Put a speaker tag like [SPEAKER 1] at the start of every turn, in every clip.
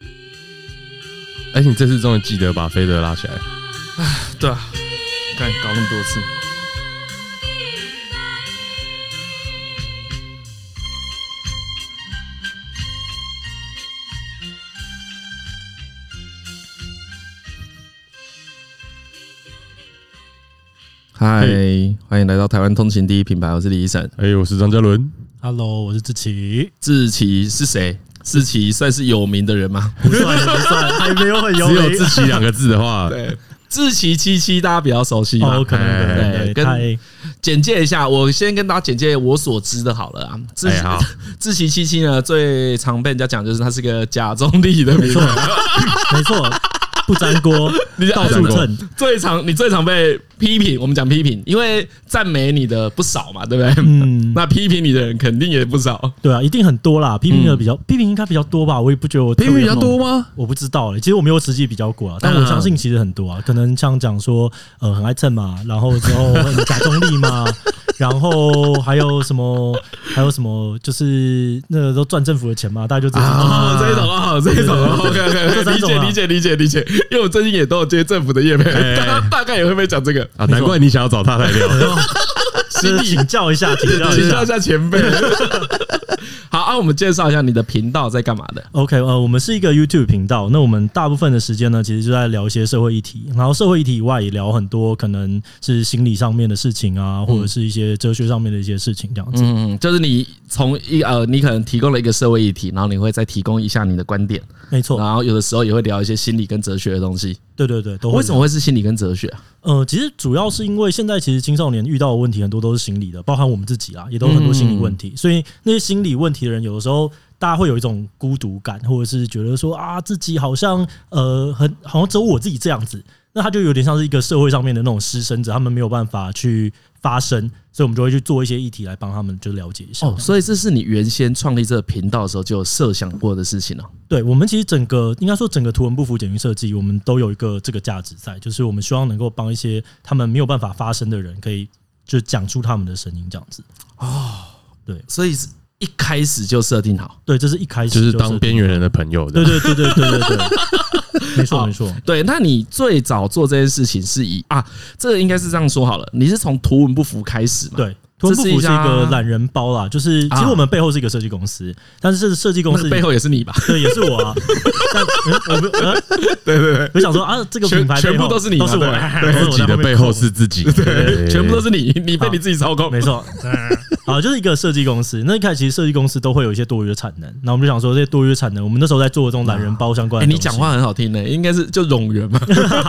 [SPEAKER 1] 而哎且你这次终于记得把菲德拉起来，
[SPEAKER 2] 对啊，看搞那么多次，
[SPEAKER 3] 嗨，欢迎来到台湾通勤第一品牌，我是李医生。
[SPEAKER 1] 哎、我是张嘉伦，
[SPEAKER 4] Hello，我是志奇，
[SPEAKER 3] 志奇是谁？志奇算是有名的人吗？
[SPEAKER 4] 不算不算，还没有很 有
[SPEAKER 1] 只有
[SPEAKER 4] 名
[SPEAKER 1] 自己两个字的 话，
[SPEAKER 3] 对，志奇七七大家比较熟悉嘛。
[SPEAKER 4] 哦，可能可能
[SPEAKER 3] 对
[SPEAKER 4] 对
[SPEAKER 3] 啊跟
[SPEAKER 4] 太
[SPEAKER 3] 简介一下，我先跟大家简介我所知的好了啊。志
[SPEAKER 1] 哎 好
[SPEAKER 3] 志奇七七呢，最常被人家讲就是他是个假中立的名
[SPEAKER 4] 没
[SPEAKER 3] 字
[SPEAKER 4] 错，没错，不粘锅，到处蹭，
[SPEAKER 3] 最常你最常被批评，我们讲批评，因为赞美你的不少嘛，对不对？
[SPEAKER 4] 嗯，
[SPEAKER 3] 那批评你的人肯定也不少。
[SPEAKER 4] 对啊，一定很多啦，批评的比较，批评应该比较多吧，我也不觉得我特别有那种
[SPEAKER 1] 吗？
[SPEAKER 4] 我不知道欸，其实我没有实际比较过啊，但
[SPEAKER 3] 嗯
[SPEAKER 4] 我相信其实很多啊，可能像讲说，呃，很爱蹭嘛，然后之后很假中立嘛，然后还有什么，还有什么，就是那个都赚政府的钱嘛，大家就知道。
[SPEAKER 3] 哦，这一种哦，这一种哦，OK OK，
[SPEAKER 4] 啊这
[SPEAKER 3] 理
[SPEAKER 4] 三种
[SPEAKER 3] 解
[SPEAKER 4] 啊
[SPEAKER 3] 理解理解理解，因为我最近也都有接政府的业配
[SPEAKER 1] 哎，
[SPEAKER 3] 大大概也会被讲这个，
[SPEAKER 1] 啊，难怪你想要找他来 聊，
[SPEAKER 4] 是请教一下，请教
[SPEAKER 3] 请
[SPEAKER 4] 一
[SPEAKER 3] 教
[SPEAKER 4] 下
[SPEAKER 3] 一。下前 辈。好啊，我们介绍一下你的频道在干嘛的。
[SPEAKER 4] OK，呃，我们是一个 YouTube 频道，那我们大部分的时间呢，其实就在聊一些社会议题，然后社会议题以外也聊很多可能是心理上面的事情啊，或者是一些哲学上面的一些事情这样子。
[SPEAKER 3] 嗯，就是你从一呃，你可能提供了一个社会议题，然后你会再提供一下你的观点，
[SPEAKER 4] 没错，
[SPEAKER 3] 然后有的时候也会聊一些心理跟哲学的东西。
[SPEAKER 4] 对对对，都会
[SPEAKER 3] 为什么会是心理跟哲学啊？
[SPEAKER 4] 呃，其实主要是因为现在其实青少年遇到的问题很多都是心理的，包含我们自己啦，也都有很多心理问题。所以那些心理问题的人，有的时候大家会有一种孤独感，或者是觉得说啊，自己好像呃很好像只有我自己这样子，那他就有点像是一个社会上面的那种失声者，他们没有办法去发声，所以我们就会去做一些议题来帮他们就了解一下。
[SPEAKER 3] 哦，所以这是你原先创立这个频道的时候就有设想过的事情哦。
[SPEAKER 4] 对我们其实整个应该说整个图文不符简讯设计，我们都有一个这个价值在，就是我们希望能够帮一些他们没有办法发声的人，可以就讲出他们的声音这样子。
[SPEAKER 3] 所以是一开始就设定好。
[SPEAKER 4] 对，这是一开始
[SPEAKER 1] 就是
[SPEAKER 4] 是
[SPEAKER 1] 当边缘人的朋 友
[SPEAKER 4] 对
[SPEAKER 1] 的。
[SPEAKER 4] 对对对对对对，没错没错，
[SPEAKER 3] 对，那你最早做这件事情是以啊，这个应该是这样说好了，你是从图文不符开始嘛？，
[SPEAKER 4] 对。图文不符是
[SPEAKER 3] 这
[SPEAKER 4] 一
[SPEAKER 3] 是一家
[SPEAKER 4] 个懒人包啦，就是其实
[SPEAKER 3] 啊
[SPEAKER 4] 我们背后是一个设计公司，但是这个设计公
[SPEAKER 3] 那
[SPEAKER 4] 司
[SPEAKER 3] 个背后也是你吧？
[SPEAKER 4] 对也是我啊，但嗯我不呃
[SPEAKER 3] 对对对，
[SPEAKER 4] 我想说啊，这个
[SPEAKER 3] 全
[SPEAKER 4] 品牌背后
[SPEAKER 3] 全部都是你嘛
[SPEAKER 4] 都是我，
[SPEAKER 3] 对
[SPEAKER 4] 哎都是
[SPEAKER 1] 自
[SPEAKER 4] 我
[SPEAKER 1] 己
[SPEAKER 4] 在
[SPEAKER 1] 的
[SPEAKER 4] 面
[SPEAKER 1] 背后是自己，对
[SPEAKER 3] 全部都是你，你被你自己操控。
[SPEAKER 4] 没错，好，就是一个设计公司。那一开始其实设计公司都会有一些多余的产能，那我们就想说这些多余的产能，我们那时候在做这种懒人包相关
[SPEAKER 3] 哎，
[SPEAKER 4] 的、
[SPEAKER 3] 你讲，话很好听呢，应该是就冗员嘛。
[SPEAKER 4] 那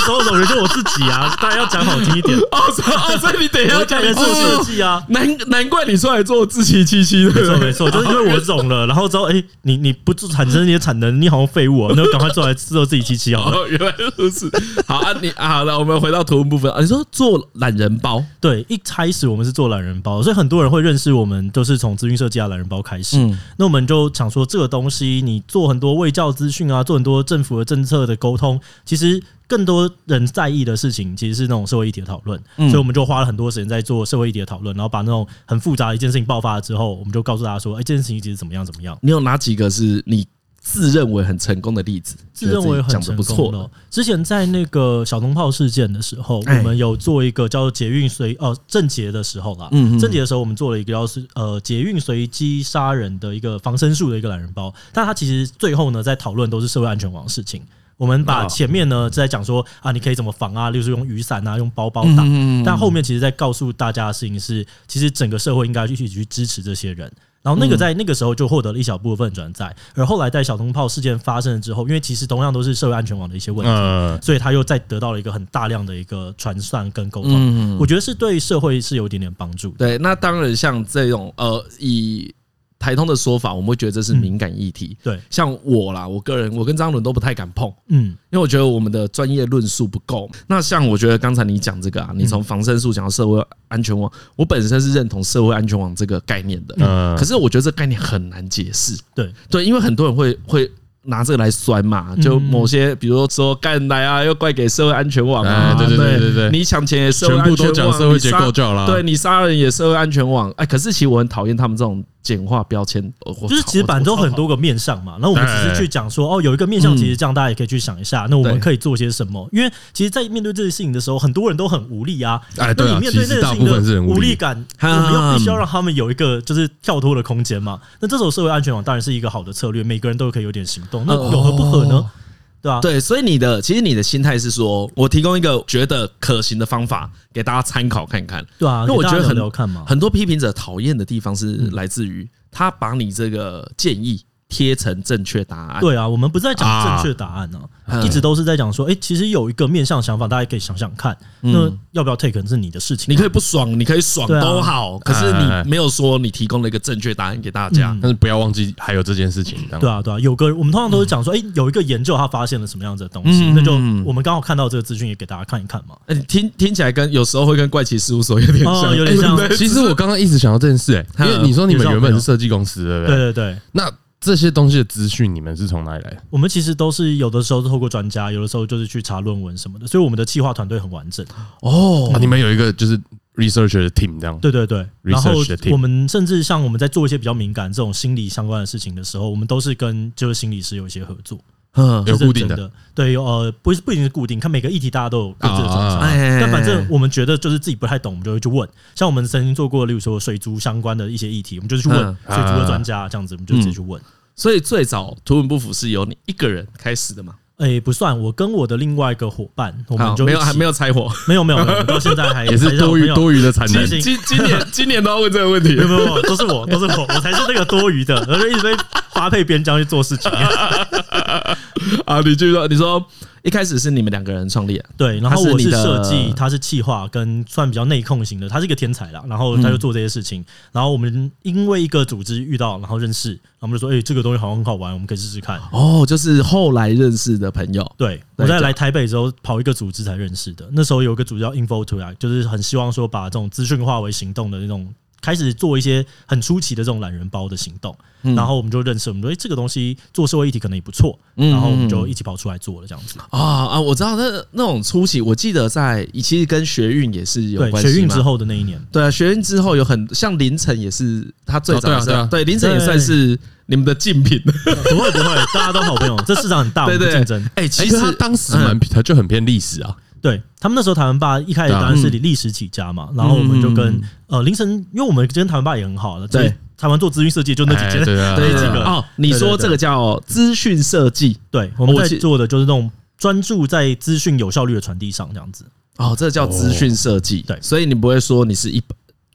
[SPEAKER 4] 时候总觉得我自己啊，大家要讲好 听一点。
[SPEAKER 3] 哦，所以哦所以你等一
[SPEAKER 4] 我
[SPEAKER 3] 下
[SPEAKER 4] 一家人做设
[SPEAKER 3] 哦
[SPEAKER 4] 计啊，
[SPEAKER 3] 难难怪你出来做自欺欺欺
[SPEAKER 4] 没错
[SPEAKER 3] 的，
[SPEAKER 4] 没错，就是因为我肿了，然后之后哎、你你不做产生你的产能，你好像废物哦、那就赶快做来做自己机器好了。
[SPEAKER 3] 哦，原来如此。好啊，你啊，好了，我们回到图文部分啊，你说做懒人包，
[SPEAKER 4] 对，一开始我们是做懒人包，所以很多人会认识我们，都是从资讯设计啊懒人包开始。
[SPEAKER 3] 嗯
[SPEAKER 4] 那我们就想说，这个东西你做很多卫教资讯啊，做很多政府的政策的沟通，其实更多人在意的事情其实是那种社会议题的讨论，所以我们就花了很多时间在做社会议题的讨论，然后把那种很复杂的一件事情爆发了之后，我们就告诉大家说，哎、这件事情其实怎么样怎么样。
[SPEAKER 3] 你有哪几个是你自认为很成功的例子？
[SPEAKER 4] 自认
[SPEAKER 3] 觉得
[SPEAKER 4] 为
[SPEAKER 3] 自己讲
[SPEAKER 4] 很
[SPEAKER 3] 的
[SPEAKER 4] 成
[SPEAKER 3] 不
[SPEAKER 4] 功
[SPEAKER 3] 错
[SPEAKER 4] 了。之前在那个小灯泡事件的时候，
[SPEAKER 3] 哎
[SPEAKER 4] 我们有做一个叫做捷运随哦正捷的时候啦，
[SPEAKER 3] 嗯嗯嗯
[SPEAKER 4] 正捷的时候我们做了一个叫是呃捷运随机杀人的一个防身术的一个懒人包，但它其实最后呢在讨论都是社会安全网的事情。我们把
[SPEAKER 3] 哦
[SPEAKER 4] 前面呢在讲说啊，你可以怎么防啊，例如说用雨伞啊，用包包挡，但后面其实在告诉大家的事情是，其实整个社会应该一起去支持这些人。然后那个在那个时候就获得了一小部分转载，而后来在小灯泡事件发生了之后，因为其实同样都是社会安全网的一些问题，
[SPEAKER 1] 嗯，
[SPEAKER 4] 所以他又再得到了一个很大量的一个传散跟沟通，我觉得是对社会是有一点点帮助的。
[SPEAKER 3] 对，那当然像这种呃，以台通的说法，我们会觉得这是敏感议题。
[SPEAKER 4] 对，
[SPEAKER 3] 像我啦，我个人我跟张伦都不太敢碰，
[SPEAKER 4] 嗯，
[SPEAKER 3] 因为我觉得我们的专业论述不够。那像我觉得刚才你讲这个
[SPEAKER 1] 嗯
[SPEAKER 3] 啊，你从防身术讲到社会安全网，我本身是认同社会安全网这个概念的，
[SPEAKER 1] 嗯
[SPEAKER 3] 可是我觉得这概念很难解释。
[SPEAKER 4] 对，
[SPEAKER 3] 对，因为很多人会会拿这个来酸嘛，就
[SPEAKER 1] 嗯
[SPEAKER 3] 某些比如说干来啊，又怪给社会安全网啊
[SPEAKER 1] 哎，对对对对对
[SPEAKER 3] 你抢钱也社会
[SPEAKER 1] 全
[SPEAKER 3] 安全
[SPEAKER 1] 部
[SPEAKER 3] 网，
[SPEAKER 1] 都讲社会结
[SPEAKER 3] 你杀
[SPEAKER 1] 构就好了。
[SPEAKER 3] 对你杀人也社会安全网，哎，可是其实我很讨厌他们这种简化标签。呃我
[SPEAKER 4] 就是
[SPEAKER 3] 操
[SPEAKER 4] 其实
[SPEAKER 3] 我
[SPEAKER 4] 板
[SPEAKER 3] 我
[SPEAKER 4] 州
[SPEAKER 3] 操
[SPEAKER 4] 很多个面向嘛，然后我们只是去讲说哦，有一个面向，其实这样大家也可以去想一下，那我们
[SPEAKER 3] 对
[SPEAKER 4] 可以做些什么？因为其实，在面对这些事情的时候，很多人都很无力啊。
[SPEAKER 1] 哎对
[SPEAKER 4] 那
[SPEAKER 1] 啊
[SPEAKER 4] 你面对那
[SPEAKER 1] 其实
[SPEAKER 4] 个
[SPEAKER 1] 大
[SPEAKER 4] 事
[SPEAKER 1] 部分是
[SPEAKER 4] 情的
[SPEAKER 1] 很无力
[SPEAKER 4] 无力感，我们又必须要让他们有一个就是跳脱的空间嘛。那这种社会安全网当然是一个好的策略，每个人都可以有点行动，那有何不可呢？对吧、啊？
[SPEAKER 3] 对，所以你的其实你的心态是说，我提供一个觉得可行的方法给大家参考看看。
[SPEAKER 4] 对啊，
[SPEAKER 3] 那我
[SPEAKER 4] 给大
[SPEAKER 3] 觉
[SPEAKER 4] 家
[SPEAKER 3] 得
[SPEAKER 4] 聊
[SPEAKER 3] 很
[SPEAKER 4] 聊看嘛。嗯
[SPEAKER 3] 很多批评者讨厌的地方是来自于他把你这个建议贴成正确答案。
[SPEAKER 4] 对啊，我们不是在讲正确答案呢、
[SPEAKER 3] 啊
[SPEAKER 4] 一直都是在讲说，哎、其实有一个面向想法，大家可以想想看，那要不要 take 是你的事情
[SPEAKER 3] 你
[SPEAKER 4] 啊、
[SPEAKER 3] 可以不爽，你可以爽
[SPEAKER 4] 对啊嗯
[SPEAKER 3] 都好，可是
[SPEAKER 1] 哎哎哎
[SPEAKER 3] 你没有说你提供了一个正确答案给大家。
[SPEAKER 1] 但是不要忘记还有这件事情，这样
[SPEAKER 4] 对啊，对啊，有个我们通常都是
[SPEAKER 1] 嗯
[SPEAKER 4] 讲说，哎、有一个研究他发现了什么样子的东西，
[SPEAKER 3] 嗯
[SPEAKER 4] 那就我们刚好看到这个资讯，也给大家看一看嘛。
[SPEAKER 3] 哎你听听起来跟有时候会跟怪奇事务所有点
[SPEAKER 4] 哦，
[SPEAKER 3] 像，
[SPEAKER 4] 有点 像，对
[SPEAKER 1] 其实我刚刚一直想到这件事、哎，因为你说你们原本是设计公司，对不对？
[SPEAKER 4] 对对，
[SPEAKER 1] 那这些东西的资讯，你们是从哪里来的？
[SPEAKER 4] 我们其实都是有的时候是透过专家，有的时候就是去查论文什么的，所以我们的计划团队很完整。
[SPEAKER 1] 哦，你们有一个就是 researcher 的 team 这样，
[SPEAKER 4] 对对对，然后
[SPEAKER 1] Research 的 team
[SPEAKER 4] 我们甚至像我们在做一些比较敏感这种心理相关的事情的时候，我们都是跟就是心理师有一些合作，
[SPEAKER 1] 有
[SPEAKER 3] 嗯，
[SPEAKER 4] 这是
[SPEAKER 1] 固定
[SPEAKER 4] 真
[SPEAKER 1] 的，
[SPEAKER 4] 的，对，有呃，不是不一定是固定，看每个议题大家都有各自的专
[SPEAKER 1] 啊啊
[SPEAKER 4] 长
[SPEAKER 1] 啊。
[SPEAKER 3] 哎
[SPEAKER 4] 但反正我们觉得就是自己不太懂，我们就会去问。像我们曾经做过，例如说水族相关的一些议题，我们就是去问
[SPEAKER 3] 嗯
[SPEAKER 4] 水
[SPEAKER 1] 啊
[SPEAKER 4] 族的专家，这样子我们就直接去问。
[SPEAKER 3] 所以最早图文不符是由你一个人开始的嘛？
[SPEAKER 1] 嗯
[SPEAKER 4] 诶，哎不算，我跟我的另外一个伙伴，我
[SPEAKER 3] 好
[SPEAKER 4] 们就
[SPEAKER 3] 没有还没
[SPEAKER 4] 有
[SPEAKER 3] 有拆 伙，
[SPEAKER 4] 没有没有没有，我们到现在还
[SPEAKER 1] 也是多余多余的产能
[SPEAKER 4] 其。实
[SPEAKER 3] 今今年今年都要问这个问题
[SPEAKER 4] 没有没有没有，都是我都是我，我才是那个多余的，然后就一直被发配边疆去做事情。
[SPEAKER 3] 啊！你就说你说一开始是你们两个人创立的，
[SPEAKER 4] 对，然后
[SPEAKER 3] 他是
[SPEAKER 4] 我
[SPEAKER 3] 你
[SPEAKER 4] 是
[SPEAKER 3] 的
[SPEAKER 4] 设计，他是企划，跟算比较内控型的，他是一个天
[SPEAKER 3] 嗯
[SPEAKER 4] 才啦。然后他就做这些事情，然后我们因为一个组织遇到，然后认识，然后我们就说，哎、这个东西好像很好玩，我们可以试试看。
[SPEAKER 3] 哦，就是后来认识的朋友，
[SPEAKER 4] 对，我在来台北之后跑一个组织才认识的，那时候有一个组织叫 Info to a 就是很希望说把这种资讯化为行动的那种。开始做一些很出奇的这种懒人包的行动，然后我们就认识，我们说哎、诶这个东西做社会议题可能也不错，
[SPEAKER 3] 嗯
[SPEAKER 4] 然后我们就一起跑出来做了这样子。
[SPEAKER 3] 啊啊！我知道那那种初期，我记得在其实跟学运也是有
[SPEAKER 4] 对，
[SPEAKER 3] 关系嘛
[SPEAKER 4] 学运之，后的那一年，
[SPEAKER 3] 对啊，学运之后有很像凌晨也是他最早
[SPEAKER 1] 哦对啊
[SPEAKER 3] 是
[SPEAKER 1] 对啊
[SPEAKER 3] 对凌晨也算是你们的竞品，
[SPEAKER 4] 不会不会，大家都好朋友，这市场很大，我
[SPEAKER 3] 对
[SPEAKER 4] 们不
[SPEAKER 3] 对
[SPEAKER 4] 竞争。
[SPEAKER 3] 哎，
[SPEAKER 1] 哎
[SPEAKER 3] 其
[SPEAKER 1] 可
[SPEAKER 3] 实
[SPEAKER 1] 是他当时
[SPEAKER 4] 嗯
[SPEAKER 1] 蛮他就很偏历史啊，
[SPEAKER 4] 对他们那时候台湾爸一开始
[SPEAKER 1] 对啊
[SPEAKER 4] 当然是以历史起家嘛，然后我们就跟呃凌晨，因为我们跟台湾爸也很好了，
[SPEAKER 3] 对
[SPEAKER 4] 对台湾做资讯设计就那几
[SPEAKER 1] 哎
[SPEAKER 4] 间，
[SPEAKER 1] 对啊，
[SPEAKER 3] 对
[SPEAKER 4] 这
[SPEAKER 3] 对
[SPEAKER 4] 个
[SPEAKER 3] 哦，你
[SPEAKER 4] 对
[SPEAKER 3] 说
[SPEAKER 4] 对对
[SPEAKER 3] 这个叫资讯设计
[SPEAKER 4] 对，我们
[SPEAKER 3] 我
[SPEAKER 4] 在
[SPEAKER 3] 记
[SPEAKER 4] 做的就是那种专注在资讯有效率的传递上这样子。
[SPEAKER 3] 哦，这个叫资讯设计，
[SPEAKER 4] 对
[SPEAKER 3] 所以你不会说你是一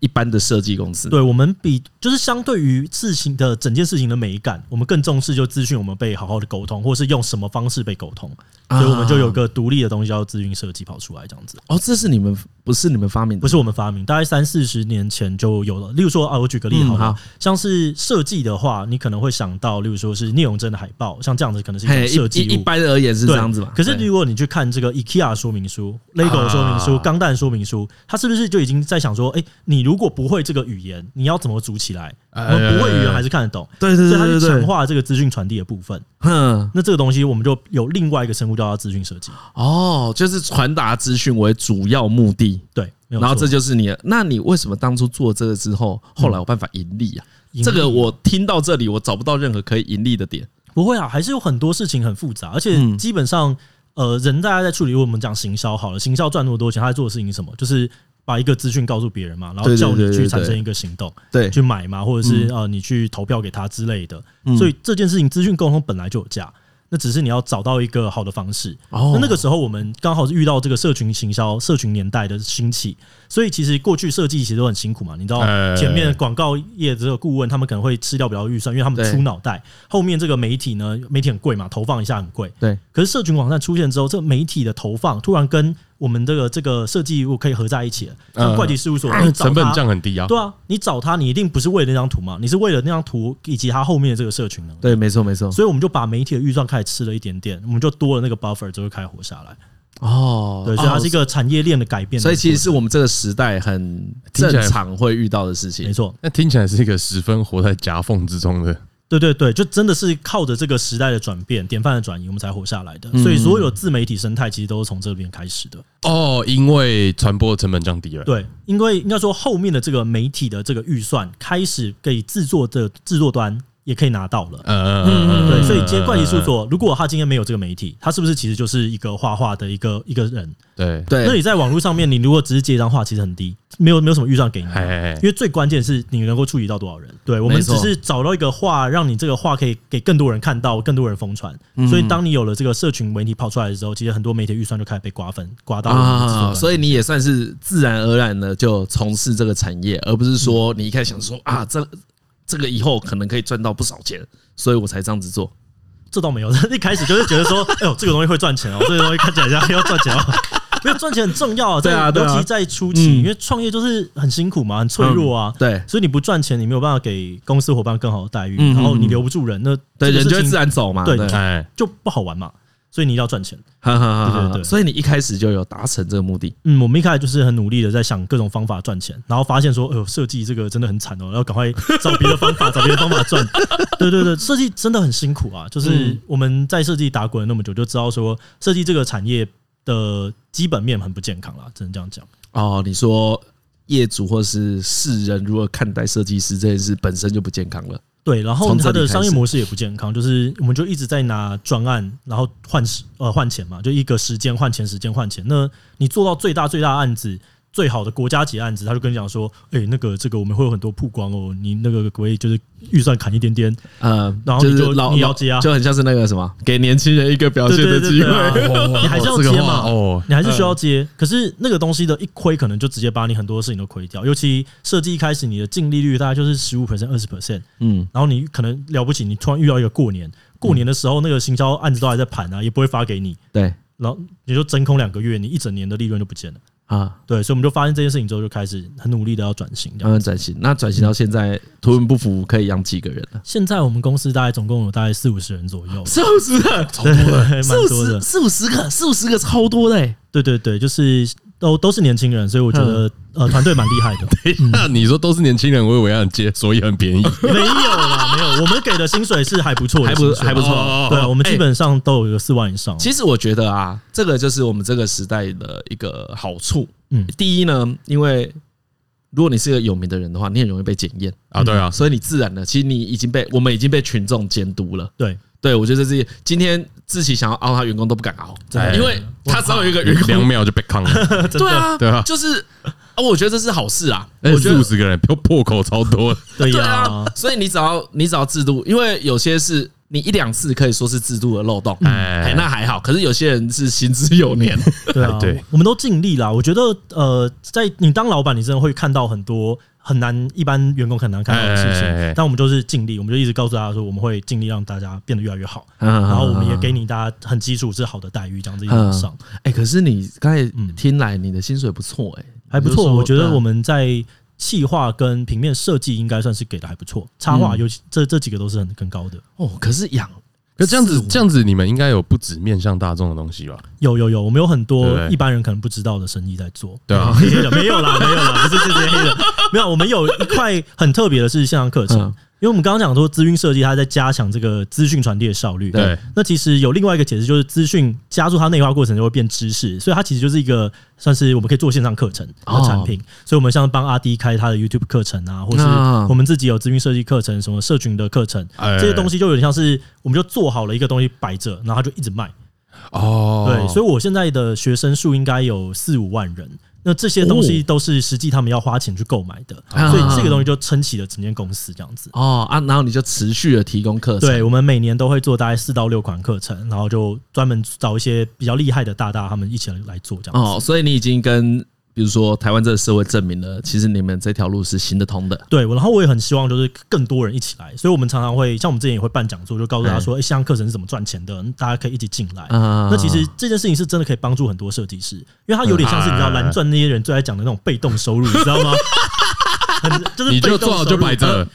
[SPEAKER 3] 一般的设计公司，
[SPEAKER 4] 对我们比就是相对于事情的整件事情的美感，我们更重视就资讯我们被好好的沟通，或是用什么方式被沟通，
[SPEAKER 3] 啊
[SPEAKER 4] 所以我们就有个独立的东西叫资讯设计跑出来这样子。
[SPEAKER 3] 哦，这是你们不是你们发明的，
[SPEAKER 4] 不是我们发明，大概三四十年前就有了。例如说啊，我举个例好
[SPEAKER 3] 嗯
[SPEAKER 4] 了，
[SPEAKER 3] 好
[SPEAKER 4] 像是设计的话，你可能会想到，例如说是聂荣臻的海报，像这样子可能是一
[SPEAKER 3] 嘿，
[SPEAKER 4] 种
[SPEAKER 3] 一
[SPEAKER 4] 设计
[SPEAKER 3] 一一
[SPEAKER 4] 物。
[SPEAKER 3] 般而言是
[SPEAKER 4] 对
[SPEAKER 3] 这样子嘛？
[SPEAKER 4] 可是
[SPEAKER 3] 对
[SPEAKER 4] 如果你去看这个 IKEA 说明书、LEGO 说明书、
[SPEAKER 1] 啊
[SPEAKER 4] 钢弹说明书，它是不是就已经在想说，哎，你如果不会这个语言，你要怎么组起来？我
[SPEAKER 1] 哎
[SPEAKER 4] 们不会语言还是看得懂，
[SPEAKER 3] 对呃对
[SPEAKER 4] 所以它
[SPEAKER 3] 对
[SPEAKER 4] 去
[SPEAKER 3] 对
[SPEAKER 4] 强
[SPEAKER 3] 对，
[SPEAKER 4] 化这个资讯传递的部分。
[SPEAKER 3] 哼，
[SPEAKER 4] 那这个东西我们就有另外一个称呼叫它资讯设计。
[SPEAKER 3] 哦，就是传达资讯为主要目的，
[SPEAKER 4] 对，没有
[SPEAKER 3] 然后
[SPEAKER 4] 错
[SPEAKER 3] 这就是你的。那你为什么当初做这个之后，后来有办法盈利啊？
[SPEAKER 4] 盈利
[SPEAKER 3] 这个我听到这里，我找不到任何可以盈利的点。
[SPEAKER 4] 不会啊，还是有很多事情很复杂，而且
[SPEAKER 3] 嗯
[SPEAKER 4] 基本上，呃，人大家在处理，我们讲行销好了，行销赚那么多钱，他在做的事情是什么？就是把一个资讯告诉别人嘛，然后
[SPEAKER 3] 对对
[SPEAKER 4] 叫
[SPEAKER 3] 对
[SPEAKER 4] 你
[SPEAKER 3] 对
[SPEAKER 4] 去
[SPEAKER 3] 对
[SPEAKER 4] 产生一个行动，
[SPEAKER 3] 对
[SPEAKER 4] 去买嘛，或者是呃，你去投票给他之类的。
[SPEAKER 3] 嗯
[SPEAKER 4] 所以这件事情，资讯沟通本来就有价。那只是你要找到一个好的方式。
[SPEAKER 3] 哦
[SPEAKER 4] 那那个时候我们刚好是遇到这个社群行销、社群年代的兴起，所以其实过去设计其实都很辛苦嘛。你知道
[SPEAKER 1] 哎
[SPEAKER 4] 前面广告业这个顾问他们可能会吃掉比较预算，因为他们
[SPEAKER 3] 对
[SPEAKER 4] 出脑袋。后面这个媒体呢，媒体很贵嘛，投放一下很贵。
[SPEAKER 3] 对，
[SPEAKER 4] 可是社群网站出现之后，这个媒体的投放突然跟我们这个这个设计物可以合在一起了，像
[SPEAKER 1] 嗯
[SPEAKER 4] 会计事务所你找
[SPEAKER 1] 成本
[SPEAKER 4] 他
[SPEAKER 1] 降很低啊，
[SPEAKER 4] 对啊，你找他，你一定不是为了那张图嘛，你是为了那张图以及他后面的这个社群能力。
[SPEAKER 3] 对，没错没错。
[SPEAKER 4] 所以我们就把媒体的预算开始吃了一点点，我们就多了那个 buffer，就会开始活下来。
[SPEAKER 3] 哦，
[SPEAKER 4] 对，所以它是一
[SPEAKER 3] 个，
[SPEAKER 4] 个产业链的改变的过程。
[SPEAKER 3] 所以其实是我们这个时代很
[SPEAKER 1] 听
[SPEAKER 3] 正
[SPEAKER 1] 起来
[SPEAKER 3] 常会遇到的事
[SPEAKER 4] 没
[SPEAKER 3] 情。
[SPEAKER 4] 错，
[SPEAKER 1] 那听起来是一个十分活在夹缝之中的
[SPEAKER 4] 对对对，就真的是靠着这个时代的转变、典范的转移，我们才活下来的。
[SPEAKER 3] 嗯
[SPEAKER 4] 所以所有自媒体生态其实都是从这边开始的。
[SPEAKER 1] 哦，因为传播成本降低了，
[SPEAKER 4] 对，因为应该说后面的这个媒体的这个预算开始给制作的制作端也可以拿到了。
[SPEAKER 1] 呃，
[SPEAKER 4] 嗯
[SPEAKER 3] 嗯
[SPEAKER 4] 对，所以接怪奇事务所，如果他今天没有这个媒体，他是不是其实就是一个画画的一个一个人？
[SPEAKER 1] 对，
[SPEAKER 3] 对
[SPEAKER 4] 那你在网络上面，你如果只是接一张画，其实很低，没有没有什么预算给你，
[SPEAKER 1] 哎哎哎
[SPEAKER 4] 因为最关键是你能够触及到多少人。对我们
[SPEAKER 3] 没错
[SPEAKER 4] 只是找到一个画，让你这个画可以给更多人看到，更多人疯传。
[SPEAKER 3] 嗯
[SPEAKER 4] 所以当你有了这个社群媒体跑出来的时候，其实很多媒体预算就开始被瓜分，刮到
[SPEAKER 3] 啊，
[SPEAKER 4] 以
[SPEAKER 3] 所以你也算是自然而然的就从事这个产业，而不是说你一开始想说啊，这这个以后可能可以赚到不少钱，所以我才这样子做。
[SPEAKER 4] 这倒没有， 一开始就是觉得 说，哎呦，这个东西会赚钱哦，这个东西看起来像要赚钱哦。 没有赚钱很重要啊，在
[SPEAKER 3] 对啊对啊
[SPEAKER 4] 尤其在初期，因为创业就是很辛苦嘛，很脆弱啊，
[SPEAKER 3] 对
[SPEAKER 4] 所以你不赚钱，你没有办法给公司伙伴更好的待遇，
[SPEAKER 3] 嗯
[SPEAKER 4] 然后你留不住人，那
[SPEAKER 3] 对，
[SPEAKER 4] 这个
[SPEAKER 3] 人就
[SPEAKER 4] 事
[SPEAKER 3] 会
[SPEAKER 4] 情
[SPEAKER 3] 自然走嘛。
[SPEAKER 4] 对
[SPEAKER 3] 对，哈
[SPEAKER 1] 哎，
[SPEAKER 4] 就不好玩嘛，所以你一定要赚钱。
[SPEAKER 3] 哈哈
[SPEAKER 4] 对对
[SPEAKER 3] 哈
[SPEAKER 4] 对
[SPEAKER 3] 哈。所以你一开始就有达成这个目的。
[SPEAKER 4] 嗯，我们一开始就是很努力的在想各种方法赚钱，然后发现说，哎呦，设计这个真的很惨哦，要赶快找别的方法，找别的方法赚。 对对对，设计真的很辛苦啊，
[SPEAKER 3] 嗯
[SPEAKER 4] 就是我们在设计打滚了那么久，就知道说设计这个产业的基本面很不健康啦，只能这样讲。
[SPEAKER 3] 哦，你说业主或是世人如何看待设计师这件事本身就不健康了。
[SPEAKER 4] 对，然后
[SPEAKER 3] 从这
[SPEAKER 4] 它
[SPEAKER 3] 里
[SPEAKER 4] 的
[SPEAKER 3] 开
[SPEAKER 4] 商业
[SPEAKER 3] 始
[SPEAKER 4] 模式也不健康，就是我们就一直在拿专案，然后换时呃换钱嘛，就一个时间换钱，时间换钱。那你做到最大最大的案子，最好的国家级案子，他就跟你讲说，哎、那个这个我们会有很多曝光哦，你那个可不可以就是预算砍一点点？
[SPEAKER 3] 呃，
[SPEAKER 4] 然后你
[SPEAKER 3] 是
[SPEAKER 4] 就
[SPEAKER 3] 老
[SPEAKER 4] 你要
[SPEAKER 3] 老
[SPEAKER 4] 接啊
[SPEAKER 3] 就很像是那个什么，给年轻人一个表
[SPEAKER 4] 对
[SPEAKER 3] 现
[SPEAKER 4] 对
[SPEAKER 3] 的
[SPEAKER 4] 对
[SPEAKER 3] 机
[SPEAKER 4] 对
[SPEAKER 3] 会。
[SPEAKER 4] 啊，你还是要
[SPEAKER 1] 这个
[SPEAKER 4] 接
[SPEAKER 1] 话
[SPEAKER 4] 嘛，
[SPEAKER 1] 哦，
[SPEAKER 4] 你还是需
[SPEAKER 3] 嗯
[SPEAKER 4] 要接。可是那个东西的一亏，可能就直接把你很多事情都亏掉，尤其设计一开始你的净利率大概就是十五 percent、二十 percent。
[SPEAKER 3] 嗯，
[SPEAKER 4] 然后你可能了不起，你突然遇到一个过年，过年的时候那个行销案子都还在盘啊，也不会发给你，
[SPEAKER 3] 对
[SPEAKER 4] 然后你就真空两个月，你一整年的利润就不见了。
[SPEAKER 3] 啊，
[SPEAKER 4] 对，所以我们就发现这件事情之后，就开始很努力的要转型。这
[SPEAKER 3] 慢
[SPEAKER 4] 样，
[SPEAKER 3] 慢转型。那转型到现在，图文不符可以养几个人啊了？
[SPEAKER 4] 现在我们公司大概总共有大概四五十人左右，
[SPEAKER 3] 四五十个，
[SPEAKER 4] 对，蛮
[SPEAKER 3] 四五
[SPEAKER 4] 多
[SPEAKER 3] 十，
[SPEAKER 4] 的。
[SPEAKER 3] 四五十个，四五十个，超多的、欸。
[SPEAKER 4] 对对对，就是都都是年轻人，所以我觉得呃团队蛮厉害的。
[SPEAKER 1] 那你说都是年轻人，我以为要接，所以很便宜，
[SPEAKER 4] 没有啦，没有，我们给的薪水是还不错的
[SPEAKER 3] 还不
[SPEAKER 4] 薪水，
[SPEAKER 3] 还不错
[SPEAKER 1] 哦
[SPEAKER 4] 对，我们基
[SPEAKER 3] 哎
[SPEAKER 4] 本上都有一个四万以上。
[SPEAKER 3] 其实我觉得啊，这个就是我们这个时代的一个好处。
[SPEAKER 4] 嗯
[SPEAKER 3] 嗯，第一呢，因为如果你是个有名的人的话，你很容易被检验，
[SPEAKER 1] 啊，对啊，
[SPEAKER 3] 所以你自然的，其实你已经被我们已经被群众监督了。
[SPEAKER 4] 对，
[SPEAKER 3] 对，我觉得这是今天志奇想要凹他员工都不敢凹，
[SPEAKER 4] 真的
[SPEAKER 3] 因为他只要有一个员 工，
[SPEAKER 1] 两秒就被坑 了，
[SPEAKER 4] 真
[SPEAKER 3] 对
[SPEAKER 4] 的
[SPEAKER 3] 啊，
[SPEAKER 1] 对啊哎
[SPEAKER 3] 就是啊，我觉得这是好事啊，
[SPEAKER 1] 而
[SPEAKER 3] 我
[SPEAKER 1] 且
[SPEAKER 3] 觉
[SPEAKER 1] 四五
[SPEAKER 3] 得。
[SPEAKER 1] 十个人破破口超多的，
[SPEAKER 4] 对
[SPEAKER 3] 对
[SPEAKER 4] 呀
[SPEAKER 3] 啊，，所以你只要你只要制度，因为有些是你一两次可以说是制度的漏洞，哎
[SPEAKER 1] 哎，
[SPEAKER 3] 那还好。可是有些人是行之有 年，
[SPEAKER 4] 对啊，
[SPEAKER 1] 对
[SPEAKER 4] 我们都尽力啦。我觉得，呃，在你当老板，你真的会看到很多很难一般员工很难看到的事情。
[SPEAKER 1] 哎哎哎哎
[SPEAKER 4] 但我们就是尽力，我们就一直告诉大家说，我们会尽力让大家变得越来越好。然
[SPEAKER 1] 啊
[SPEAKER 3] 然
[SPEAKER 4] 后我们也给你大家很基础是好的待遇，这样子一直往上，
[SPEAKER 1] 啊
[SPEAKER 3] 哎，可是你刚才
[SPEAKER 4] 嗯
[SPEAKER 3] 听来你的薪水不错哎，
[SPEAKER 4] 还不
[SPEAKER 3] 你就
[SPEAKER 4] 错。
[SPEAKER 3] 说
[SPEAKER 4] 我觉
[SPEAKER 3] 对
[SPEAKER 4] 得
[SPEAKER 3] 啊
[SPEAKER 4] 我们在企划跟平面设计应该算是给的还不错，插画
[SPEAKER 3] 嗯
[SPEAKER 4] 尤其这这几个都是很很高的。
[SPEAKER 3] 哦，可是养
[SPEAKER 1] 可这样子
[SPEAKER 4] 四五
[SPEAKER 1] 这样子，你们应该有不止面向大众的东西吧？
[SPEAKER 4] 有有有，我们有很多
[SPEAKER 1] 对
[SPEAKER 4] 一般人可能不知道的生意在做。
[SPEAKER 1] 对啊
[SPEAKER 4] 黑的 没有啦，没有啦，不是这些黑的， 没有。我们有一块很特别的是线上课程，
[SPEAKER 3] 嗯
[SPEAKER 4] 因为我们刚刚讲说资讯设计，它在加强这个资讯传递的效率。
[SPEAKER 1] 对，
[SPEAKER 4] 那其实有另外一个解释，就是资讯加入它内化过程就会变知识，所以它其实就是一个算是我们可以做线上课程
[SPEAKER 1] 哦
[SPEAKER 4] 的产品。所以我们像帮阿迪开他的 YouTube 课程啊，或是
[SPEAKER 3] 啊
[SPEAKER 4] 我们自己有资讯设计课程、什么社群的课程，
[SPEAKER 1] 嗯哎
[SPEAKER 4] 这些东西就有点像是我们就做好了一个东西摆着，然后它就一直卖。
[SPEAKER 1] 哦，
[SPEAKER 4] 对，所以我现在的学生数应该有四五万人。那这些东西都是实际他们要花钱去购买的，
[SPEAKER 3] 啊
[SPEAKER 4] 所以这个东西就撑起了整间公司这样子。
[SPEAKER 3] 哦啊，然后你就持续的提供课程，
[SPEAKER 4] 对，我们每年都会做大概四到六款课程，然后就专门找一些比较厉害的大大他们一起来做这样子。
[SPEAKER 3] 哦，所以你已经跟比如说台湾这个社会证明了，其实你们这条路是行得通的。
[SPEAKER 4] 对，我然后我也很希望就是更多人一起来，所以我们常常会像我们之前也会办讲座，就告诉大家说，哎，线上课程是怎么赚钱的，大家可以一起进来。
[SPEAKER 3] 啊
[SPEAKER 4] 那其实这件事情是真的可以帮助很多设计师，因为它有点像是你知道
[SPEAKER 1] 嗯
[SPEAKER 4] 蓝钻那 些人最爱讲的那种被动收入，你知道吗？很就是
[SPEAKER 1] 你就
[SPEAKER 4] 被动
[SPEAKER 1] 做好
[SPEAKER 4] 收
[SPEAKER 1] 就呃
[SPEAKER 4] 入
[SPEAKER 1] 摆着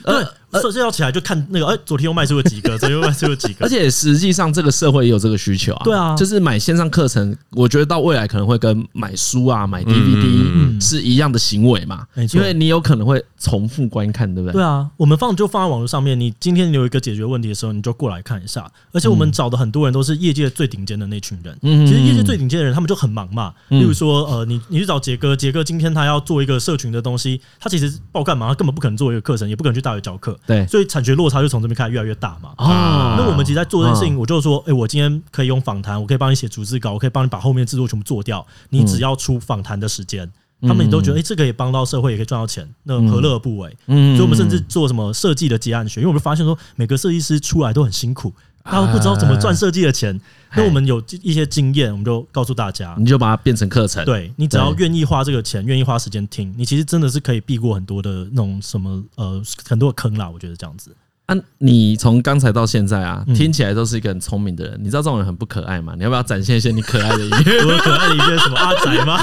[SPEAKER 4] 对，社交起来就看那个，哎，昨天又卖出了几个，昨天又卖出了几 个
[SPEAKER 3] 而，且实际上这个社会也有这个需求啊。
[SPEAKER 4] 对啊
[SPEAKER 3] 就是买线上课程，我觉得到未来可能会跟买书啊、买 DVD
[SPEAKER 4] 嗯
[SPEAKER 3] 是一样的行为嘛，
[SPEAKER 4] 没错
[SPEAKER 3] 因为你有可能会重复观看，对不对？
[SPEAKER 4] 对啊，我们放就放在网络上面。你今天你有一个解决问题的时候，你就过来看一下。而且我们找的很多人都是业界最顶尖的那群人。
[SPEAKER 3] 嗯
[SPEAKER 4] 其实业界最顶尖的人，他们就很忙嘛。
[SPEAKER 3] 嗯
[SPEAKER 4] 例如说，呃，你你去找杰哥，杰哥今天他要做一个社群的东西，他其实爆干嘛？他根本不可能做一个课程，也不可能去大学教课，
[SPEAKER 3] 对
[SPEAKER 4] 所以产学落差就从这边开始越来越大嘛。
[SPEAKER 3] 啊
[SPEAKER 4] 哦那我们其实在做这件事情，我就说，哎、我今天可以用访谈，我可以帮你写逐字稿，我可以帮你把后面制作全部做掉，你
[SPEAKER 3] 嗯
[SPEAKER 4] 只要出访谈的时间，他们也都觉得，哎、这个也帮到社会，也可以赚到钱，那何乐而不为？
[SPEAKER 3] 嗯
[SPEAKER 4] 所以我们甚至做什么设计的结案学，因为我们发现说，每个设计师出来都很辛苦，他们不知道怎么
[SPEAKER 3] 啊
[SPEAKER 4] 赚设计的钱。那
[SPEAKER 3] 哎
[SPEAKER 4] 我们有一些经验，我们就告诉大家，
[SPEAKER 3] 你就把它变成课程，
[SPEAKER 4] 对你只要
[SPEAKER 3] 嗯对
[SPEAKER 4] 愿意花这个钱，愿意花时间听，你其实真的是可以避过很多的那种什么呃很多的坑啦。我觉得这 样子，
[SPEAKER 3] 啊，你从刚才到现在啊，
[SPEAKER 4] 嗯
[SPEAKER 3] 听起来都是一个很聪明的人。你知道这种人很不可爱吗？你要不要展现一些你可爱的一 面？
[SPEAKER 4] 我可爱的一些什么阿宅吗？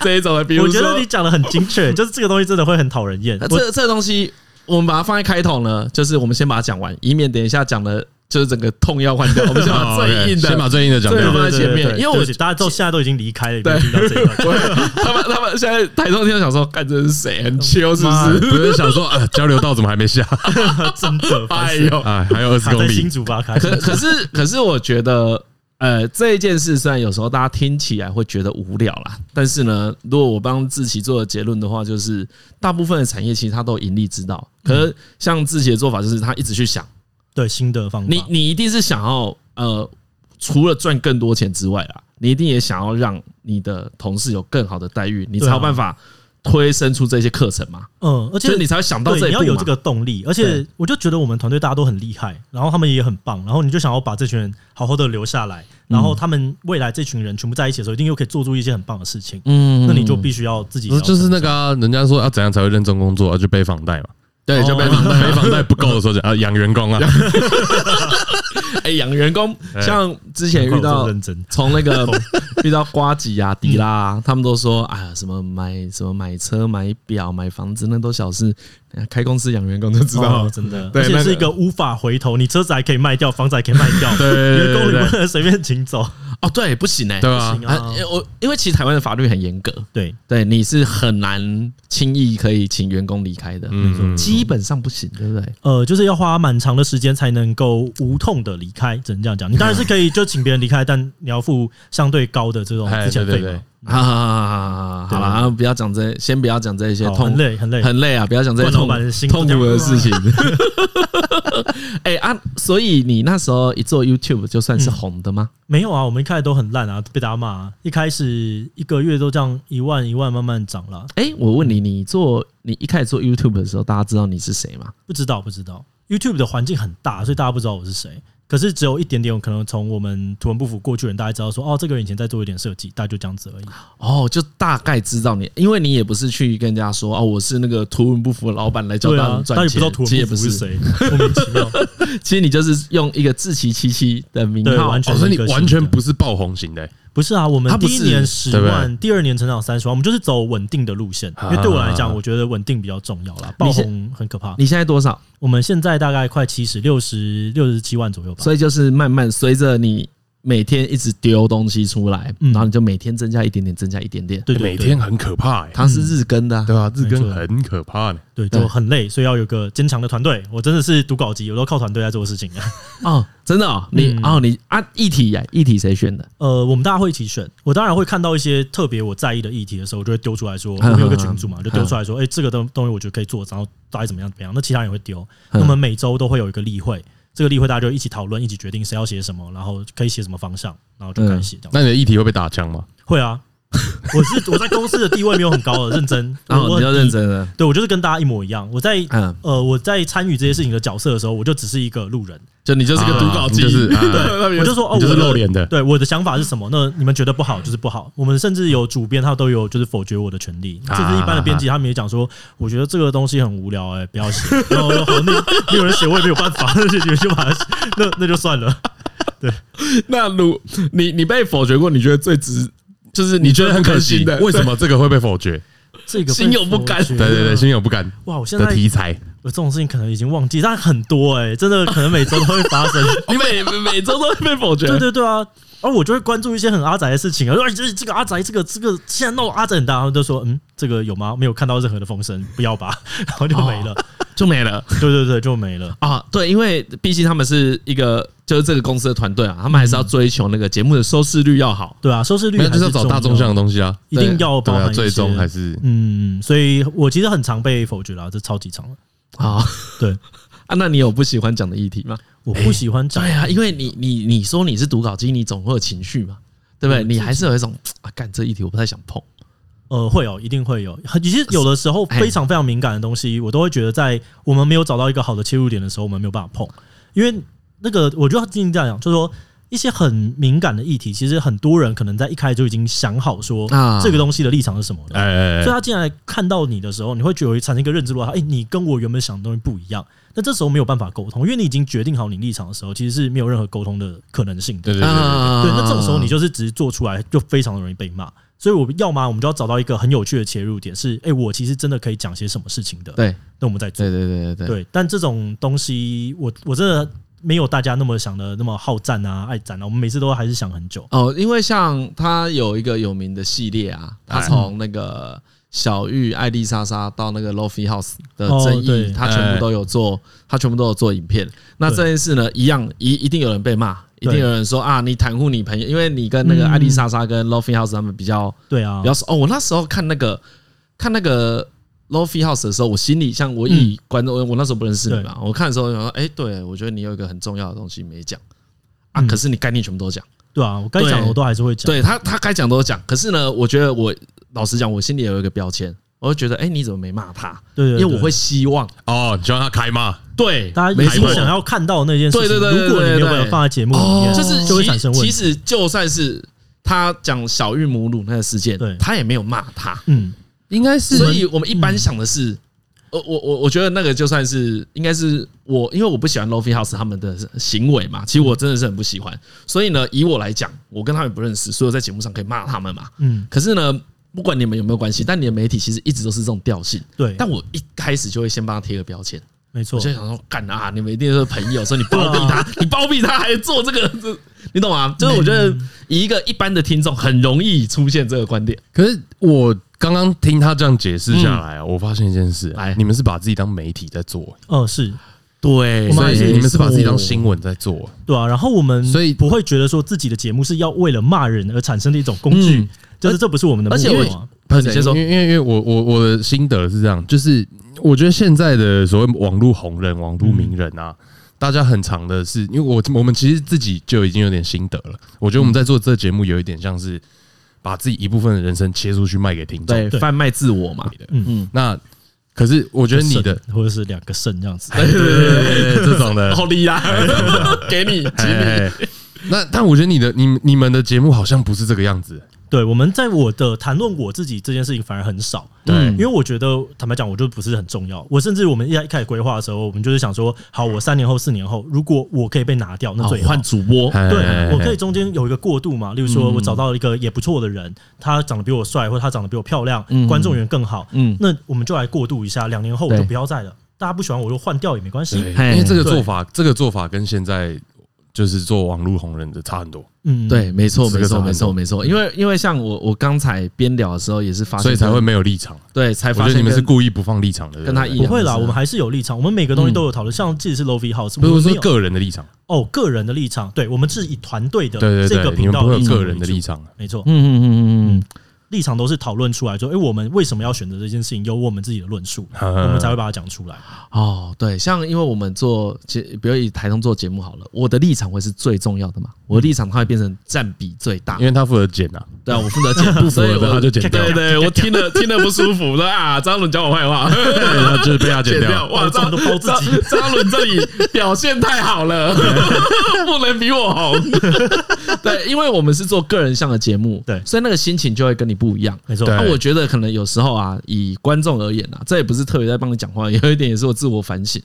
[SPEAKER 3] 这一种的，比如
[SPEAKER 4] 我
[SPEAKER 3] 说，
[SPEAKER 4] 觉得你讲的很精确，就是这个东西真的会很讨人厌。
[SPEAKER 3] 那
[SPEAKER 4] 我
[SPEAKER 3] 这这东西，我们把它放在开头呢，就是我们先把它讲完，以免等一下讲的就是整个痛要换掉。我们先把
[SPEAKER 1] 哦
[SPEAKER 3] 最
[SPEAKER 1] ，OK，
[SPEAKER 3] 硬的，
[SPEAKER 1] 先把最硬的讲
[SPEAKER 3] 最
[SPEAKER 1] 掉
[SPEAKER 3] 硬。放在
[SPEAKER 4] 对对
[SPEAKER 3] 前面
[SPEAKER 4] 对对
[SPEAKER 3] 因为我
[SPEAKER 4] 对不起大家都现在都已经离开了，也没有听到这一 段。
[SPEAKER 3] 我他们他们现在台中听众想说，干这是谁？很 秋是不
[SPEAKER 1] 不
[SPEAKER 3] 是？
[SPEAKER 1] 是想说啊，交流道怎么还没下？
[SPEAKER 4] 真 的，
[SPEAKER 3] 哎
[SPEAKER 4] 烦死了
[SPEAKER 3] 呦，
[SPEAKER 1] 哎，还有二十
[SPEAKER 4] 卡
[SPEAKER 1] 公
[SPEAKER 4] 在新
[SPEAKER 1] 里，
[SPEAKER 4] 竹吧，卡在
[SPEAKER 3] 可 可是可是，我觉得。呃，这一件事虽然有时候大家听起来会觉得无聊啦，但是呢，如果我帮志奇做的结论的话，就是大部分的产业其实它都有盈利之道。可是像志奇的做法，就是他一直去想，
[SPEAKER 4] 对新的方法。
[SPEAKER 3] 你你一定是想要呃，除了赚更多钱之外啦，你一定也想要让你的同事有更好的待遇，你才
[SPEAKER 4] 对啊
[SPEAKER 3] 有办法推生出这些课程嘛，
[SPEAKER 4] 嗯，而且
[SPEAKER 3] 所以你才会想到
[SPEAKER 4] 对
[SPEAKER 3] 这一
[SPEAKER 4] 你
[SPEAKER 3] 步嘛。
[SPEAKER 4] 要有这个动力，而且
[SPEAKER 3] 对
[SPEAKER 4] 我就觉得我们团队大家都很厉害，然后他们也很棒，然后你就想要把这群人好好的留下来，然后他们未来这群人全部在一起的时候，一定又可以做出一些很棒的事情。
[SPEAKER 3] 嗯
[SPEAKER 4] 那你就必须要自己
[SPEAKER 1] 不是就是那
[SPEAKER 4] 个
[SPEAKER 1] 个啊人家说要怎样才会认真工作，啊就背房贷嘛，哦
[SPEAKER 3] 对，就被
[SPEAKER 1] 背房贷不够的时候讲啊 养员工啊，
[SPEAKER 3] 哎养员工，像之前遇到
[SPEAKER 4] 认真，嗯
[SPEAKER 3] 从那 个遇到瓜吉啊、迪拉、啊，他们都说哎呀，什么买什么买车、买表、买房子，那都小事，等下开公司养员工就知道
[SPEAKER 4] 哦
[SPEAKER 3] 了。
[SPEAKER 4] 真的，
[SPEAKER 3] 对
[SPEAKER 4] 而且
[SPEAKER 3] 那个
[SPEAKER 4] 是一个无法回头，你车子还可以卖掉，房子还可以卖掉，
[SPEAKER 1] 对对对
[SPEAKER 4] 员工
[SPEAKER 1] 对
[SPEAKER 4] 你
[SPEAKER 1] 对
[SPEAKER 4] 不能随便请走。
[SPEAKER 3] 哦，对，不行哎、
[SPEAKER 1] 对啊
[SPEAKER 4] 不，行欸
[SPEAKER 3] 啊，因为我因为其实台湾的法律很严格，
[SPEAKER 4] 对，
[SPEAKER 3] 对，你是很难轻易可以请员工离开的，
[SPEAKER 1] 嗯，
[SPEAKER 3] 基本上不行，对不对？
[SPEAKER 4] 呃，就是要花蛮长的时间才能够无痛的离开，只能这样讲。你当然是可以就请别人离开，但你要付相对高的这种
[SPEAKER 1] 哎
[SPEAKER 4] 之前
[SPEAKER 1] 对对
[SPEAKER 4] 费
[SPEAKER 1] 对
[SPEAKER 4] 嘛。
[SPEAKER 3] 好好好好好了，不要讲这，先不要讲这一些
[SPEAKER 4] 好
[SPEAKER 3] 痛
[SPEAKER 4] 啊哦很累很累
[SPEAKER 3] 很累啊！不要讲这些
[SPEAKER 4] 冠老
[SPEAKER 3] 痛
[SPEAKER 4] 板的心
[SPEAKER 3] 痛苦的
[SPEAKER 4] 都这
[SPEAKER 3] 事情。 哎啊，所以你那时候一做 YouTube 就算是
[SPEAKER 4] 嗯
[SPEAKER 3] 红的吗？
[SPEAKER 4] 没有啊，我们一开始都很烂啊，被大家骂、啊。一开始一个月都这样一万一万慢慢涨了，
[SPEAKER 3] 哎，我问你，你做你一开始做 YouTube 的时候，大家知道你是谁吗？
[SPEAKER 4] 不知道不知道。YouTube 的环境很大，所以大家不知道我是谁。可是只有一点点，可能从我们图文不符过去的人，大家知道说，哦，这个人以前在做一点设计，大家就这样子而已。
[SPEAKER 3] 哦，就大概知道你，因为你也不是去跟人家说哦，我是那个图文不符的老板来教
[SPEAKER 4] 对
[SPEAKER 3] 大家怎
[SPEAKER 4] 啊
[SPEAKER 3] 么，
[SPEAKER 4] 大家
[SPEAKER 3] 赚
[SPEAKER 4] 也不知道
[SPEAKER 3] 钱其实
[SPEAKER 4] 图，文
[SPEAKER 3] 也不是，
[SPEAKER 4] 不符是谁，莫名其妙。
[SPEAKER 3] 其实你就是用一个志奇七七的名
[SPEAKER 4] 对，
[SPEAKER 3] 号，
[SPEAKER 4] 完全
[SPEAKER 1] 哦，所以
[SPEAKER 4] 是一个
[SPEAKER 1] 你
[SPEAKER 4] 新
[SPEAKER 1] 完全
[SPEAKER 4] 的
[SPEAKER 1] 不是爆红型的欸，
[SPEAKER 4] 不是啊，我们
[SPEAKER 3] 他不
[SPEAKER 4] 第
[SPEAKER 3] 是
[SPEAKER 4] 一年十
[SPEAKER 1] 对
[SPEAKER 4] 万，第二年成长三十万，我们就是走稳定的路线。因为对我来讲，我觉得稳定比较重要啦，爆
[SPEAKER 3] 你是
[SPEAKER 4] 红很可怕。
[SPEAKER 3] 你现在多少？
[SPEAKER 4] 我们现在大概快七十六十六十七万左右吧。
[SPEAKER 3] 所以就是慢慢随着你每天一直丢东西出来，
[SPEAKER 4] 嗯
[SPEAKER 3] 然后你就每天增加一点点，增加一点点。
[SPEAKER 4] 对对
[SPEAKER 1] 每
[SPEAKER 4] 对
[SPEAKER 1] 天很可怕欸，
[SPEAKER 3] 它是日更的啊、
[SPEAKER 1] 对啊，日
[SPEAKER 4] 没
[SPEAKER 1] 更
[SPEAKER 4] 错
[SPEAKER 1] 很可怕呢。
[SPEAKER 4] 对就很累，所以要有个坚强的团队。我真的是读稿机，我都靠团队在做事情 的。
[SPEAKER 3] 哦，真的哦，你、
[SPEAKER 4] 嗯
[SPEAKER 3] 哦你啊，议题呀、议题谁选的？
[SPEAKER 4] 呃，我们大家会一起选。我当然会看到一些特别我在意的议题的时候，我就会丢出来说，我们有一个群组嘛，就丢出来说，哎，这个东东西我觉得可以做，然后大概怎么样怎么样。那其他人也会丢。那我们每周都会有一个例会，这个例会大家就一起讨论，一起决定谁要写什么，然后可以写什么方向，然后就开始写这样。
[SPEAKER 1] 那你的议题会被打枪吗？
[SPEAKER 4] 会啊，我是我在公司的地位没有很高的，认真，
[SPEAKER 3] 然
[SPEAKER 4] 我
[SPEAKER 3] 后
[SPEAKER 4] 我
[SPEAKER 3] 哦你要
[SPEAKER 4] 很低
[SPEAKER 3] 认。真了，
[SPEAKER 4] 对，我就是跟大家一模一样。我在
[SPEAKER 3] 嗯，
[SPEAKER 4] 呃，我在参与这些事情的角色的时候，我就只是一个路人。
[SPEAKER 3] 就你就是个读稿
[SPEAKER 1] 啊
[SPEAKER 3] 机，
[SPEAKER 1] 你就是 啊
[SPEAKER 4] 我就说哦，
[SPEAKER 1] 你就是
[SPEAKER 4] 我的
[SPEAKER 1] 露脸的
[SPEAKER 4] 对，我的想法是什么？那你们觉得不好就是不好。我们甚至有主编他都有就是否决我的权利，甚至一般的编辑他们也讲说，我觉得这个东西很无聊，哎，不要写。然后我说好，那没有人写我也没有办法，那你们就把它那那就算了。
[SPEAKER 3] 那如你你被否决过，你觉得最值就是你觉得很可惜的，
[SPEAKER 1] 为什么这个会被否决？
[SPEAKER 4] 这个被
[SPEAKER 3] 心有不甘
[SPEAKER 4] 否决
[SPEAKER 1] 对对对，心有不甘
[SPEAKER 4] 哇，我现 在
[SPEAKER 1] 的题材，
[SPEAKER 4] 有这种事情可能已经忘记，但很多哎、真的可能每周都会发生。
[SPEAKER 3] 你每每周都会被否决，
[SPEAKER 4] 对对对啊！而我就会关注一些很阿宅的事情啊，说哎，这这个阿宅，这个这个现在闹阿宅很大，然后就说嗯，这个有吗？没有看到任何的风声，不要吧，然后就没了。
[SPEAKER 3] 就没了
[SPEAKER 4] 对对对，就没了。
[SPEAKER 3] 啊。对，因为毕竟他们是一个就是这个公司的团队啊，他们还是要追求那个节目的收视率要好。
[SPEAKER 4] 对啊，收视 率
[SPEAKER 1] 没有
[SPEAKER 4] 还
[SPEAKER 1] 就是
[SPEAKER 4] 是
[SPEAKER 1] 要找大众
[SPEAKER 4] 重
[SPEAKER 1] 向的东西啊，
[SPEAKER 4] 一定要包
[SPEAKER 1] 对
[SPEAKER 4] 含
[SPEAKER 1] 啊，
[SPEAKER 4] 一些
[SPEAKER 1] 最终还是
[SPEAKER 4] 嗯，所以我其实很常被否决啦，这超级常了。
[SPEAKER 3] 啊，
[SPEAKER 4] 对
[SPEAKER 3] 啊，那你有不喜欢讲的议题吗？
[SPEAKER 4] 我不喜欢
[SPEAKER 1] 哎
[SPEAKER 4] 讲
[SPEAKER 3] 对啊，因为你你你说你是读稿机，你总会有情绪嘛，对不对？你嗯还是有一种啊，干这议题我不太想碰。
[SPEAKER 4] 呃，会有，一定会有。其实有的时候非常非常敏感的东西，我都会觉得，在我们没有找到一个好的切入点的时候，我们没有办法碰。因为那个，我就要进行这样讲，就是说一些很敏感的议题，其实很多人可能在一开始就已经想好说
[SPEAKER 3] 啊
[SPEAKER 4] 这个东西的立场是什么的。
[SPEAKER 1] 哎哎
[SPEAKER 4] 所以
[SPEAKER 1] 哎，
[SPEAKER 4] 他进来看到你的时候，你会觉得产生一个认知落差，哎、你跟我原本想的东西不一样。那这时候没有办法沟通，因为你已经决定好你立场的时候，其实是没有任何沟通的可能性的。
[SPEAKER 1] 对对对对，
[SPEAKER 3] 啊，
[SPEAKER 4] 对，那这种时候你就是只是做出来就非常容易被骂。所以我们要么我们就要找到一个很有趣的切入点，是哎、诶我其实真的可以讲些什么事情的，
[SPEAKER 3] 对
[SPEAKER 4] 那我们再做。
[SPEAKER 3] 对对对对对，
[SPEAKER 4] 对，但这种东西我我真的没有大家那么想的那么好战啊、爱战啊，我们每次都还是想很久。
[SPEAKER 3] 哦，因为像他有一个有名的系列啊，他从那个小玉、艾丽莎莎到那个 Lofi House 的争
[SPEAKER 4] 哦对
[SPEAKER 3] 议，他全部都有做，他全部都有做影片。那这件事呢，一样一一定有人被骂，一定有人说啊，你袒护你朋友，因为你跟那个艾丽莎莎跟 Lofi House 他们比较
[SPEAKER 4] 对啊
[SPEAKER 3] 比，较熟。哦，我那时候看那个看那个。Lofi House 的时候，我心里像我
[SPEAKER 4] 嗯
[SPEAKER 3] 以观众，我那时候不认识你嘛，我看的时候我想说，哎，对我觉得你有一个很重要的东西没讲啊，
[SPEAKER 4] 嗯
[SPEAKER 3] 可是你概念全部都讲。
[SPEAKER 4] 对啊，我该讲的我都还是会讲。
[SPEAKER 3] 对他，他该讲都讲。可是呢，我觉得我老实讲，我心里有一个标签，我就觉得，哎、你怎么没骂他？
[SPEAKER 4] 对
[SPEAKER 3] 因
[SPEAKER 4] 对对，
[SPEAKER 3] 为我会希望，
[SPEAKER 1] 哦，你就让他开嘛，
[SPEAKER 3] 对，
[SPEAKER 4] 大家
[SPEAKER 3] 没
[SPEAKER 4] 一
[SPEAKER 3] 错
[SPEAKER 4] 心，想要看到那件事情，
[SPEAKER 3] 对对对对
[SPEAKER 4] 如果你没有
[SPEAKER 3] 对
[SPEAKER 4] 办法
[SPEAKER 3] 对哦
[SPEAKER 4] 放在节目里面，
[SPEAKER 3] 就是
[SPEAKER 4] 就会
[SPEAKER 3] 其
[SPEAKER 4] 产生问
[SPEAKER 3] 其
[SPEAKER 4] 题。
[SPEAKER 3] 实就算是他讲小玉母乳那个事件
[SPEAKER 4] 对，
[SPEAKER 3] 他也没有骂他，
[SPEAKER 4] 嗯，
[SPEAKER 1] 应该是
[SPEAKER 3] 所以我们一般想的是。呃，我我我觉得那个就算是应该是我，因为我不喜欢 Lofi House 他们的行为嘛，其实我真的是很不喜欢。所以呢，以我来讲，我跟他们也不认识，所以我在节目上可以骂他们嘛。
[SPEAKER 4] 嗯，
[SPEAKER 3] 可是呢，不管你们有没有关系，但你的媒体其实一直都是这种调性。
[SPEAKER 4] 对，
[SPEAKER 3] 但我一开始就会先帮他贴个标签，
[SPEAKER 4] 没
[SPEAKER 3] 我
[SPEAKER 4] 错，
[SPEAKER 3] 就想说，干啊，你们一定是朋友，所以你包庇他，你包庇他还做这个，这你懂吗？就是我觉得以一个一般的听众，很容易出现这个观点。
[SPEAKER 1] 可是我刚刚听他这样解释下来啊，我发现一件事
[SPEAKER 3] 来，
[SPEAKER 1] 你们是把自己当媒体在做，
[SPEAKER 4] 嗯，是
[SPEAKER 3] 对
[SPEAKER 4] 我们
[SPEAKER 1] 所
[SPEAKER 4] 还
[SPEAKER 1] 以
[SPEAKER 4] 是
[SPEAKER 1] 你们是把哦自己当新闻在做，
[SPEAKER 4] 对啊，然后我们
[SPEAKER 1] 所以
[SPEAKER 4] 不会觉得说自己的节目是要为了骂人而产生的一种工具，
[SPEAKER 3] 嗯
[SPEAKER 4] 就是这不是我们的目
[SPEAKER 3] 而且
[SPEAKER 4] 标
[SPEAKER 3] 我
[SPEAKER 4] 啊。，
[SPEAKER 1] 不
[SPEAKER 3] 你先
[SPEAKER 1] 是，因
[SPEAKER 3] 说
[SPEAKER 1] 为因为因为我我我的心得是这样，就是我觉得现在的所谓网络红人、网络名人啊，大家很长的是，因为我我们其实自己就已经有点心得了。我觉得我们在做这节目有一点像是把自己一部分的人生切出去卖给听众。
[SPEAKER 3] 对，贩卖自我嘛。
[SPEAKER 1] 那可是我觉得你的
[SPEAKER 4] 肾或者是两个肾这样子，
[SPEAKER 3] 对对对
[SPEAKER 1] 这种的，
[SPEAKER 3] 好厉害， 给你，
[SPEAKER 1] 哎哎哎那但我觉得你的你你们的节目好像不是这个样子。
[SPEAKER 4] 对，我们在我的谈论我自己这件事情反而很少，
[SPEAKER 1] 对
[SPEAKER 4] 嗯因为我觉得坦白讲，我就不是很重要。我甚至我们一开一开始规划的时候，我们就是想说，好，我三年后、四年后，如果我可以被拿掉，那
[SPEAKER 3] 好
[SPEAKER 4] 最
[SPEAKER 3] 哦
[SPEAKER 4] 好
[SPEAKER 3] 换。主播，
[SPEAKER 1] 哎嗯哎
[SPEAKER 4] 对，我
[SPEAKER 1] 哎
[SPEAKER 4] 可以中间有一个过渡嘛，例如说我找到一个也不错的人，他长得比我帅，或者他长得比我漂亮，观众缘更好，
[SPEAKER 3] 嗯，
[SPEAKER 4] 那我们就来过渡一下，两年后我
[SPEAKER 3] 对
[SPEAKER 4] 就不要再了，大家不喜欢我就换掉也没关系。
[SPEAKER 1] 嗯对，
[SPEAKER 3] 嘿
[SPEAKER 1] 因为这个做法，这个做法跟现在就是做网络红人的差很多，
[SPEAKER 4] 嗯，
[SPEAKER 3] 对，没错，
[SPEAKER 1] 这
[SPEAKER 3] 没
[SPEAKER 1] 个
[SPEAKER 3] 错，
[SPEAKER 1] 差很
[SPEAKER 3] 没错，
[SPEAKER 1] 多
[SPEAKER 3] 没错。因为因为像我我刚才边聊的时候也是发现，
[SPEAKER 1] 所以才会没有立场。啊
[SPEAKER 3] 对才
[SPEAKER 1] 我
[SPEAKER 3] 发
[SPEAKER 1] 觉
[SPEAKER 3] 现
[SPEAKER 1] 得你们是
[SPEAKER 3] 跟
[SPEAKER 1] 故意不放立场的，嗯
[SPEAKER 3] 跟他一
[SPEAKER 4] 不
[SPEAKER 3] 样
[SPEAKER 4] 会啦，
[SPEAKER 3] 是啊
[SPEAKER 4] 我们还是有立场，我们每个东西都有讨论，像自己是 Lofi House，
[SPEAKER 1] 不是
[SPEAKER 4] 我们没
[SPEAKER 1] 说
[SPEAKER 4] 有
[SPEAKER 1] 个人的立场，啊
[SPEAKER 4] 哦个人的立场，对我们是以团队的
[SPEAKER 1] 对
[SPEAKER 4] 这
[SPEAKER 1] 对对，
[SPEAKER 4] 个
[SPEAKER 1] 你
[SPEAKER 4] 频
[SPEAKER 1] 们
[SPEAKER 4] 道
[SPEAKER 1] 不会有
[SPEAKER 4] 立场
[SPEAKER 1] 个人的
[SPEAKER 4] 为
[SPEAKER 1] 立
[SPEAKER 4] 主，
[SPEAKER 1] 场。啊
[SPEAKER 4] 没错
[SPEAKER 3] 嗯，嗯嗯嗯嗯，
[SPEAKER 4] 立场都是讨论出来说，哎，我们为什么要选择这件事情，有我们自己的论述，
[SPEAKER 1] 嗯
[SPEAKER 4] 我们才会把它讲出来。
[SPEAKER 3] 哦，对，像因为我们做节，比如以台中做节目好了，我的立场会是最重要的嘛，我的立场它会变成占比最大
[SPEAKER 1] 因，为他负责剪 啊，
[SPEAKER 3] 对啊，我负责剪，
[SPEAKER 1] 不符
[SPEAKER 3] 所以
[SPEAKER 1] 合的
[SPEAKER 3] 我
[SPEAKER 1] 他就剪掉，
[SPEAKER 3] 对对，我听了听了不舒服说啊，张伦讲我坏话，
[SPEAKER 1] 他就是被他剪
[SPEAKER 3] 剪掉，
[SPEAKER 1] 掉。啊
[SPEAKER 3] 哇，张
[SPEAKER 4] 包装都包自己
[SPEAKER 3] 张张伦这里表现太好了，不能比我红。对，因为我们是做个人向的节目，
[SPEAKER 4] 对
[SPEAKER 3] 所以那个心情就会跟你不一样。
[SPEAKER 4] 没错，
[SPEAKER 1] 对
[SPEAKER 3] 那我觉得可能有时候啊，以观众而言啊，这也不是特别在帮你讲话，有一点也是我自我反省，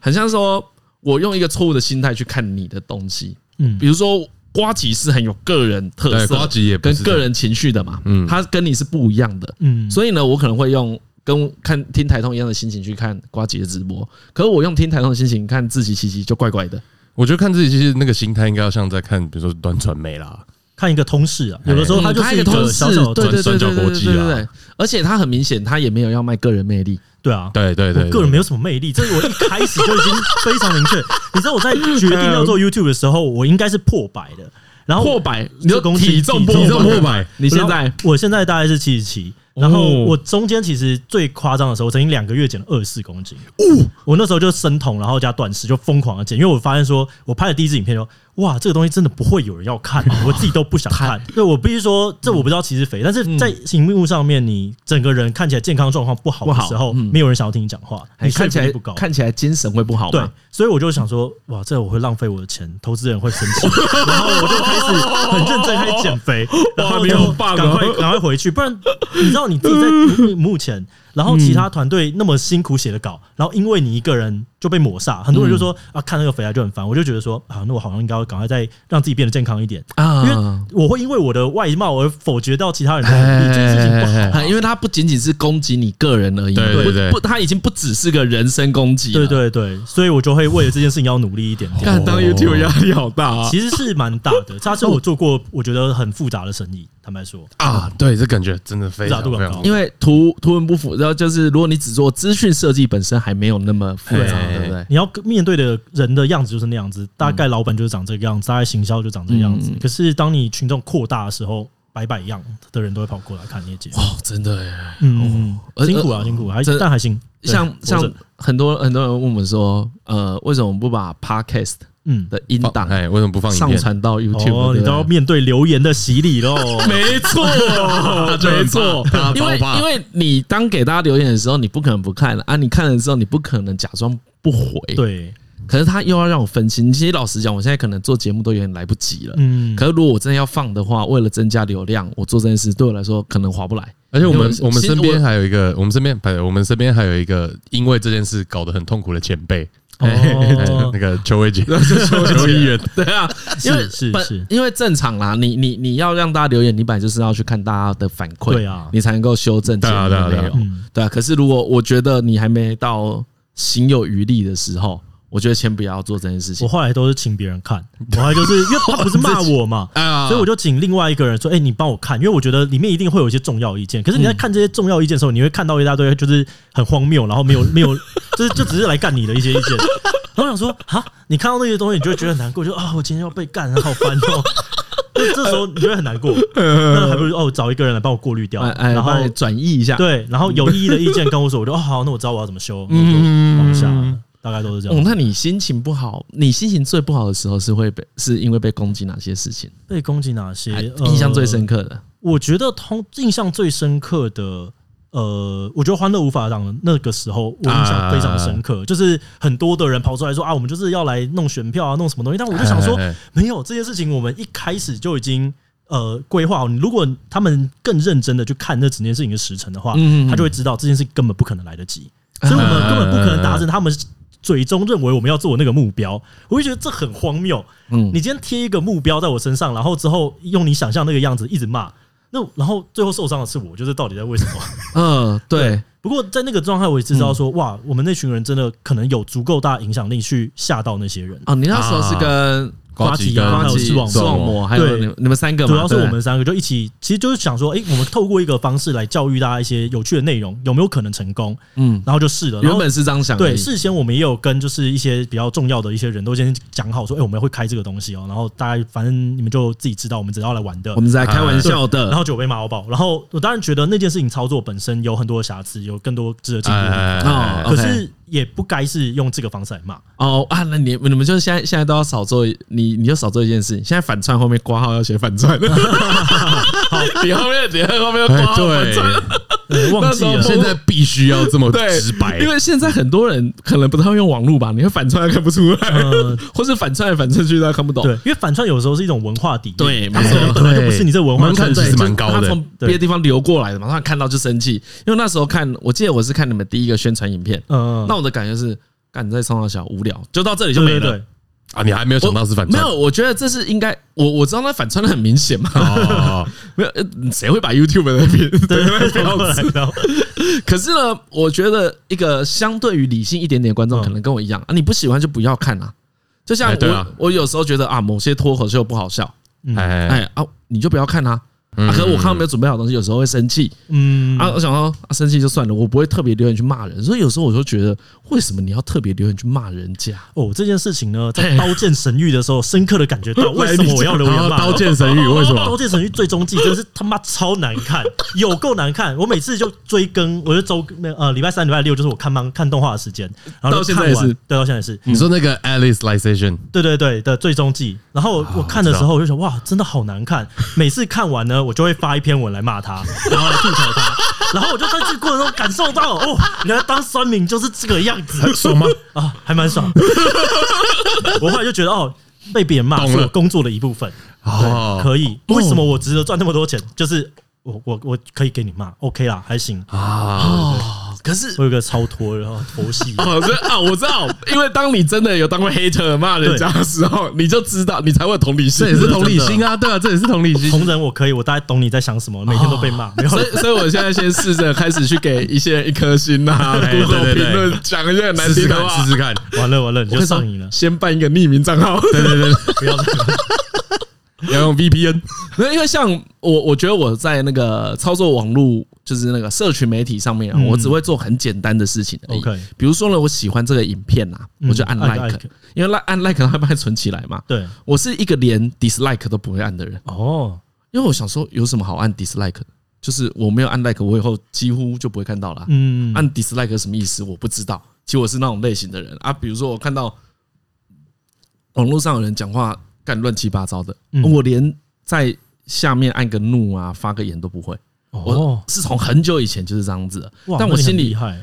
[SPEAKER 3] 很像说我用一个错误的心态去看你的东西，
[SPEAKER 4] 嗯
[SPEAKER 3] 比如说瓜吉是很有个人特
[SPEAKER 1] 对，
[SPEAKER 3] 色，
[SPEAKER 1] 瓜吉也不
[SPEAKER 3] 啊跟
[SPEAKER 1] 是
[SPEAKER 3] 个人情绪的嘛，
[SPEAKER 1] 嗯
[SPEAKER 3] 他跟你是不一样的，
[SPEAKER 4] 嗯，
[SPEAKER 3] 所以呢，我可能会用跟看听台通一样的心情去看瓜姐的直播，可是我用听台通的心情看自己奇奇就怪怪的。
[SPEAKER 1] 我觉得看自己其实那个心态应该要像在看，比如说端传媒 啦，
[SPEAKER 4] 看一个通识啊，有的时候它就
[SPEAKER 3] 嗯
[SPEAKER 4] 是
[SPEAKER 3] 一个
[SPEAKER 4] 个
[SPEAKER 3] 通
[SPEAKER 4] 小
[SPEAKER 3] 识，
[SPEAKER 4] 小的
[SPEAKER 3] 对对
[SPEAKER 1] 转
[SPEAKER 3] 对对
[SPEAKER 1] 角
[SPEAKER 3] 对
[SPEAKER 1] 国
[SPEAKER 3] 对
[SPEAKER 1] 际
[SPEAKER 3] 对
[SPEAKER 1] 啊
[SPEAKER 3] 对，而且他很明显，他也没有要卖个人魅力，
[SPEAKER 4] 对啊，
[SPEAKER 1] 对对对，
[SPEAKER 4] 我个人没
[SPEAKER 1] 有
[SPEAKER 4] 有什么魅力，这是我一开始就已经非常明确。你知道我在决定要做 YouTube 的时候，我应该是破百的，然后
[SPEAKER 3] 破百，你
[SPEAKER 4] 啊这
[SPEAKER 3] 说
[SPEAKER 4] 公司
[SPEAKER 3] 体重
[SPEAKER 4] 体
[SPEAKER 3] 破
[SPEAKER 4] 重
[SPEAKER 1] 你这么
[SPEAKER 3] 百
[SPEAKER 1] 破，百，
[SPEAKER 3] 你现在
[SPEAKER 4] 然后我现在大概是七十七，然后
[SPEAKER 3] 哦
[SPEAKER 4] 我中间其实最夸张的时候，我曾经两个月减了二十四公斤。
[SPEAKER 3] 哦
[SPEAKER 4] 我那时候就生酮，然后加断食，就疯狂的减，因为我发现说我拍的第一支影片就哇，这个东西真的不会有人要看，啊
[SPEAKER 3] 哦
[SPEAKER 4] 我自己都不想看。对我必须说，这我不知道其实肥，但
[SPEAKER 3] 嗯
[SPEAKER 4] 是在荧幕上面，你整个人看起来健康状况不好
[SPEAKER 3] 不
[SPEAKER 4] 的
[SPEAKER 3] 好
[SPEAKER 4] 时候，
[SPEAKER 3] 嗯
[SPEAKER 4] 没有人想要听你讲话，
[SPEAKER 3] 哎
[SPEAKER 4] 你说
[SPEAKER 3] 看
[SPEAKER 4] 服
[SPEAKER 3] 起
[SPEAKER 4] 力
[SPEAKER 3] 来
[SPEAKER 4] 不高。
[SPEAKER 3] 看起来精神会不好
[SPEAKER 4] 对
[SPEAKER 3] 嘛？，
[SPEAKER 4] 所以我就想说，哇，这我会浪费我的钱，投资人会生 气，然后我就开始很认真开始减肥，然后
[SPEAKER 3] 没有
[SPEAKER 4] 就
[SPEAKER 3] 棒哦
[SPEAKER 4] 赶快赶快回去，不然你知道你自己在你目前，然后其他团队那么辛苦写的 稿，然后因为你一个人就被抹杀，很多人就说
[SPEAKER 3] 嗯
[SPEAKER 4] 啊，看那个肥宅就很烦，我就觉得说啊，那我好像应该要赶快再让自己变得健康一点，因为
[SPEAKER 3] 啊。
[SPEAKER 4] 我会因为我的外貌而否决掉其他人的努力，这件事情不好啊。
[SPEAKER 3] 啊，因为它不仅仅是攻击你个人而已，
[SPEAKER 1] 对对
[SPEAKER 3] 不
[SPEAKER 1] 对
[SPEAKER 3] 不，它已经不只是个人身攻击了。
[SPEAKER 4] 对哦对对，所以我就会为了这件事情要努力一点点。
[SPEAKER 3] 干当 YouTube 压力好大啊！
[SPEAKER 4] 其实是蛮大 的，它是我做过我觉得很复杂的生意。坦白
[SPEAKER 3] 哦
[SPEAKER 4] 说，
[SPEAKER 1] 啊，对，这感觉真的非
[SPEAKER 4] 复杂
[SPEAKER 1] 常
[SPEAKER 4] 度
[SPEAKER 1] 非
[SPEAKER 4] 很
[SPEAKER 1] 常
[SPEAKER 4] 高
[SPEAKER 3] 因为图图文不符，然后就是如果你只做资讯设计，本身还没有那么复杂，
[SPEAKER 1] 对
[SPEAKER 3] 对不对？
[SPEAKER 4] 你要面啊对的人的样子就是那样子，大概老板就是长这个样子，大嗯概行销就长这个样子。可是当你群众扩大的时候，百百样的人都会跑过来看你的节目。
[SPEAKER 3] 哦，真的耶，
[SPEAKER 4] 嗯，
[SPEAKER 3] 而
[SPEAKER 4] 嗯辛苦啊，辛苦，还
[SPEAKER 3] 真的
[SPEAKER 4] 但还行。对
[SPEAKER 3] 呃像
[SPEAKER 4] 活
[SPEAKER 3] 像
[SPEAKER 4] 着
[SPEAKER 3] 很多很多人问我们说，呃，为什么不把 Podcast
[SPEAKER 4] 嗯，
[SPEAKER 3] 的音档
[SPEAKER 1] 哎，为什么不放影
[SPEAKER 3] 上
[SPEAKER 1] 片？
[SPEAKER 3] 传到 YouTube？
[SPEAKER 4] 哦，
[SPEAKER 3] 对不
[SPEAKER 4] 你
[SPEAKER 3] 对
[SPEAKER 4] 都要面对留言的洗礼喽。
[SPEAKER 3] 没错，
[SPEAKER 1] 就很怕
[SPEAKER 3] 没错
[SPEAKER 1] 他，
[SPEAKER 3] 因为
[SPEAKER 1] 超怕
[SPEAKER 3] 因为你当给大家留言的时候，你不可能不看啊，你看了之后，你不可能假装不回，
[SPEAKER 4] 对，
[SPEAKER 3] 可是他又要让我分心。其实老实讲，我现在可能做节目都有点来不及了。
[SPEAKER 4] 嗯，
[SPEAKER 3] 可是如果我真的要放的话，为了增加流量，我做这件事对我来说可能划不来。
[SPEAKER 1] 而且我们
[SPEAKER 3] 因为我
[SPEAKER 1] 我们
[SPEAKER 3] 其实
[SPEAKER 1] 身边
[SPEAKER 3] 我
[SPEAKER 1] 还有一个，我们身边还有我们身边还有一个，因为这件事搞得很痛苦的前辈，哎
[SPEAKER 4] 哦
[SPEAKER 1] 那个邱 薇姐，邱议员，
[SPEAKER 3] 对啊，因为
[SPEAKER 4] 是是
[SPEAKER 3] 本
[SPEAKER 4] 是
[SPEAKER 3] 因为正常啦，你你你要让大家留言，你本来就是要去看大家的反馈，
[SPEAKER 4] 对啊
[SPEAKER 3] 你才能够修正节
[SPEAKER 1] 对啊
[SPEAKER 3] 目
[SPEAKER 1] 对啊
[SPEAKER 3] 的
[SPEAKER 1] 对啊
[SPEAKER 3] 内容
[SPEAKER 4] 嗯，
[SPEAKER 3] 对啊。可是如果我觉得你还没到行有余力的时候，我觉得先不要做这件事
[SPEAKER 4] 我
[SPEAKER 3] 情。
[SPEAKER 4] 后来都是请别人看，我后来就是因为他不 是骂我
[SPEAKER 3] 哦
[SPEAKER 4] 嘛，
[SPEAKER 1] 啊
[SPEAKER 4] 所以我就请另外一个人说：“哎、你帮我看，因为我觉得里面一定会有一些重要意见。
[SPEAKER 3] 嗯
[SPEAKER 4] 可是你在看这些重要意见的时候，你会看到一大堆就是很荒谬，然后没有没有， 就是就只是来干你的一些意见。然后我想说啊，你看到那些东西，你就会觉得很难过，就啊，我今天要被干，好烦哦。 那这时候你就会很难过，那还不如哦找一个人来帮我过滤掉，
[SPEAKER 3] 哎哎，
[SPEAKER 4] 然后
[SPEAKER 3] 帮你转移一下。
[SPEAKER 4] 对，然后有意义的意见跟我说，我就哦好，那我知道我要怎么修，我就往下了，大概都是这
[SPEAKER 3] 哦
[SPEAKER 4] 样，。
[SPEAKER 3] 那你心情不好，你心情最不好的时候是会被是因为被攻击哪些事情？
[SPEAKER 4] 被攻击哪些
[SPEAKER 3] 还
[SPEAKER 4] 呃
[SPEAKER 3] 哎印象最深刻的
[SPEAKER 4] 我觉得通印象最深刻的，呃，我觉得《欢乐无法挡》那个时候，我印象非常深
[SPEAKER 3] 啊
[SPEAKER 4] 刻，就是很多的人跑出来说啊，我们就是要来弄选票啊，弄什么东西。但我就想说
[SPEAKER 1] 哎哎哎，
[SPEAKER 4] 没有这件事情，我们一开始就已经。呃，规划好，如果他们更认真的去看这整件事情的时程的话，
[SPEAKER 3] 嗯啊嗯嗯
[SPEAKER 4] 他就会知道这件事根本不可能来得及，所以我们根本不可能达成他们嘴中认为我们要做的那个目标。我就觉得这很荒谬，
[SPEAKER 3] 嗯
[SPEAKER 4] 你今天贴一个目标在我身上，然后之后用你想象那个样子一直骂，那然后最后受伤的是我，就是到底在为什么？
[SPEAKER 3] 嗯， 对， 嗯
[SPEAKER 4] 不过在那个状态，我也知道说，哇，我们那群人真的可能有足够大影响力去吓到那些人。
[SPEAKER 3] 哦，你那时候
[SPEAKER 1] 啊
[SPEAKER 3] 是跟
[SPEAKER 1] 瓜吉跟
[SPEAKER 4] 瓜还有
[SPEAKER 3] 吉
[SPEAKER 4] 视网膜
[SPEAKER 3] 视网膜，还有
[SPEAKER 4] 对
[SPEAKER 3] 你们你们三个嘛，
[SPEAKER 4] 主要是
[SPEAKER 3] 对
[SPEAKER 4] 我们三个就一起，其实就是想说，诶，我们透过一个方式来教育大家一些有趣的内容，有没有可能成功？
[SPEAKER 3] 嗯，
[SPEAKER 4] 然后就试了。然
[SPEAKER 3] 原
[SPEAKER 4] 后
[SPEAKER 3] 本是这样想的，
[SPEAKER 4] 对，事先我们也有跟就是一些比较重要的一些人都先讲好说，诶，我们会开这个东西哦、然后大家反正你们就自己知道我们只要来玩的
[SPEAKER 3] 我。们是在开玩笑的，
[SPEAKER 4] 然后就被骂爆，然后我当然觉得那件事情操作本身有很多的瑕疵，有更多值得进步的地方。
[SPEAKER 1] 哎
[SPEAKER 3] 哦
[SPEAKER 4] 可
[SPEAKER 3] OK
[SPEAKER 4] 是也不该是用这个方 式来骂，
[SPEAKER 3] 哦啊，那你你们就现在现在都要少做，你你就少做一件事情，现在反串后面挂号要写反串，你后面你后面要挂
[SPEAKER 1] 哎
[SPEAKER 3] 号反串。
[SPEAKER 1] 对，
[SPEAKER 4] 呃忘记
[SPEAKER 3] 那时候
[SPEAKER 1] 现
[SPEAKER 4] 了。
[SPEAKER 1] 在必须要这么
[SPEAKER 3] 对
[SPEAKER 1] 直白，
[SPEAKER 3] 因为现在很多人可能不太会用网络吧，你会反串也看不出来，
[SPEAKER 4] 呃
[SPEAKER 3] 或是反串来反串去他看不懂。
[SPEAKER 4] 对，因为反串有时候是一种文化底蕴，
[SPEAKER 3] 对
[SPEAKER 4] 它
[SPEAKER 3] 没
[SPEAKER 4] 可
[SPEAKER 3] 错
[SPEAKER 4] 能本来就不是你这文化
[SPEAKER 1] 门槛
[SPEAKER 4] 圈子
[SPEAKER 1] 其
[SPEAKER 3] 对
[SPEAKER 1] 实蛮高的
[SPEAKER 3] 就是他从别的地方流过来的嘛，他看到就生气。因为那时候看，我记得我是看你们第一个宣传影片，
[SPEAKER 4] 嗯，
[SPEAKER 3] 那我的感觉是，干你在冲浪小无聊，就到这里
[SPEAKER 4] 对
[SPEAKER 3] 就没
[SPEAKER 4] 对
[SPEAKER 3] 了。
[SPEAKER 4] 对
[SPEAKER 1] 啊，你还没有想到是反
[SPEAKER 3] 没
[SPEAKER 1] 串，
[SPEAKER 3] 有，我觉得这是应该，我我知道那反串的很明 显嘛，
[SPEAKER 1] 哦，
[SPEAKER 3] 没有，呃谁会把 YouTube 那边 对标志？
[SPEAKER 4] 然后
[SPEAKER 3] 可是呢，我觉得一个相对于理性一点点的观众，
[SPEAKER 4] 嗯
[SPEAKER 3] 可能跟我一样啊，你不喜欢就不要看啊。就像
[SPEAKER 1] 哎对啊
[SPEAKER 3] 我，我有时候觉得啊，某些脱口秀不好笑，
[SPEAKER 1] 哎，
[SPEAKER 3] 哎啊，你就不要看啊。
[SPEAKER 1] 嗯
[SPEAKER 3] 啊，可是我看到没有准备好的东西，有时候会生气
[SPEAKER 4] 嗯
[SPEAKER 3] 啊。我想说，啊生气就算了，我不会特别留言去骂人，所以有时候我就觉得，为什么你要特别留言去骂人家？
[SPEAKER 4] 哦，这件事情呢，在《刀剑神域》的时候，深刻的感 觉到为什么我要留言
[SPEAKER 1] 好
[SPEAKER 4] 骂
[SPEAKER 1] 啊
[SPEAKER 4] 哦
[SPEAKER 1] 刀剑神域为什
[SPEAKER 4] 《刀
[SPEAKER 1] 么？
[SPEAKER 4] 剑神域》最终季真是他妈超难看，有够难看。我每次就追更，我就周那呃礼拜三、礼拜六就是我看漫看动画的时间，然后就
[SPEAKER 1] 到现在
[SPEAKER 4] 看完
[SPEAKER 1] 也是
[SPEAKER 4] 对，到现在也是，
[SPEAKER 1] 你说那个 Alice l i z a t i o n
[SPEAKER 4] 对对对的最终季。然后我我看的时啊候，我就想哇，真的好难看。每次看完呢，我就会发一篇文来骂他， 然后来吐槽他。然后我就在这个过程中感受到，哦，原来当酸民就是这个样 子，
[SPEAKER 1] 爽吗？
[SPEAKER 4] 啊，还蛮 爽。我后来就觉得，哦，被别人骂
[SPEAKER 1] 懂
[SPEAKER 4] 是
[SPEAKER 1] 了
[SPEAKER 4] 我工作的一部分，
[SPEAKER 1] 哦
[SPEAKER 4] 对，可以。为什么我值得赚那么多钱？就是我我我可以给你骂，OK 啦，还行。
[SPEAKER 1] 啊，
[SPEAKER 3] 哦，可是
[SPEAKER 4] 我有个超脱，然后佛 系，
[SPEAKER 3] 哦，这啊，我知道，因为当你真的有当过 hater 骂人家的时候，你就知道，你才会有同理心，
[SPEAKER 1] 这也是同理心啊，对啊，这也是同理心。
[SPEAKER 4] 同人我可以，我大概懂你在想什么，每天都被骂，没有
[SPEAKER 3] 所以，所以我现在先试着开始去给一些人一颗星呐、
[SPEAKER 1] 哎对
[SPEAKER 3] Google
[SPEAKER 1] 对对
[SPEAKER 3] 评论讲一些很难
[SPEAKER 1] 试
[SPEAKER 3] 听
[SPEAKER 1] 试
[SPEAKER 3] 的
[SPEAKER 1] 看，
[SPEAKER 3] 话
[SPEAKER 1] 试。试看。
[SPEAKER 4] 完了完了，你
[SPEAKER 3] 我
[SPEAKER 4] 就
[SPEAKER 3] 跟
[SPEAKER 4] 上
[SPEAKER 3] 你
[SPEAKER 4] 瘾了
[SPEAKER 3] 说，先办一个匿名账号，
[SPEAKER 1] 对对对，
[SPEAKER 4] 不要这 样。
[SPEAKER 1] 要用 VPN。
[SPEAKER 3] 没有因为像我，我觉得我在那个操作网络，就是那个社群媒体上面啊，
[SPEAKER 4] 嗯
[SPEAKER 3] 我只会做很简单的事情而已。
[SPEAKER 4] OK
[SPEAKER 3] 比如说呢，我喜欢这个影片啊，我就按
[SPEAKER 4] 嗯按
[SPEAKER 3] like，
[SPEAKER 4] like
[SPEAKER 3] 因为按 like 它会存起来嘛。
[SPEAKER 4] 对，
[SPEAKER 3] 我是一个连 dislike 都不会按的人，
[SPEAKER 4] 哦，
[SPEAKER 3] 因为我想说有什么好按 dislike，的就是我没有按 like，我以后几乎就不会看到啦。
[SPEAKER 4] 嗯，
[SPEAKER 3] 按 dislike 是什么意思？我不知道。其实我是那种类型的人啊，比如说我看到网络上有人讲话干乱七八糟的，
[SPEAKER 4] 嗯
[SPEAKER 3] 我连在下面按个怒啊、发个言都不会。我
[SPEAKER 4] 哦，
[SPEAKER 3] 是从很久以前就是这样子的
[SPEAKER 4] 哇，
[SPEAKER 3] 但
[SPEAKER 4] 那
[SPEAKER 3] 我
[SPEAKER 4] 你很
[SPEAKER 3] 心
[SPEAKER 4] 厉
[SPEAKER 3] 里，
[SPEAKER 4] 害，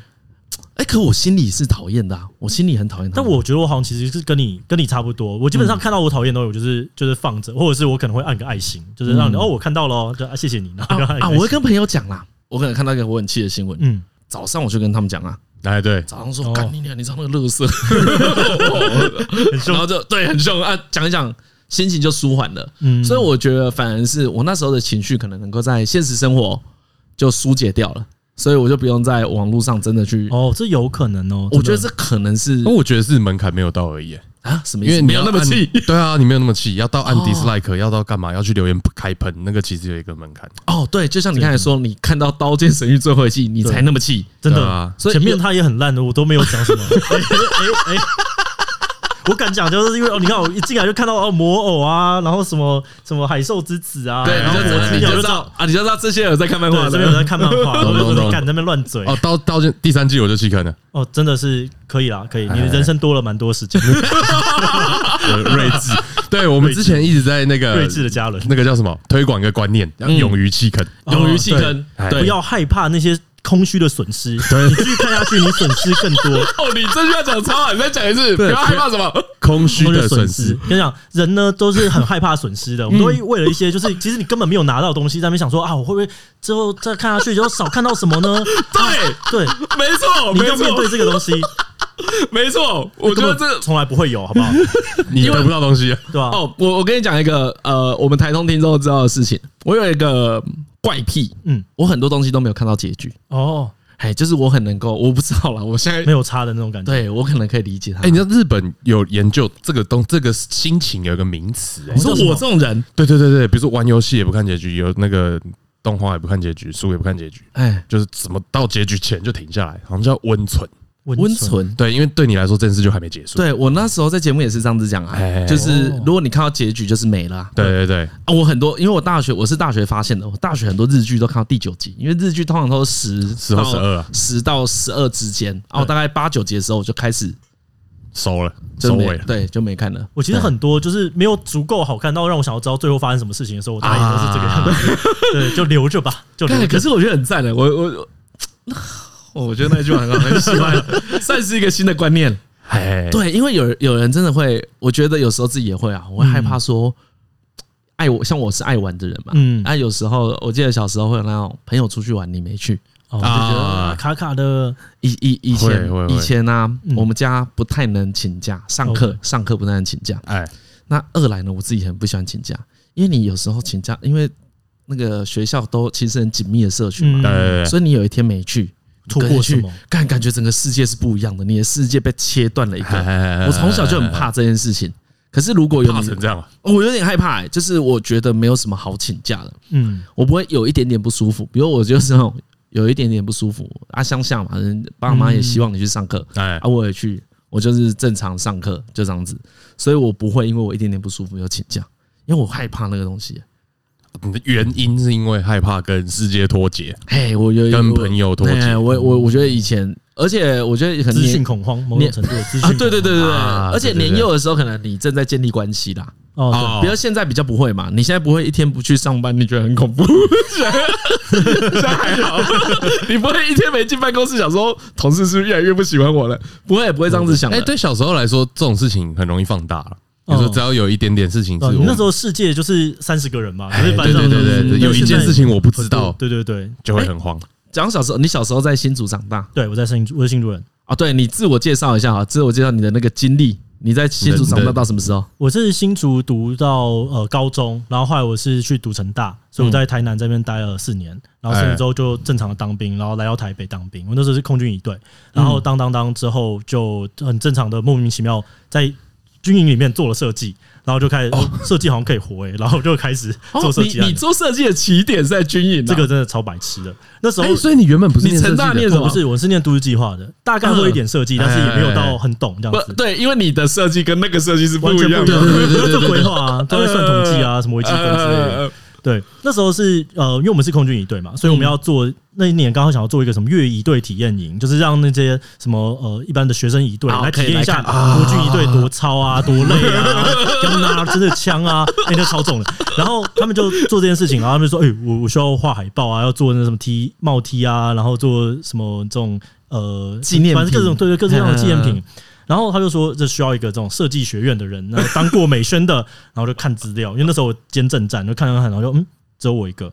[SPEAKER 3] 哎，可我心里是讨厌的啊，我心里很讨厌他
[SPEAKER 4] 但
[SPEAKER 3] 们。
[SPEAKER 4] 我觉得我好像其实是跟你跟你差不多，我基本上看到我讨厌的东西，我就是就是放着，或者是我可能会按个爱心，就是让你
[SPEAKER 3] 嗯
[SPEAKER 4] 哦我看到了哦，就啊谢谢你，然后就按
[SPEAKER 3] 啊
[SPEAKER 4] 一个
[SPEAKER 3] 啊，
[SPEAKER 4] 爱
[SPEAKER 3] 我
[SPEAKER 4] 心
[SPEAKER 3] 会跟朋友讲啦，我可能看到一个我很气的新闻，
[SPEAKER 4] 嗯
[SPEAKER 3] 早上我就跟他们讲啊，
[SPEAKER 1] 哎，对，
[SPEAKER 3] 早上
[SPEAKER 4] 哦
[SPEAKER 3] 说干你娘，你知道那个乐色，
[SPEAKER 4] 很
[SPEAKER 3] 然
[SPEAKER 4] 凶，
[SPEAKER 3] 后就对很凶啊，讲一讲心情就舒缓了。
[SPEAKER 4] 嗯，
[SPEAKER 3] 所以我觉得反而是我那时候的情绪可能能够在现实生活就疏解掉了，所以我就不用在网络上真的去。
[SPEAKER 4] 哦这有可能哦，
[SPEAKER 3] 我觉得
[SPEAKER 4] 真
[SPEAKER 3] 这
[SPEAKER 4] 的
[SPEAKER 3] 可能是
[SPEAKER 1] 那我觉得是门槛没有到而已，
[SPEAKER 3] 啊，什么意
[SPEAKER 1] 因
[SPEAKER 3] 思？
[SPEAKER 1] 为你
[SPEAKER 3] 没
[SPEAKER 1] 要
[SPEAKER 3] 有那么
[SPEAKER 1] 按
[SPEAKER 3] 气。
[SPEAKER 1] 对啊，你没有那么气，要到按 dislike，要到干嘛？要去留言开喷，那个其实有一个门槛。
[SPEAKER 3] 哦，对，就像你刚才说，你看到《刀剑神域》最后一季，你才那么气。
[SPEAKER 4] 真
[SPEAKER 1] 对
[SPEAKER 4] 的
[SPEAKER 1] 啊，
[SPEAKER 3] 所以
[SPEAKER 4] 前面
[SPEAKER 3] 有
[SPEAKER 4] 他也很烂的，我都没有讲什 么，哎哎哎。我敢讲，就是因为哦，你看我一进来就看到哦魔偶啊，然后什么什么海兽之子啊，
[SPEAKER 3] 对，
[SPEAKER 4] 然
[SPEAKER 3] 你
[SPEAKER 4] 后
[SPEAKER 3] 就知
[SPEAKER 4] 我
[SPEAKER 3] 道
[SPEAKER 4] 进
[SPEAKER 3] 你
[SPEAKER 4] 来
[SPEAKER 3] 就
[SPEAKER 4] 就
[SPEAKER 3] 知道啊，你就知道这些人在看漫
[SPEAKER 4] 对
[SPEAKER 3] 画
[SPEAKER 4] 这边有
[SPEAKER 3] 的。
[SPEAKER 4] 在看漫画，
[SPEAKER 1] 懂
[SPEAKER 4] 我
[SPEAKER 1] 懂
[SPEAKER 4] 就
[SPEAKER 1] 懂
[SPEAKER 4] 敢在那边乱嘴
[SPEAKER 1] 哦，到到这第三季我就弃坑了，
[SPEAKER 4] 哦，真的是可以啦，可
[SPEAKER 3] 哎
[SPEAKER 4] 以，你的人生多了蛮 多时间，
[SPEAKER 1] 呃睿智。对我们之前一直在那个
[SPEAKER 4] 睿智的家人，
[SPEAKER 1] 那个叫什么推广一个观念，要勇于弃坑。
[SPEAKER 3] 勇于弃坑
[SPEAKER 1] 对，
[SPEAKER 3] 哦哎对
[SPEAKER 4] 不要害怕那些空虚的损失，你继续看下去，你损失更 多。
[SPEAKER 3] 哦，你这句话讲超好，你再讲一次，不
[SPEAKER 1] 对
[SPEAKER 3] 要害怕什么。
[SPEAKER 1] 空虚的损
[SPEAKER 4] 失
[SPEAKER 1] 失，，
[SPEAKER 4] 跟你讲，人呢都是很害怕损失
[SPEAKER 3] 嗯
[SPEAKER 4] 的，我们都会为了一些就是其实你根本没有拿到的东西，在那边想说啊，我会不会之后再看下去就少看到什么 呢？
[SPEAKER 3] 对，
[SPEAKER 4] 对，
[SPEAKER 3] 哎没错，
[SPEAKER 4] 你
[SPEAKER 3] 哦没
[SPEAKER 4] 要面对
[SPEAKER 3] 错，
[SPEAKER 4] 这个东西，
[SPEAKER 3] 没错。我觉
[SPEAKER 4] 根
[SPEAKER 3] 得
[SPEAKER 4] 本
[SPEAKER 3] 这个
[SPEAKER 4] 从来不会有，好不好？
[SPEAKER 1] 你得不到东西啊了。
[SPEAKER 4] 对吧？
[SPEAKER 3] 哦，我我跟你讲一个呃，我们台通听众知道的事情。我有一个怪癖，
[SPEAKER 4] 嗯，
[SPEAKER 3] 我很多东西都没有看到结局，
[SPEAKER 4] 哦，
[SPEAKER 3] 哎，就是我很能够，我不知道啦，我现在
[SPEAKER 4] 没有差的那种感觉。
[SPEAKER 3] 对我可能可以理解他。
[SPEAKER 1] 哎，你知道日本有研究这个东这个心情有一个名词，哎
[SPEAKER 3] 你，说我这种人，
[SPEAKER 1] 对对对对，比如说玩游戏也不看结局，有那个动画也不看结局，书也不看结局，
[SPEAKER 3] 哎，
[SPEAKER 1] 就是怎么到结局前就停下来，好像叫温存。
[SPEAKER 3] 温，存。
[SPEAKER 1] 对，因为对你来说这件事就还没结束。
[SPEAKER 3] 对我那时候在节目也是这样子讲
[SPEAKER 1] 哎
[SPEAKER 3] 啊，就是如果你看到结局，就是没了啊。
[SPEAKER 1] 对对对，
[SPEAKER 3] 啊我很多，因为我大学我是大学发现的，我大学很多日剧都看到第九集，因为日剧通常都是
[SPEAKER 1] 10
[SPEAKER 3] 十
[SPEAKER 1] 到
[SPEAKER 3] 到
[SPEAKER 1] 12啊
[SPEAKER 3] 十到十二之间，然后大概八九集的时候我就开始
[SPEAKER 1] 收了，
[SPEAKER 3] 就
[SPEAKER 1] 收
[SPEAKER 3] 没
[SPEAKER 1] 尾了。
[SPEAKER 3] 对就没看了。
[SPEAKER 4] 我其实很多就是没有足够好看到让我想要知道最后发生什么事情的时候，我大概也都是这个样子。 对，就留着吧，就留
[SPEAKER 3] 对，
[SPEAKER 4] 着。
[SPEAKER 3] 可是我觉得很赞的，我我 我，我觉得那句话很好，很喜欢， 算是一个新的观念。
[SPEAKER 1] 哎，
[SPEAKER 3] 对，因为有有人真的会，我觉得有时候自己也会啊，我会害怕说。爱我像我是爱玩的人嘛，嗯，
[SPEAKER 4] 嗯
[SPEAKER 3] 啊，有时候我记得小时候会有那种朋友出去玩你没去，
[SPEAKER 4] 哦，我就觉得
[SPEAKER 1] 啊
[SPEAKER 4] 啊卡卡的，
[SPEAKER 3] 以以以前
[SPEAKER 1] 会会会
[SPEAKER 3] 以前呢
[SPEAKER 4] 嗯，哦
[SPEAKER 3] 我们家不太能请假，上课
[SPEAKER 4] OK
[SPEAKER 3] 上课不太能请假。
[SPEAKER 1] 哎，
[SPEAKER 3] 那二来呢，我自己很不喜欢请假，因为你有时候请假，因为那个学校都其实很紧密的社群嘛，
[SPEAKER 1] 对
[SPEAKER 4] 嗯，
[SPEAKER 1] 对对，
[SPEAKER 3] 所以你有一天没去，
[SPEAKER 4] 错
[SPEAKER 3] 跟
[SPEAKER 4] 过
[SPEAKER 3] 去
[SPEAKER 4] 什么？
[SPEAKER 3] 感感觉整个世界是不一样的，你的世界被切断了一个。
[SPEAKER 1] 我
[SPEAKER 3] 我从小就很怕这件事情，可是如果有
[SPEAKER 1] 怕
[SPEAKER 3] 你
[SPEAKER 1] 成这样啊，
[SPEAKER 3] 我有点害怕、欸，就是我觉得没有什么好请假的，
[SPEAKER 4] 嗯，
[SPEAKER 3] 我不会有一点点不舒服。比如我就是那种有一点点不舒服啊，乡下嘛，人爸妈也希望你去上课
[SPEAKER 1] 哎
[SPEAKER 3] 啊，我也去，我就是正常上课就这样子，所以我不会因为我一点点不舒服就请假，因为我害怕那个东西。
[SPEAKER 1] 你的原因是因为害怕跟世界脱节，
[SPEAKER 3] 嘿，我有
[SPEAKER 1] 跟朋友嗯脱节
[SPEAKER 3] 哎，我我我觉得以前，而且我觉得很
[SPEAKER 4] 资
[SPEAKER 3] 年
[SPEAKER 4] 讯恐慌，某种程度的资讯
[SPEAKER 3] 啊，
[SPEAKER 4] 恐慌
[SPEAKER 3] 对对对对对，
[SPEAKER 1] 啊
[SPEAKER 3] 而且
[SPEAKER 1] 对对对
[SPEAKER 3] 年幼的时候可能你正在建立关系啦，
[SPEAKER 4] 哦，
[SPEAKER 3] 比如现在比较不会嘛，你现在不会一天不去上班，你觉得很恐怖？现在还好，你不会一天没进办公室，想说同事是不是越来越不喜欢我了？不会，不会这样子想的。
[SPEAKER 1] 哎，对小时候来说，这种事情很容易放大了。比如说，
[SPEAKER 4] 哦
[SPEAKER 1] 只要有一点点事情是
[SPEAKER 4] 对，你
[SPEAKER 1] 我
[SPEAKER 4] 哦那时候世界就是三十个人嘛，可是班
[SPEAKER 1] 对对
[SPEAKER 4] 上就
[SPEAKER 1] 对
[SPEAKER 4] 是
[SPEAKER 1] 对对，有一件事情我不知道，
[SPEAKER 4] 对对对
[SPEAKER 1] 就会很慌。
[SPEAKER 3] 讲小时候，你小时候在新竹长大
[SPEAKER 4] 对，我在新竹，我是新竹人，
[SPEAKER 3] 啊？对你自我介绍一下啊，自我介绍你的那个经历，你在新竹长大到什么时候？
[SPEAKER 4] 我是新竹读到呃高中，然后后来我是去读成大，所以我在台南这边待了四年，然后四年之后就正常的当兵，然后来到台北当兵。我那时候是空军一队，然后当当当之后就很正常的莫名其妙在军营里面做了设计，然后就开始哦设计好像可以活诶、欸然后就开始做设计
[SPEAKER 3] 你
[SPEAKER 4] 案
[SPEAKER 3] 你
[SPEAKER 4] 了。
[SPEAKER 3] 做设计的起点是在军营、啊，
[SPEAKER 4] 这个真的超白痴的，那时候
[SPEAKER 1] 哎，所以你原本不是
[SPEAKER 3] 你
[SPEAKER 1] 念设
[SPEAKER 3] 成
[SPEAKER 1] 计
[SPEAKER 3] 大
[SPEAKER 1] 的
[SPEAKER 3] 念什
[SPEAKER 4] 我
[SPEAKER 3] 么
[SPEAKER 4] 不？是我是念都市计划的，大概会一点设计，但是也没有到很懂这样
[SPEAKER 3] 不
[SPEAKER 4] 子。
[SPEAKER 3] 对，因为你的设计跟那个设计是不
[SPEAKER 4] 完全
[SPEAKER 3] 一
[SPEAKER 4] 不一
[SPEAKER 3] 样
[SPEAKER 4] 样，
[SPEAKER 3] 的。
[SPEAKER 4] 做规划啊，都会算统计啊，什么微积分之类的。对，那时候是呃，因为我们是空军一队
[SPEAKER 3] 嗯
[SPEAKER 4] 嘛，所以我们要做、那一年刚好想要做一个什么越一队体验营，就是让那些什么呃一般的学生一队
[SPEAKER 3] 啊
[SPEAKER 4] 来体
[SPEAKER 3] 可以
[SPEAKER 4] 验一下
[SPEAKER 3] 来
[SPEAKER 4] 国军一队多操啊、多累 啊、跟啊真的枪啊，哎、那超重的。然后他们就做这件事情，然后他们就说：“哎、我我需要画海报啊，要做那什么 T 帽 T 啊，然后做什么这种呃
[SPEAKER 3] 纪念品
[SPEAKER 4] 反正各种对对各种各样的纪念
[SPEAKER 3] 嗯嗯
[SPEAKER 4] 品。”然后他就说，这需要一个这种设计学院的人，然后当过美宣的，然后就看资料，因为那时候我兼正站，就看看看，然后就嗯，只有我一个，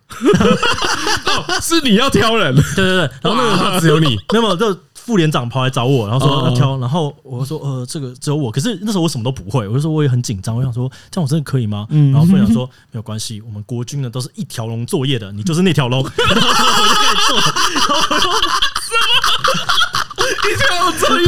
[SPEAKER 3] 是你要挑人，
[SPEAKER 4] 对对对， 然后那个
[SPEAKER 3] 只有 你，
[SPEAKER 4] 那么就副连长跑来找我，然后说
[SPEAKER 3] 哦
[SPEAKER 4] 要挑，然后我就说呃，这个只有我，可是那时候我什么都不会，我就说我也很紧张，我想说这样我真的可以吗？
[SPEAKER 3] 嗯
[SPEAKER 4] 然后副连长说没有关系，我们国军呢都是一条龙作业的，你就是那条龙， 然后我就开始做，
[SPEAKER 3] 你挑作业，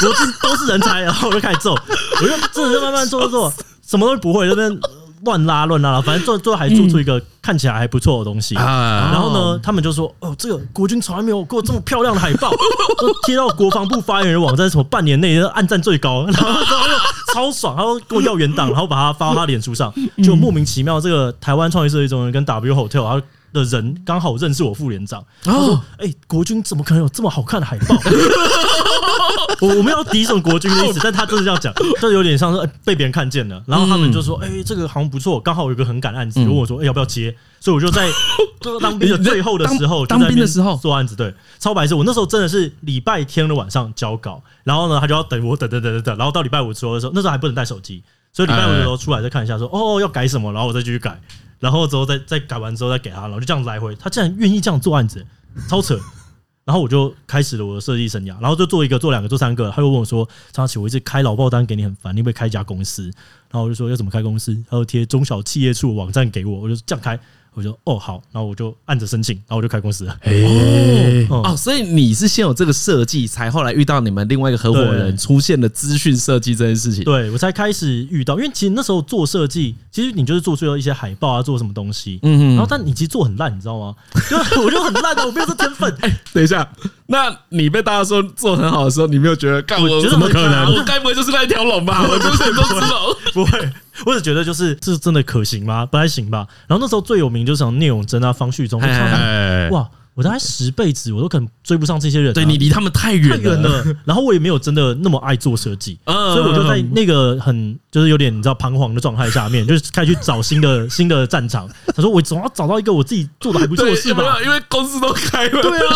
[SPEAKER 4] 国军都是人才，然后我就开始做，我就真的是慢慢做做做，什么都不会，这边乱拉乱拉，反正做做还做出一个看起来还不错的东西。
[SPEAKER 1] 啊，
[SPEAKER 4] 然后呢，他们就说：“哦，这个国军从来没有过这么漂亮的海报，都贴到国防部发言人网站，什么半年内暗战最高。”然后之后就超爽，然后跟我要原档，然后把它发到他脸书上，就莫名其妙，这个台湾创意设计中心跟 W Hotel 然后的人刚好认识我副连长，他说：“哎、国军怎么可能有这么好看的海报？” 我我们要敌什么国军的意思，但他就是这样讲，就有点像是、哎被别人看见了，然后他们就说：“哎、这个好像不错，刚好有一个很赶案子，就问我说、哎要不要接？”所以我就在就当兵的最后的时候，
[SPEAKER 3] 当
[SPEAKER 4] 就
[SPEAKER 3] 当
[SPEAKER 4] 在那边
[SPEAKER 3] 兵的时候
[SPEAKER 4] 做案子，对，超白痴。我那时候真的是礼拜天的晚上交稿，然后呢，他就要等我等等等等等，然后到礼拜五之后的时候，那时候还不能带手机，所以礼拜五的时候出来再看一下说，
[SPEAKER 3] 嗯
[SPEAKER 4] 哦要改什么，然后我再继续改，然后之后再再改完之后再给他，然后就这样来回，他竟然愿意这样做案子，超扯。然后我就开始了我的设计生涯，然后就做一个、做两个、做三个。他又问我说：“张琪，我一直开老报单给你很烦，你会不会开一家公司？”然后我就说要怎么开公司，他就贴中小企业处网站给我，我就这样开。我就哦好，然后我就按着申请，然后我就开公司了。
[SPEAKER 1] 哎，
[SPEAKER 4] 哦
[SPEAKER 3] 哦，所以你是先有这个设计，才后来遇到你们另外一个合伙人
[SPEAKER 4] 对
[SPEAKER 3] 出现了资讯设计这件事情。
[SPEAKER 4] 对我才开始遇到，因为其实那时候做设计，其实你就是做出了一些海报啊，做什么东西，
[SPEAKER 3] 嗯
[SPEAKER 4] 然后但你其实做很烂，你知道吗？就我就很烂的，我没有这天分。
[SPEAKER 3] 哎等一下，那你被大家说做很好的时候，你没有觉得干
[SPEAKER 4] 我
[SPEAKER 3] 我
[SPEAKER 4] 觉得很尴尬
[SPEAKER 3] 我该不会就是那一条龙 吧？我就是很多只龙。
[SPEAKER 4] 不会， 我只觉得就是这真的可行吗？不太行吧。然后那时候最有名就是像聂永贞啊、方旭中，就超
[SPEAKER 1] 哎，
[SPEAKER 4] 哇，我大概十辈子我都可能追不上这些人啊、
[SPEAKER 3] 对你离他们哎太远
[SPEAKER 4] 太远
[SPEAKER 3] 了，
[SPEAKER 4] 了。然后我也没有真的那么爱做设计，
[SPEAKER 3] 嗯
[SPEAKER 4] 所以我就在那个很就是有点你知道彷徨的状态下 面，就是开始去找新的 新的战场。他说我总要找到一个我自己做的还不错
[SPEAKER 3] 对
[SPEAKER 4] 的事吧。
[SPEAKER 3] 因为公司都开了，
[SPEAKER 4] 对啊，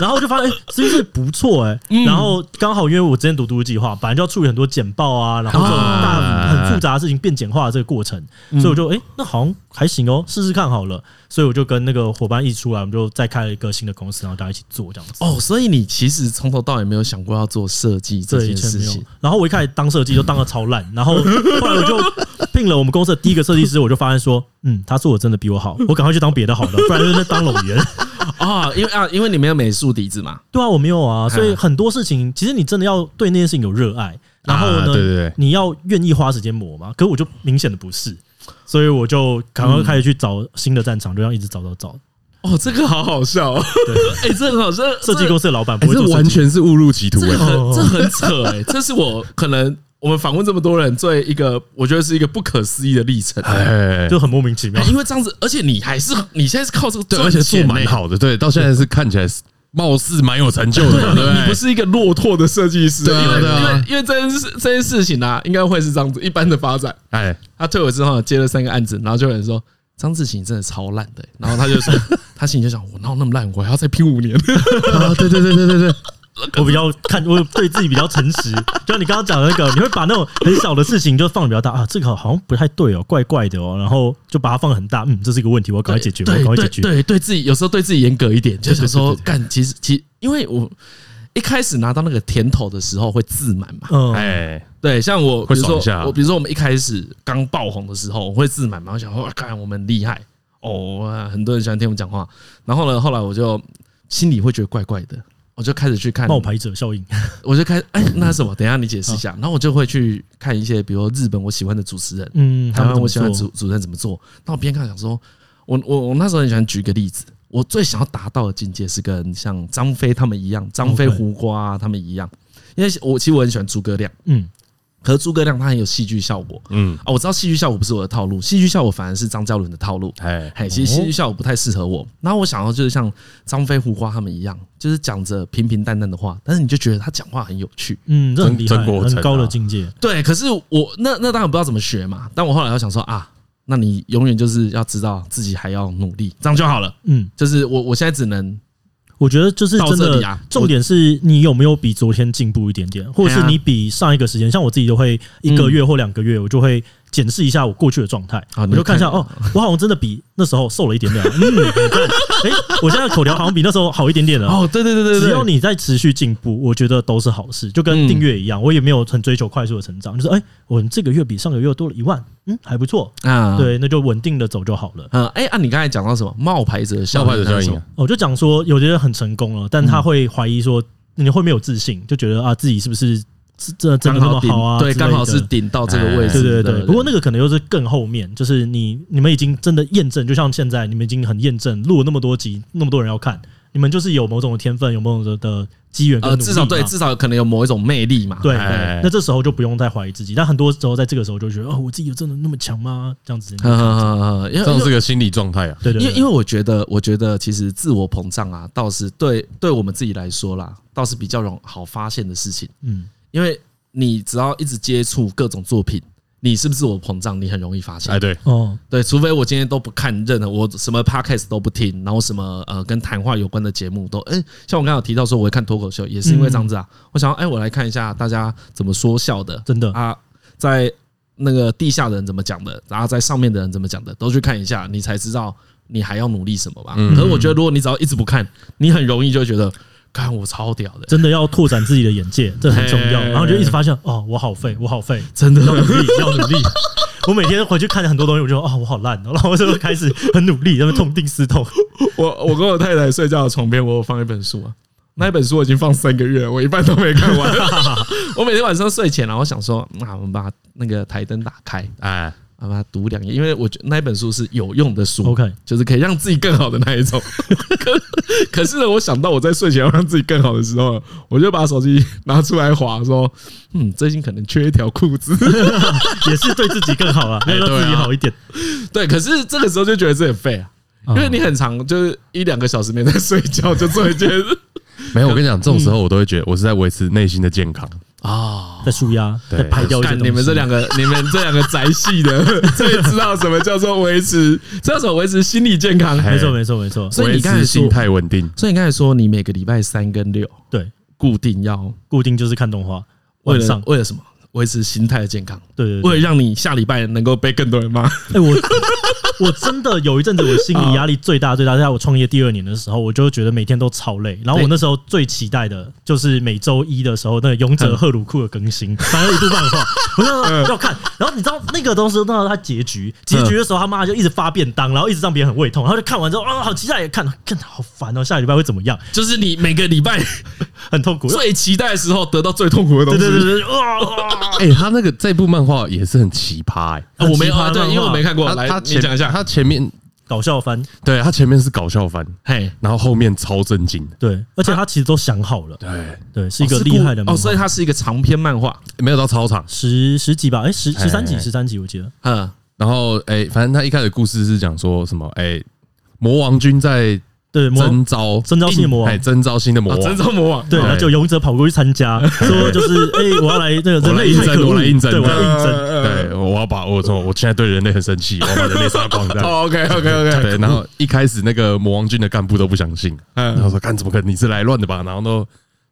[SPEAKER 4] 然后就发现哎，这是不
[SPEAKER 3] 嗯
[SPEAKER 4] 错哎。然后刚好因为我之前读都市计划，本来就要处理很多简报啊，然后这种大
[SPEAKER 1] 啊
[SPEAKER 4] 很
[SPEAKER 1] 哎
[SPEAKER 4] 复杂的事情变简化的这个过程，
[SPEAKER 3] 嗯
[SPEAKER 4] 所以我就哎、诶那好像还行哦，试试看好了。所以我就跟那个伙伴一起出来，我们就再开了一个新的公司，然后大家一起做这样子。
[SPEAKER 3] 哦，所以你其实从头到尾没有想过要做设计这
[SPEAKER 4] 这以
[SPEAKER 3] 件
[SPEAKER 4] 前
[SPEAKER 3] 事
[SPEAKER 4] 没有
[SPEAKER 3] 情。。
[SPEAKER 4] 然后我一开始当设计就当的超烂， 然后后来我就聘了我们公司的第一个设计师，我就发现说，嗯，他做的真的比我好，我赶快去当别的好了，不然就是在当冗员。
[SPEAKER 3] 哦，因为啊，因为你没有美术底子嘛，
[SPEAKER 4] 对啊，我没有啊，所以很多事情其实你真的要对那件事情有热爱，然后呢，
[SPEAKER 1] 啊对对对
[SPEAKER 4] 你要愿意花时间磨嘛。可是我就明显的不是，所以我就赶快开始去找新的战场，就这样一直找找找。
[SPEAKER 3] 哦，这个好好笑、哦， 哎、这很好，这
[SPEAKER 4] 设计公司的老板不
[SPEAKER 1] 哎
[SPEAKER 4] 会
[SPEAKER 1] 这
[SPEAKER 4] 做设
[SPEAKER 1] 完
[SPEAKER 4] 计，
[SPEAKER 1] 全是误入歧途
[SPEAKER 3] 这个
[SPEAKER 1] 哎。
[SPEAKER 3] 很这很扯哎、这是我可能我们访问这么多人最一个我觉得是一个不可思议的历程、欸
[SPEAKER 1] 哎，
[SPEAKER 4] 就很莫名其妙
[SPEAKER 3] 哎。因为这样子，而且你还是你现在是靠这个
[SPEAKER 1] 对，
[SPEAKER 3] 赚
[SPEAKER 1] 而且做
[SPEAKER 3] 钱
[SPEAKER 1] 蛮
[SPEAKER 3] 欸，
[SPEAKER 1] 好的，对，到现在是看起来是貌似蛮有成就的嘛，对不
[SPEAKER 3] 你不
[SPEAKER 1] 对？
[SPEAKER 3] 是一个落拓的设计师，
[SPEAKER 1] 对啊
[SPEAKER 3] 因为
[SPEAKER 1] 对啊
[SPEAKER 3] 因为因为这件事这件事情啊，应该会是这样子一般的发展。
[SPEAKER 1] 哎，
[SPEAKER 3] 他退伍之后接了三个案子，然后就有人说张志勤真的超烂的欸、然后 他就说他心里就想我哪有那么烂，我还要再拼五年。
[SPEAKER 1] 啊，对对对对对对，
[SPEAKER 4] 我比较看，我对自己比较诚实。 就你刚刚讲的那个，你会把那种很小的事情就放得比较大啊，这个好像不太对哦，怪怪的哦，然后就把它放得很大，嗯，这是一个问题，我要赶快解决，我要
[SPEAKER 3] 对
[SPEAKER 4] 赶快解
[SPEAKER 3] 对
[SPEAKER 4] 决。
[SPEAKER 3] 对对自己有时候对自己严格一点，就想说
[SPEAKER 4] 对对对
[SPEAKER 3] 干，其实其实因为我一开始拿到那个甜头的时候会自满嘛，
[SPEAKER 4] 嗯，
[SPEAKER 1] 哎，
[SPEAKER 3] 对，像我比
[SPEAKER 1] 会
[SPEAKER 3] 如
[SPEAKER 1] 爽
[SPEAKER 3] 说
[SPEAKER 1] 一下
[SPEAKER 3] 我比如说我们一开始刚爆红的时候，我会自满嘛，我想说哇，看我们厉害哦，啊很多人喜欢听我们讲话，然后呢，后来我就心里会觉得怪怪的。我就开始去看
[SPEAKER 4] 冒牌者效应，
[SPEAKER 3] 我就开哎，那是什么？等一下你解释一下。然后我就会去看一些，比如日本我喜欢的主持人，
[SPEAKER 4] 嗯，
[SPEAKER 3] 台
[SPEAKER 4] 他
[SPEAKER 3] 湾
[SPEAKER 4] 们怎么
[SPEAKER 3] 我喜欢的主
[SPEAKER 4] 做
[SPEAKER 3] 主持人怎么做。那我边看想说，我我我那时候很喜欢举个例子，我最想要达到的境界是跟像张飞他们一样，张飞
[SPEAKER 4] OK
[SPEAKER 3] 胡瓜、啊、他们一样，因为我其实我很喜欢诸葛亮，
[SPEAKER 4] 嗯，
[SPEAKER 3] 可是诸葛亮他很有戏剧效果
[SPEAKER 1] 嗯，
[SPEAKER 3] 啊，我知道戏剧效果不是我的套路，戏剧效果反而是张嘉伦的套路。
[SPEAKER 1] 哎，
[SPEAKER 3] 哎，其实戏剧效果不太适合我。然后我想要就是像张飞、胡瓜他们一样，就是讲着平平淡淡的话，但是你就觉得他讲话很有趣。
[SPEAKER 4] 嗯，这很厉害，
[SPEAKER 1] 曾曾国成啊
[SPEAKER 4] 很高的境界。
[SPEAKER 3] 对，可是我那那当然不知道怎么学嘛。但我后来又想说啊，那你永远就是要知道自己还要努力，这样就好了。
[SPEAKER 4] 嗯，
[SPEAKER 3] 就是我我现在只能
[SPEAKER 4] 我觉得就是真
[SPEAKER 3] 到这里
[SPEAKER 4] 的
[SPEAKER 3] 啊，
[SPEAKER 4] 重点是你有没有比昨天进步一点点，或者是
[SPEAKER 3] 哎呀
[SPEAKER 4] 你比上一个时间，像我自己都会一个月或两个月，我就会检视一下我过去的状态，
[SPEAKER 3] 啊
[SPEAKER 4] 我
[SPEAKER 3] 你
[SPEAKER 4] 就看一下
[SPEAKER 3] 看
[SPEAKER 4] 哦，我好像真的比那时候瘦了一点点， 嗯，你看，哎，我现在口条好像比那时候好一点点了。
[SPEAKER 3] 哦，对对对对对，
[SPEAKER 4] 只要你在持续进步，我觉得都是好事，就跟
[SPEAKER 3] 嗯
[SPEAKER 4] 订阅一样，我也没有很追求快速的成长，就是哎、我这个月比上个月多了一万，嗯，还不错，
[SPEAKER 3] 啊，
[SPEAKER 4] 对，那就稳定的走就好了。
[SPEAKER 3] 嗯，哎啊，你刚才讲到什么冒牌者效
[SPEAKER 1] 冒
[SPEAKER 3] 应
[SPEAKER 1] 牌者效
[SPEAKER 3] 那
[SPEAKER 1] 应
[SPEAKER 3] 种
[SPEAKER 1] 啊，
[SPEAKER 4] 我哦就讲说，有的人很成功了，但
[SPEAKER 3] 嗯
[SPEAKER 4] 他会怀疑说，你会没有自信，就觉得啊自己是不是真真的真
[SPEAKER 3] 刚
[SPEAKER 4] 的那么
[SPEAKER 3] 好顶
[SPEAKER 4] 好啊？
[SPEAKER 3] 对，
[SPEAKER 4] 之类的
[SPEAKER 3] 刚好是。顶到这个位
[SPEAKER 4] 对
[SPEAKER 3] 置
[SPEAKER 4] 对
[SPEAKER 3] 的。
[SPEAKER 4] 对，不过那个可能又是更后面，就是你你们已经真的验证，就像现在你们已经很验证，录了那么多集，那么多人要看，你们就是有某种的天分，有某种的机缘跟
[SPEAKER 3] 呃，
[SPEAKER 4] 努力嘛
[SPEAKER 3] 至少对，至少可能有某一种魅力嘛。
[SPEAKER 4] 对
[SPEAKER 1] 哎
[SPEAKER 4] 对，那这时候就不用再怀疑自己，但很多时候在这个时候就觉得，哦，我自己有真的那么强吗？这样子，
[SPEAKER 3] 呵呵呵呵，因
[SPEAKER 1] 这种
[SPEAKER 3] 为
[SPEAKER 1] 是个心理状态啊，
[SPEAKER 4] 对对，
[SPEAKER 3] 因为因
[SPEAKER 4] 为
[SPEAKER 3] 为我觉得，我觉得其实自我膨胀啊，倒是对对我们自己来说啦，倒是比较容好发现的事情。
[SPEAKER 4] 嗯，
[SPEAKER 3] 因为你只要一直接触各种作品，你是不是我膨胀，你很容易发现
[SPEAKER 1] 哎，。对，
[SPEAKER 4] 哦，
[SPEAKER 3] 对，除非我今天都不看任何，我什么 podcast 都不听，然后什么呃跟谈话有关的节目都，哎，像我刚刚有提到说我会看脱口秀，也是因
[SPEAKER 4] 嗯
[SPEAKER 3] 为这样子啊。我想要，哎，我来看一下大家怎么说笑的
[SPEAKER 4] 真的，
[SPEAKER 3] 啊，在那个地下的人怎么讲的，然后在上面的人怎么讲的，都去看一下，你才知道你还要努力什么吧。
[SPEAKER 1] 嗯
[SPEAKER 3] 可是我觉得，如果你只要一直不看，你很容易就觉得，看我超屌的，
[SPEAKER 4] 真的要拓展自己的眼界，这很重要。
[SPEAKER 3] 嘿
[SPEAKER 4] 然后就一直发现，哦，我好废，我好废，
[SPEAKER 3] 真的
[SPEAKER 4] 要努力，要努力。 我每天回去看很多东西，我就说哦，我好烂哦，然 后我就开始很努力，在那边痛定 思痛。
[SPEAKER 2] 我我跟我太太睡觉的床边，我有放一本书啊。那一本书我已经放三个月了，我一半都没看完。
[SPEAKER 3] 我每天晚上睡前，然后想说，那我们把那个台灯打开，
[SPEAKER 1] 哎，
[SPEAKER 3] 啊，把它读两页，因为我觉得那一本书是有用的书
[SPEAKER 4] OK
[SPEAKER 3] 就是可以让自己更好的那一种。
[SPEAKER 2] 可是呢，我想到我在睡前要让自己更好的时候，我就把手机拿出来划，说
[SPEAKER 3] 嗯，最近可能缺一条裤 子，
[SPEAKER 4] 也是对自己更好
[SPEAKER 3] 哎
[SPEAKER 4] 了，要让
[SPEAKER 3] 啊
[SPEAKER 4] 自己好一点。
[SPEAKER 3] 对。可是这个时候就觉得自己很废啊，因为你很长，就是一两个小时没在睡觉，就做一 件事
[SPEAKER 1] 没有，我跟你讲，这种时候我都会觉得我是在维持内心的健康，
[SPEAKER 3] 啊。
[SPEAKER 4] 在舒压，
[SPEAKER 1] 对
[SPEAKER 4] 在排掉一些
[SPEAKER 3] 看
[SPEAKER 4] 东西。
[SPEAKER 3] 你们这两个，你们这两个宅系 的，最知道什么叫做维持，知道什么维持心理健康。
[SPEAKER 4] 没错，没错，没错。
[SPEAKER 3] 所以
[SPEAKER 1] 维
[SPEAKER 3] 你刚
[SPEAKER 1] 持
[SPEAKER 3] 才说
[SPEAKER 1] 心，态稳定，
[SPEAKER 3] 所以你刚才说你每个礼拜三跟六
[SPEAKER 4] 对，
[SPEAKER 3] 固定要
[SPEAKER 4] 固定就是看动画，
[SPEAKER 3] 为
[SPEAKER 4] 晚
[SPEAKER 3] 了
[SPEAKER 4] 上
[SPEAKER 3] 为了什么？维持心态的健康，
[SPEAKER 4] 对对对，
[SPEAKER 3] 为了让你下礼拜能够被更多人骂。
[SPEAKER 4] 哎、我我真的有一阵子我心
[SPEAKER 3] 嗯
[SPEAKER 4] 理压力最大最大，在我创业第二年的时候，我就觉得每天都超累。然后我那时候最期待的就是每周一的时候那个勇者赫鲁库的更
[SPEAKER 3] 嗯
[SPEAKER 4] 新，反正一部漫 画，我就要看。然后你知道那个东西，那它结局，
[SPEAKER 3] 嗯
[SPEAKER 4] 结局的时候他妈就一直发便当，然后一直让别人很胃痛，然后就看完之后啊，好期待也看，看好烦哦，下礼拜会怎么样？
[SPEAKER 3] 就是你每个 礼拜
[SPEAKER 4] 很痛苦。
[SPEAKER 3] 最期待的时候得到最痛苦的东
[SPEAKER 4] 对
[SPEAKER 3] 西。
[SPEAKER 4] 对对啊对，哇！哇
[SPEAKER 1] 哎、他那个这部漫画也是很奇葩哎、
[SPEAKER 3] 啊我没有
[SPEAKER 4] 很奇葩
[SPEAKER 3] 啊，对
[SPEAKER 4] 漫，画
[SPEAKER 3] 因为我没看过。来
[SPEAKER 1] 他他，
[SPEAKER 3] 你
[SPEAKER 1] 前
[SPEAKER 3] 讲一下。
[SPEAKER 1] 他前面
[SPEAKER 4] 搞笑番，
[SPEAKER 1] 对他前面是搞笑番，
[SPEAKER 3] 嘿，
[SPEAKER 1] 然后后面超正经的。
[SPEAKER 4] 对，而且他其实都想好了，
[SPEAKER 1] 对，
[SPEAKER 4] 对，是一
[SPEAKER 3] 哦
[SPEAKER 4] 个
[SPEAKER 3] 是
[SPEAKER 4] 厉害的
[SPEAKER 3] 故
[SPEAKER 4] 漫
[SPEAKER 3] 哦，
[SPEAKER 4] 画
[SPEAKER 3] 所以它是一个长篇漫画。
[SPEAKER 1] 没有到操场。
[SPEAKER 4] 十十几吧，哎，十十三
[SPEAKER 1] 哎
[SPEAKER 4] 集，
[SPEAKER 1] 哎
[SPEAKER 4] 十三集，我记得。
[SPEAKER 3] 嗯，
[SPEAKER 1] 然后哎、反正他一开始故事是讲说什么哎、魔王军在
[SPEAKER 4] 对，魔
[SPEAKER 1] 征召
[SPEAKER 4] 征召新的魔王
[SPEAKER 1] 哎，征召新的魔
[SPEAKER 3] 哦，真
[SPEAKER 1] 王。
[SPEAKER 3] 正魔王。
[SPEAKER 4] 对，
[SPEAKER 1] 对
[SPEAKER 4] 然后就勇者跑过去 参加，说就是哎，我要来这个人类
[SPEAKER 1] 我来
[SPEAKER 4] 太
[SPEAKER 1] 应
[SPEAKER 4] 可恶
[SPEAKER 1] 征我来应征
[SPEAKER 4] 对，我要
[SPEAKER 3] 呃
[SPEAKER 4] 应
[SPEAKER 3] 嗯
[SPEAKER 4] 征。
[SPEAKER 2] 对
[SPEAKER 1] 对，我要把我说，我现在对人类很生气，我要把人类杀光这样。
[SPEAKER 2] 哦，OK OK OK，
[SPEAKER 1] 对，然后一开始那个魔王军的干部都不相信，然
[SPEAKER 2] 嗯，
[SPEAKER 1] 后说：“看，怎么可能？你是来乱的吧？”然后都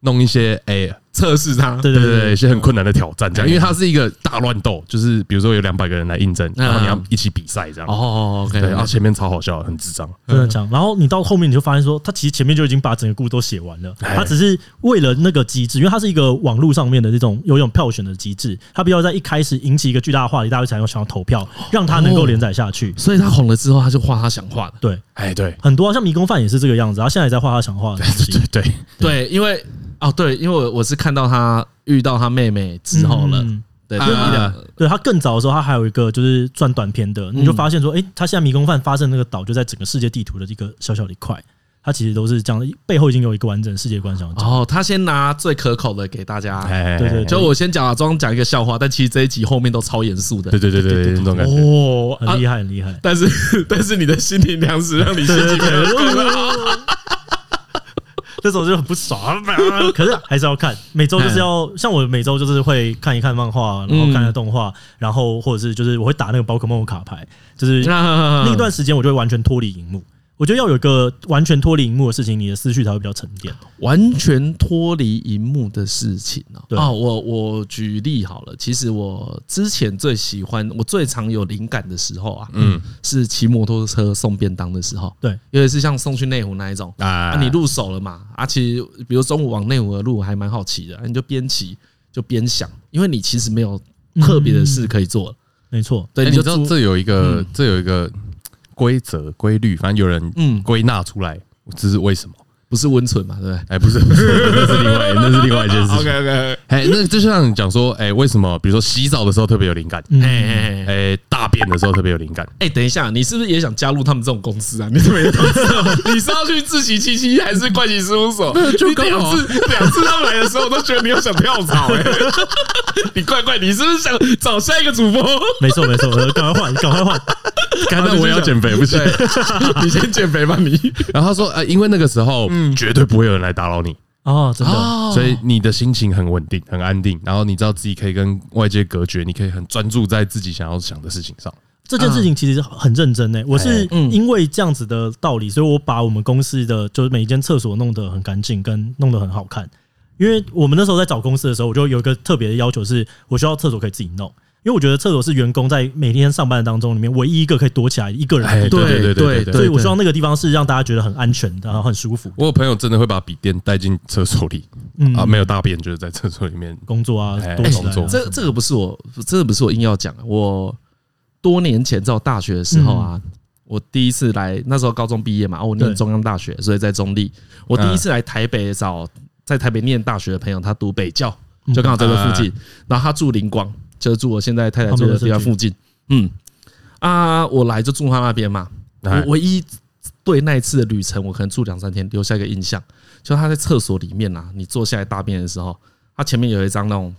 [SPEAKER 1] 弄一些哎、
[SPEAKER 2] 测试他，
[SPEAKER 4] 对
[SPEAKER 1] 对
[SPEAKER 4] 对
[SPEAKER 1] 对
[SPEAKER 4] 对
[SPEAKER 1] 对，一些很困难的挑战，这样，因为它是一个大乱斗，就是比如说有两百个人来应征，然后你要一起比赛这样。
[SPEAKER 3] 哦
[SPEAKER 1] 嗯对，
[SPEAKER 3] ，OK，
[SPEAKER 1] 然后啊
[SPEAKER 3] 哦
[SPEAKER 1] 前面超好笑，很智障。
[SPEAKER 4] 真的讲，然后你到后面你就发现说，他其实前面就已经把整个故事都写完了，
[SPEAKER 1] 哎
[SPEAKER 4] 他只是为了那个机制，因为它是一个网络上面的这种有一种票选的机制，他必须要在一开始引起一个巨大的话题，大家才会想要投票，
[SPEAKER 1] 哦
[SPEAKER 4] 让它能够连载下去。
[SPEAKER 3] 所以他红了之后，他就画他想画的。
[SPEAKER 4] 对，
[SPEAKER 1] 哎，对
[SPEAKER 4] 很多啊像迷宫饭也是这个样子，他现在也在画他想画的东 西。
[SPEAKER 1] 哎对对，
[SPEAKER 3] 对，因为哦，对，因为我我是看到他遇到他妹妹之后了，
[SPEAKER 4] 嗯
[SPEAKER 3] 对，
[SPEAKER 1] 啊
[SPEAKER 3] 第一的
[SPEAKER 4] 对他更早的时候，他还有一个就是转短篇的，你就发现说，哎、他现在迷宫饭发生的那个岛就在整个世界地图的一个小小的一块，他其实都是这样的，背后已经有一个完整的世界观想要讲。
[SPEAKER 3] 哦，他先拿最可口的给大家。
[SPEAKER 1] 哎，
[SPEAKER 4] 对对
[SPEAKER 3] 就我先假装讲一个笑话，但其实这一集后面都超严肃的。
[SPEAKER 1] 对对对对对，那种感觉。
[SPEAKER 3] 哦，啊
[SPEAKER 4] 很厉害，很厉 害。
[SPEAKER 3] 但是但是你的心灵粮食让你心情变得更好。
[SPEAKER 4] 那时候就很不爽，啊 可是还是要看。每周就是要像我每周就是会看一看漫画，然后看一下动画，然后或者是就是我会打那个宝可梦的卡牌，就是那
[SPEAKER 3] 那
[SPEAKER 4] 一段时间我就会完全脱离荧幕。我觉得要有一个完全脱离荧幕的事情，你的思绪才会比较沉淀。
[SPEAKER 3] 完全脱离荧幕的事情啊、
[SPEAKER 4] 对
[SPEAKER 3] 啊，我我举例好了，其实我之前最喜欢，我最常有灵感的时候啊，嗯，是骑摩托车送便当的时候，
[SPEAKER 4] 对，
[SPEAKER 3] 尤其是像送去内湖那一种
[SPEAKER 1] 啊
[SPEAKER 3] 啊，你入手了嘛，啊，其实比如中午往内湖的路还蛮好骑的，啊你就边骑就边想，因为你其实没有特别的事可以做，
[SPEAKER 4] 没错，
[SPEAKER 1] 哎
[SPEAKER 3] 对，
[SPEAKER 1] 你嗯
[SPEAKER 3] 嗯你就
[SPEAKER 1] 知道
[SPEAKER 3] 租
[SPEAKER 1] 这有一个这有一个规则规律，反正有人
[SPEAKER 3] 嗯
[SPEAKER 1] 归纳出来，这是为什么？
[SPEAKER 3] 不是温存嘛，对不对？
[SPEAKER 1] 哎，不是，不是那是另外那是另外一件 事
[SPEAKER 2] OK
[SPEAKER 1] 情。
[SPEAKER 2] OK，
[SPEAKER 1] 哎，那就像你讲说，哎，为什么比如说洗澡的时候特别有灵感，
[SPEAKER 4] 嗯，
[SPEAKER 3] 哎哎哎哎
[SPEAKER 1] 哎，大便的时候特别有 灵感，
[SPEAKER 3] 哎，等一下，你是不是也想加入他们这种公司啊？ 你怎么也懂？你是要去自习七七还是怪奇事务所？
[SPEAKER 1] 就
[SPEAKER 2] 你两次两次他们来的时候，我都觉得你有想跳槽 哎，
[SPEAKER 3] 你怪怪，你是不是想找下一个 主播？
[SPEAKER 4] 没错没错，我赶快换， 赶快换。
[SPEAKER 1] 干那我也要减肥不行。
[SPEAKER 2] 你先减肥吧你。
[SPEAKER 1] 然后他说，呃，因为那个时候绝对不会有人来打扰你，
[SPEAKER 4] 哦，真的，
[SPEAKER 1] 所以你的心情很稳定、很安定，然后你知道自己可以跟外界隔绝，你可以很专注在自己想要想的事情上。
[SPEAKER 4] 这件事情其实很认真欸
[SPEAKER 1] 哎
[SPEAKER 4] 诶、我是
[SPEAKER 1] 嗯
[SPEAKER 4] 因为这样子的道理，所以我把我们公司的就是每一间厕所弄得很干净，跟弄得很好看。因为我们那时候在找公司的时候，我就有一个特别的要求是，我需要厕所可以自己弄，因为我觉得厕所是员工在每天上班当中里面唯一一个可以躲起来一个人的
[SPEAKER 1] 哎，
[SPEAKER 4] 地方，
[SPEAKER 1] 对对对对
[SPEAKER 3] 对
[SPEAKER 1] 对
[SPEAKER 4] 所
[SPEAKER 1] 对。
[SPEAKER 4] 以我希望那个地方是让大家觉得很安全的，然后很舒服。
[SPEAKER 1] 我有朋友真的会把笔电带进厕所里
[SPEAKER 4] 嗯
[SPEAKER 1] 啊，没有大便就是在厕所里面。
[SPEAKER 4] 工作啊
[SPEAKER 1] 哎，
[SPEAKER 4] 多起来
[SPEAKER 1] 工
[SPEAKER 4] 啊
[SPEAKER 1] 作
[SPEAKER 4] 什么
[SPEAKER 3] 这这个不是我，真的不是我硬要讲的。我多年前在我大学的时候啊，我第一次来，那时候高中毕业嘛，哦我念
[SPEAKER 4] 对
[SPEAKER 3] 中央大学，所以在中立。我第一次来台北找在台北念大学的朋友，他读北教，就刚好在这附近，然后他住灵光，就是住我现在太太住的地方附近。嗯，啊，我来就住他那边嘛，
[SPEAKER 1] 哎
[SPEAKER 3] 我唯一对那一次的旅程，我可能住两三天，留下一个印象，就是他在厕所里面啊，你坐下来大便的时候，他前面有一张那种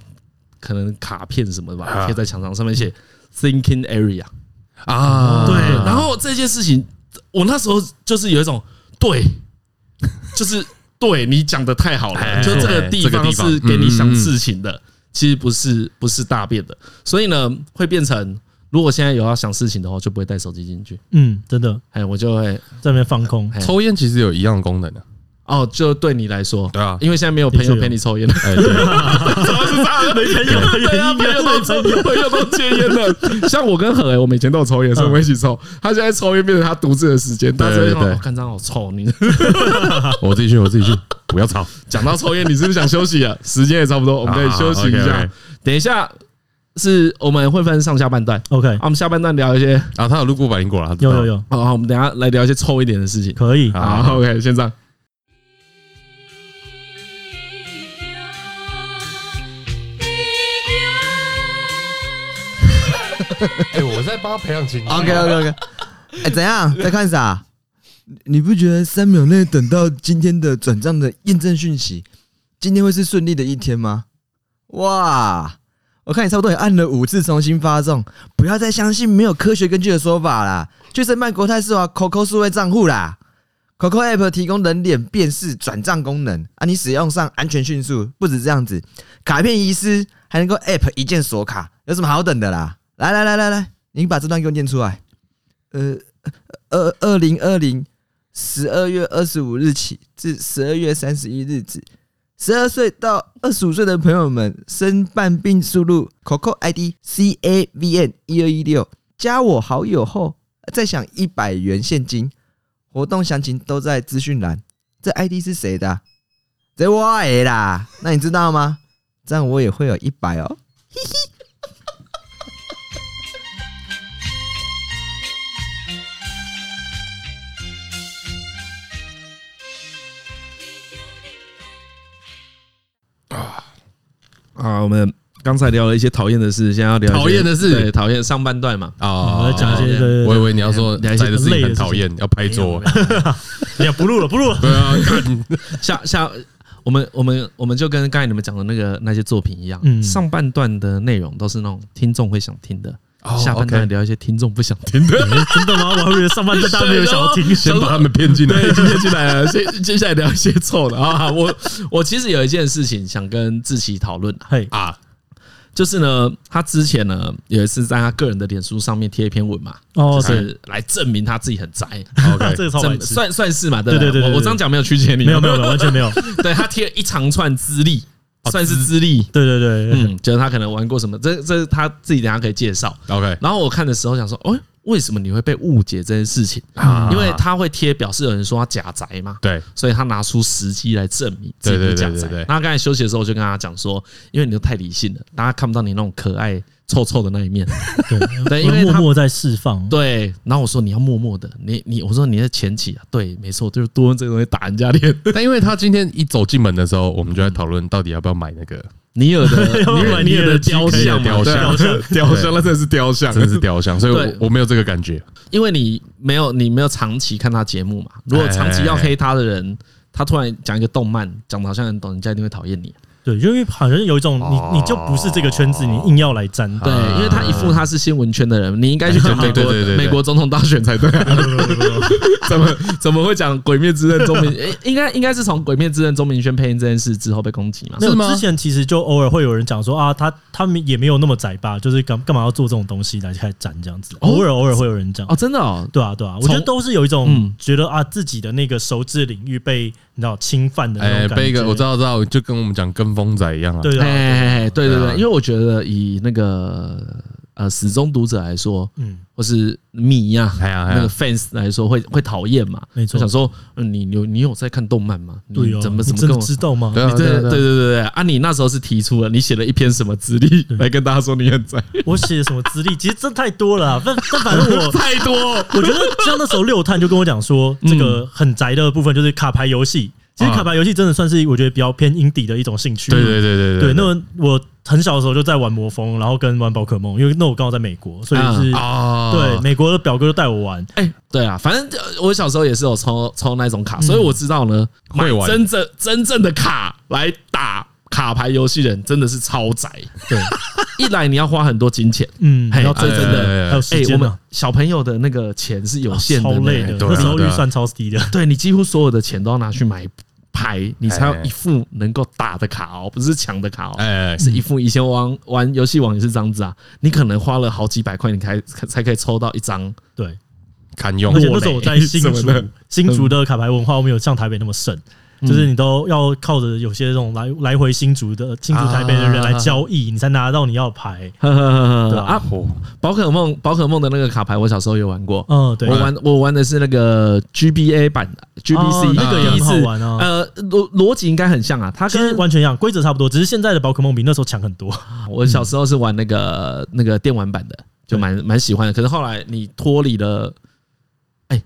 [SPEAKER 3] 可能卡片什么的吧，
[SPEAKER 1] 啊
[SPEAKER 3] 贴在墙上，上面写 thinking area。
[SPEAKER 1] 啊，
[SPEAKER 3] 对，然后这件事情，我那时候就是有一种对，就是对你讲的太好
[SPEAKER 1] 哎
[SPEAKER 3] 了，就这个地
[SPEAKER 1] 这个地
[SPEAKER 3] 方
[SPEAKER 1] 方
[SPEAKER 3] 是给你想
[SPEAKER 1] 嗯嗯嗯
[SPEAKER 3] 事情的，其实不是不是大便的，所以呢，会变成如果现在有要想事情的话，就不会带手机进去，
[SPEAKER 4] 嗯，真的
[SPEAKER 3] 哎，我就会
[SPEAKER 4] 在那边放空，
[SPEAKER 3] 哎
[SPEAKER 1] 抽烟其实有一样的功能的，啊
[SPEAKER 3] 哦，就对你来说，
[SPEAKER 1] 对啊
[SPEAKER 3] 因为现在没有朋
[SPEAKER 4] 的确
[SPEAKER 3] 友
[SPEAKER 4] 有
[SPEAKER 3] 陪你抽烟了，
[SPEAKER 1] 哎，对，
[SPEAKER 3] 对啊，
[SPEAKER 4] 没朋友的原因
[SPEAKER 3] 朋友都
[SPEAKER 4] 真
[SPEAKER 3] 抽，朋友都戒烟了。 嗯
[SPEAKER 2] 像我跟何哎，我们以前都有抽烟，所以我们一起抽。他现在抽烟变成他独自的时间，他
[SPEAKER 3] 大家
[SPEAKER 2] 只会
[SPEAKER 3] 就会
[SPEAKER 2] 想
[SPEAKER 3] 说
[SPEAKER 1] 对
[SPEAKER 3] 哦看这样好臭，你
[SPEAKER 1] 啊我自己去，我自己去，不要吵。
[SPEAKER 2] 讲到抽烟，你是不是想休息啊？ 时间也差不多，我们可以休息一
[SPEAKER 1] 啊
[SPEAKER 2] 下
[SPEAKER 1] ，OK，OK。
[SPEAKER 3] 等一下是我们会分上下半段，
[SPEAKER 4] OK，
[SPEAKER 3] 啊我们下半段聊一些，哦
[SPEAKER 1] 啊，他有路过百灵果了，他知道
[SPEAKER 4] 有有，有，
[SPEAKER 3] 好，好我们等一下来聊一些臭一点的事情。
[SPEAKER 4] 可以。
[SPEAKER 1] 好
[SPEAKER 2] 好，OK，先这样。
[SPEAKER 1] 哎，我在帮他培养情
[SPEAKER 5] OK OK OK，哎、怎样？在看啥？你不觉得三秒内等到今天的转账的验证讯息，今天会是顺利的一天吗？哇！我看你差不多也按了五次重新发送，不要再相信没有科学根据的说法啦！去申办国泰世华 COCO 数位账户啦！COCO App 提供人脸辨识转账功能，啊，你使用上安全迅速。不止这样子，卡片遗失还能够 App 一键锁卡，有什么好等的啦？来来来来来，你把这段给我念出来。呃，二二零二零十二月二十五日起至十二月三十一日止，十二岁到二十五岁的朋友们，申办并输入 COCO ID C A V N 一二一六，加我好友后再享一百元现金。活动详情都在资讯栏。这 ID 是谁的啊、这我的啦，那你知道吗？这样我也会有一百哦。
[SPEAKER 3] 啊，我们刚才聊了一些讨厌的事，现在要聊一些
[SPEAKER 1] 讨厌的事
[SPEAKER 3] 对，讨厌上半段嘛。
[SPEAKER 1] 啊，
[SPEAKER 4] 我在讲一些对对
[SPEAKER 1] 我以
[SPEAKER 4] 对
[SPEAKER 1] 为你要说在
[SPEAKER 3] 聊一些
[SPEAKER 1] 的事情很讨厌，要拍桌。
[SPEAKER 4] 哎呀，不录了，不录了。
[SPEAKER 1] 对啊，干
[SPEAKER 3] 下下，我们我们我们就跟刚才你们讲的那个那些作品一样，
[SPEAKER 4] 嗯
[SPEAKER 3] 上半段的内容都是那种听众会想听的，
[SPEAKER 1] 哦
[SPEAKER 3] 下半
[SPEAKER 1] OK
[SPEAKER 3] 段聊一些听众不想听的。
[SPEAKER 4] 哎真的吗？我还以为上半段大家没有想要听。
[SPEAKER 1] 先把他们骗进来。
[SPEAKER 3] 对，今天进来了，接接下来聊一些臭的啊。我我其实有一件事情想跟志奇讨论啊，
[SPEAKER 4] 嘿，
[SPEAKER 1] 啊，
[SPEAKER 3] 就是呢，他之前呢有一次在他个人的脸书上面贴一篇文嘛，
[SPEAKER 4] 哦
[SPEAKER 3] 就，
[SPEAKER 4] 对，
[SPEAKER 3] 是来证明他自己很宅，
[SPEAKER 1] OK
[SPEAKER 4] 这个超白
[SPEAKER 3] 证
[SPEAKER 4] 痴，
[SPEAKER 3] 算算是嘛，对不
[SPEAKER 4] 对对对对
[SPEAKER 3] 我我
[SPEAKER 4] 对
[SPEAKER 3] 这样讲没有曲解你，啊
[SPEAKER 4] 没有没有哦没有，完全没有。对
[SPEAKER 3] 对他贴了一长串资历，算是资历，
[SPEAKER 4] 对对，对
[SPEAKER 3] 嗯，就是他可能玩过什么，这这他自己等一下可以介绍。
[SPEAKER 1] OK
[SPEAKER 3] 然后我看的时候想说，哦，为什么你会被误解这件事情？
[SPEAKER 1] 啊
[SPEAKER 3] 因为他会贴表示有人说他假宅嘛，
[SPEAKER 1] 对
[SPEAKER 3] 所以他拿出时机来证明自
[SPEAKER 1] 对
[SPEAKER 3] 己不
[SPEAKER 1] 对
[SPEAKER 3] 假
[SPEAKER 1] 对对
[SPEAKER 3] 宅
[SPEAKER 1] 对。
[SPEAKER 3] 那刚才休息的时候，我就跟他讲说，因为你都太理性了，大家看不到你那种可爱臭臭的那一面。 对，因为
[SPEAKER 4] 默
[SPEAKER 3] 他
[SPEAKER 4] 默在释放。
[SPEAKER 3] 对，然后我说你要默默的，你你我说你在前期啊，对，没错，就是多用这个东西打人家脸。
[SPEAKER 1] 但因为他今天一走进门的时候，我们就在讨论到底要不要买那个，
[SPEAKER 3] 尼尔 的
[SPEAKER 4] 要
[SPEAKER 3] 尼
[SPEAKER 4] 不
[SPEAKER 3] 尔
[SPEAKER 4] 然
[SPEAKER 3] 尼
[SPEAKER 4] 你
[SPEAKER 3] 尔
[SPEAKER 4] 也
[SPEAKER 3] 的
[SPEAKER 4] 是
[SPEAKER 3] 雕
[SPEAKER 1] GK 的
[SPEAKER 3] 像嘛，
[SPEAKER 1] 雕
[SPEAKER 3] 对啊
[SPEAKER 1] 像
[SPEAKER 2] 雕像，那真的是雕像，
[SPEAKER 1] 真的是雕像，所以
[SPEAKER 3] 对
[SPEAKER 1] 我我没有这个感觉。
[SPEAKER 3] 因为你没有你没有长期看他节目嘛，如果长期要黑他的
[SPEAKER 1] 哎
[SPEAKER 3] 人，他突然讲一个动漫，讲的好像很懂，人家一定会讨厌你。
[SPEAKER 4] 对，因为好像有一种你你就不是这个圈子，你硬要来沾。
[SPEAKER 3] 对，因为他一副他是新闻圈的人，你应该去讲美
[SPEAKER 1] 啊对
[SPEAKER 3] 国
[SPEAKER 1] 对对对对
[SPEAKER 3] 美国总统大选才 对、啊，怎么怎么会讲《鬼灭之刃》钟明？诶应该应该是从《鬼灭之刃》钟明轩配音这件事之后被攻击嘛？
[SPEAKER 4] 没
[SPEAKER 1] 是
[SPEAKER 4] 有，
[SPEAKER 1] 吗
[SPEAKER 4] 之前其实就偶尔会有人讲说啊，他他们也没有那么宅吧，就是干干嘛要做这种东西来开始展这样子。偶尔偶尔会有人讲
[SPEAKER 3] 哦，，真的哦，
[SPEAKER 4] 对啊对啊，我觉得
[SPEAKER 3] 从
[SPEAKER 4] 都是有一种
[SPEAKER 3] 嗯
[SPEAKER 4] 觉得啊自己的那个熟知领域被你知道侵犯的那
[SPEAKER 1] 哎，
[SPEAKER 4] 种感觉。
[SPEAKER 1] 被一个我知道知道，就跟我们讲跟风仔一样啊。
[SPEAKER 4] 对
[SPEAKER 3] 哎
[SPEAKER 4] 对啊，
[SPEAKER 3] 哎，哎对对
[SPEAKER 1] 对啊
[SPEAKER 3] 对，因为我觉得以那个呃始终读者来说，
[SPEAKER 4] 嗯，
[SPEAKER 3] 或是迷呀、
[SPEAKER 1] 哎呀哎呀
[SPEAKER 3] 那个 fans 来说会会讨厌嘛？
[SPEAKER 4] 没错
[SPEAKER 3] 我想说，嗯你有你有在看动漫吗？
[SPEAKER 4] 对
[SPEAKER 3] 你
[SPEAKER 4] 哦，
[SPEAKER 3] 怎么
[SPEAKER 4] 你
[SPEAKER 3] 怎么
[SPEAKER 4] 真
[SPEAKER 3] 跟
[SPEAKER 4] 的
[SPEAKER 3] 我？
[SPEAKER 4] 知道吗？
[SPEAKER 1] 对啊
[SPEAKER 3] 你对
[SPEAKER 1] 对
[SPEAKER 3] 对对对对啊！你那时候是提出了，你写了一篇什么资历来跟大家说你很在，
[SPEAKER 4] 我写的什么资历，其实真太多了啊、但但反 正我
[SPEAKER 3] 太多。
[SPEAKER 4] 我觉得像那时候六探就跟我讲说，这
[SPEAKER 1] 嗯
[SPEAKER 4] 个很宅的部分就是卡牌游戏。其实卡牌游戏真的算是我觉得比较偏阴底的一种兴趣。
[SPEAKER 1] 啊对对对
[SPEAKER 4] 对，那么我很小的时候就在玩魔风，然后跟玩宝可梦，因为那我刚好在美国，所以是
[SPEAKER 1] 啊，
[SPEAKER 4] 对美国的表哥就带我玩。
[SPEAKER 3] 哎，对啊，反正呃我小时候也是有抽抽那种卡，所以我知道呢，买
[SPEAKER 1] 会玩
[SPEAKER 3] 真正真正的卡来打卡牌游戏的人真的是超宅。
[SPEAKER 4] 对，
[SPEAKER 3] 一来你要花很多金钱，
[SPEAKER 4] 嗯，
[SPEAKER 3] 嘿
[SPEAKER 4] 然后最
[SPEAKER 3] 这真的
[SPEAKER 1] 哎
[SPEAKER 4] 还有时
[SPEAKER 3] 哎，我
[SPEAKER 4] 间啊
[SPEAKER 3] 们
[SPEAKER 4] 嘛，
[SPEAKER 3] 小朋友的那个钱是有
[SPEAKER 4] 啊
[SPEAKER 3] 哦限的
[SPEAKER 4] 超
[SPEAKER 3] 呢，
[SPEAKER 4] 累的，
[SPEAKER 1] 对啊
[SPEAKER 4] 那时候
[SPEAKER 1] 对
[SPEAKER 4] 预
[SPEAKER 1] 啊
[SPEAKER 4] 算超低的。
[SPEAKER 3] 对你几乎所有的钱都要拿去买
[SPEAKER 4] 哎
[SPEAKER 3] 牌，你才有一副能够打的卡哦，不是抢的卡哦，
[SPEAKER 1] 哎，
[SPEAKER 3] 是一副。以前玩玩游戏王也是这样子啊，你可能花了好几百块，你才才可以抽到一张。
[SPEAKER 4] 对，
[SPEAKER 1] 堪用
[SPEAKER 4] 而且那时候我在新
[SPEAKER 2] 什
[SPEAKER 4] 竹
[SPEAKER 2] 么的，
[SPEAKER 4] 新竹的卡牌文化没有像台北那么盛，就是你都要靠着有些这种来来回新竹的新竹台北的人来交易，你才拿到你要的牌。
[SPEAKER 3] 呵呵呵呵
[SPEAKER 4] 对啊
[SPEAKER 3] 啊，宝可梦宝可梦的那个卡牌，我小时候有玩过。
[SPEAKER 4] 嗯，对
[SPEAKER 3] 我，玩我玩的是那个 GBA 版的 GBC，
[SPEAKER 4] 哦那个也
[SPEAKER 3] 第一
[SPEAKER 4] 很好
[SPEAKER 3] 次
[SPEAKER 4] 玩啊。
[SPEAKER 3] 呃逻逻辑应该很像啊，它
[SPEAKER 4] 其实
[SPEAKER 3] 跟
[SPEAKER 4] 完全一样，规则差不多，只是现在的宝可梦比那时候强很多。
[SPEAKER 3] 我小时候是玩那个那个电玩版的，就蛮蛮喜欢的。可是后来你脱离了，哎，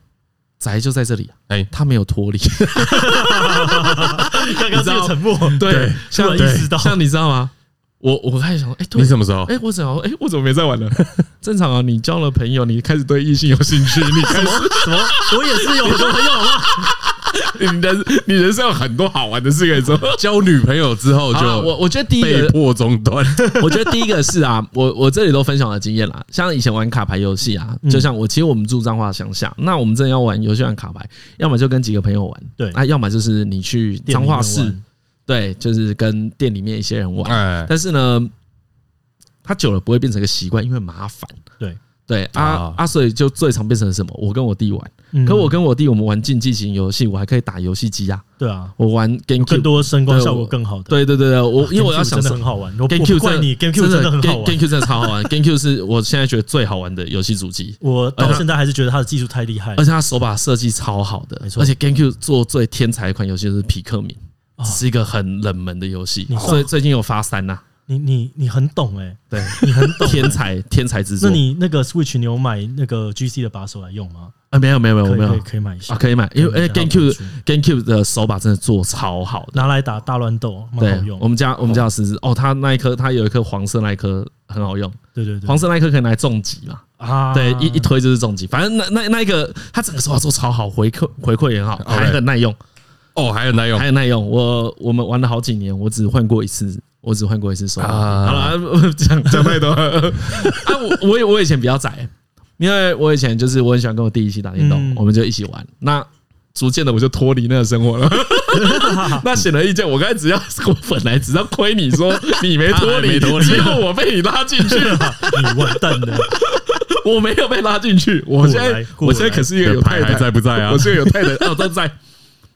[SPEAKER 3] 宅就在这里，
[SPEAKER 1] 哎
[SPEAKER 3] 哎，他没有脱离，
[SPEAKER 4] 刚刚这个沉默，
[SPEAKER 3] 对，
[SPEAKER 4] 突
[SPEAKER 3] 像
[SPEAKER 4] 然意识到，
[SPEAKER 3] 像你知道吗？我我开始想说，哎，对
[SPEAKER 1] 你，什么时候？
[SPEAKER 3] 哎，我怎么哎我怎么没在玩呢？ 正常啊，你交了朋友，你开始对异性有兴趣，你开始
[SPEAKER 4] 什么？我也是有很多朋友好不好
[SPEAKER 2] 你 人你人生有很多好玩的事可以做，
[SPEAKER 1] 交女朋友之后
[SPEAKER 3] 好啦我
[SPEAKER 1] 就
[SPEAKER 3] 我觉得第一
[SPEAKER 1] 被
[SPEAKER 3] 个，
[SPEAKER 1] 迫中断，
[SPEAKER 3] 我觉得第一个是啊，我我这里都分享了经验啦，像以前玩卡牌游戏啊，
[SPEAKER 4] 嗯
[SPEAKER 3] 就像我其实我们住彰化乡下，那我们真的要玩游戏玩卡牌，要么就跟几个朋友玩，
[SPEAKER 4] 对
[SPEAKER 3] 啊，要么就是你去
[SPEAKER 4] 店
[SPEAKER 3] 彰
[SPEAKER 4] 里面
[SPEAKER 3] 化
[SPEAKER 4] 玩啊
[SPEAKER 3] 市，对，就是跟店里面一些人玩，
[SPEAKER 1] 哎，
[SPEAKER 3] 但是呢，它久了不会变成一个习惯，因为麻烦，
[SPEAKER 4] 对
[SPEAKER 3] 对啊
[SPEAKER 1] 啊
[SPEAKER 3] 啊，所以就最常变成什么？我跟我弟玩，
[SPEAKER 4] 嗯
[SPEAKER 3] 可我跟我弟我们玩竞技型游戏，我还可以打游戏机啊，
[SPEAKER 4] 对啊，
[SPEAKER 3] 我玩 Game
[SPEAKER 4] 有更
[SPEAKER 3] Cube，
[SPEAKER 4] 多声光
[SPEAKER 3] 对
[SPEAKER 4] 效
[SPEAKER 3] 我
[SPEAKER 4] 果更好的。
[SPEAKER 3] 对对对对，我因为我要
[SPEAKER 4] GameCube
[SPEAKER 3] 想
[SPEAKER 4] 真
[SPEAKER 3] 说
[SPEAKER 4] 的很好玩，我我
[SPEAKER 3] GameCube
[SPEAKER 4] 哦不怪你，GameCube 真的很好
[SPEAKER 3] Game-
[SPEAKER 4] 玩。
[SPEAKER 3] GameCube 真的超好玩，GameCube 是我现在觉得最好玩的游戏主机，
[SPEAKER 4] 我到现在还是觉得它的技术太厉害
[SPEAKER 3] 而，且它手把设计超好的
[SPEAKER 4] 哎没，错
[SPEAKER 3] 而且 GameCube 做最天才的一款游戏就是匹克敏
[SPEAKER 4] 哦，
[SPEAKER 3] 是一个很冷门的游戏
[SPEAKER 4] 你，
[SPEAKER 3] 所以最近有发三呐，
[SPEAKER 4] 你你你很懂哎、
[SPEAKER 3] 对，
[SPEAKER 4] 你很懂。
[SPEAKER 3] 天才天才之作。
[SPEAKER 4] 那你那个 Switch 你有买那个 GC 的把手来用吗？
[SPEAKER 3] 啊没有没有没有
[SPEAKER 4] 可以
[SPEAKER 3] 没
[SPEAKER 4] 可以
[SPEAKER 3] 有
[SPEAKER 4] 可以买一下
[SPEAKER 3] 啊，可以买，因为哎
[SPEAKER 4] 可以
[SPEAKER 3] GameCube
[SPEAKER 4] 可以
[SPEAKER 3] GameCube 的手把真的做超好的，
[SPEAKER 4] 拿来打大乱斗蛮
[SPEAKER 3] 对
[SPEAKER 4] 好用
[SPEAKER 3] 我。们家我们家的狮子哦，它那一颗它有一颗黄色那一颗很好用，
[SPEAKER 4] 对对对，
[SPEAKER 3] 黄色那一颗可以拿来重击嘛。
[SPEAKER 4] 啊
[SPEAKER 3] 对，一一推就是重击，反正那那那一个他整个手法做超好，回馈回馈也很好，
[SPEAKER 1] OK
[SPEAKER 3] 还很耐用，
[SPEAKER 1] 哦，还有耐用
[SPEAKER 3] 还很耐用。我我们玩了好几年，我只换过一次，我只换过一次手法。
[SPEAKER 1] 啊
[SPEAKER 3] 好了， 讲
[SPEAKER 2] 讲
[SPEAKER 3] 讲
[SPEAKER 2] 太多了。
[SPEAKER 3] 啊，我我也我以前比较宅，因为我以前就是我很喜欢跟我弟一起打电动
[SPEAKER 4] 嗯，
[SPEAKER 3] 我们就一起玩。那逐渐的我就脱离那个生活了，那显而易见，我刚才只要我本来只要亏你说你没脱
[SPEAKER 1] 他还没
[SPEAKER 3] 离，
[SPEAKER 1] 脱离
[SPEAKER 3] 结果我被你拉进去了，
[SPEAKER 4] 你完蛋了，
[SPEAKER 3] 我没有被拉进去，我现在
[SPEAKER 4] 过来
[SPEAKER 3] 我现在可是一个有太
[SPEAKER 1] 牌
[SPEAKER 3] 太
[SPEAKER 1] 还在不在啊
[SPEAKER 3] 我？是个有太太，哦，都在，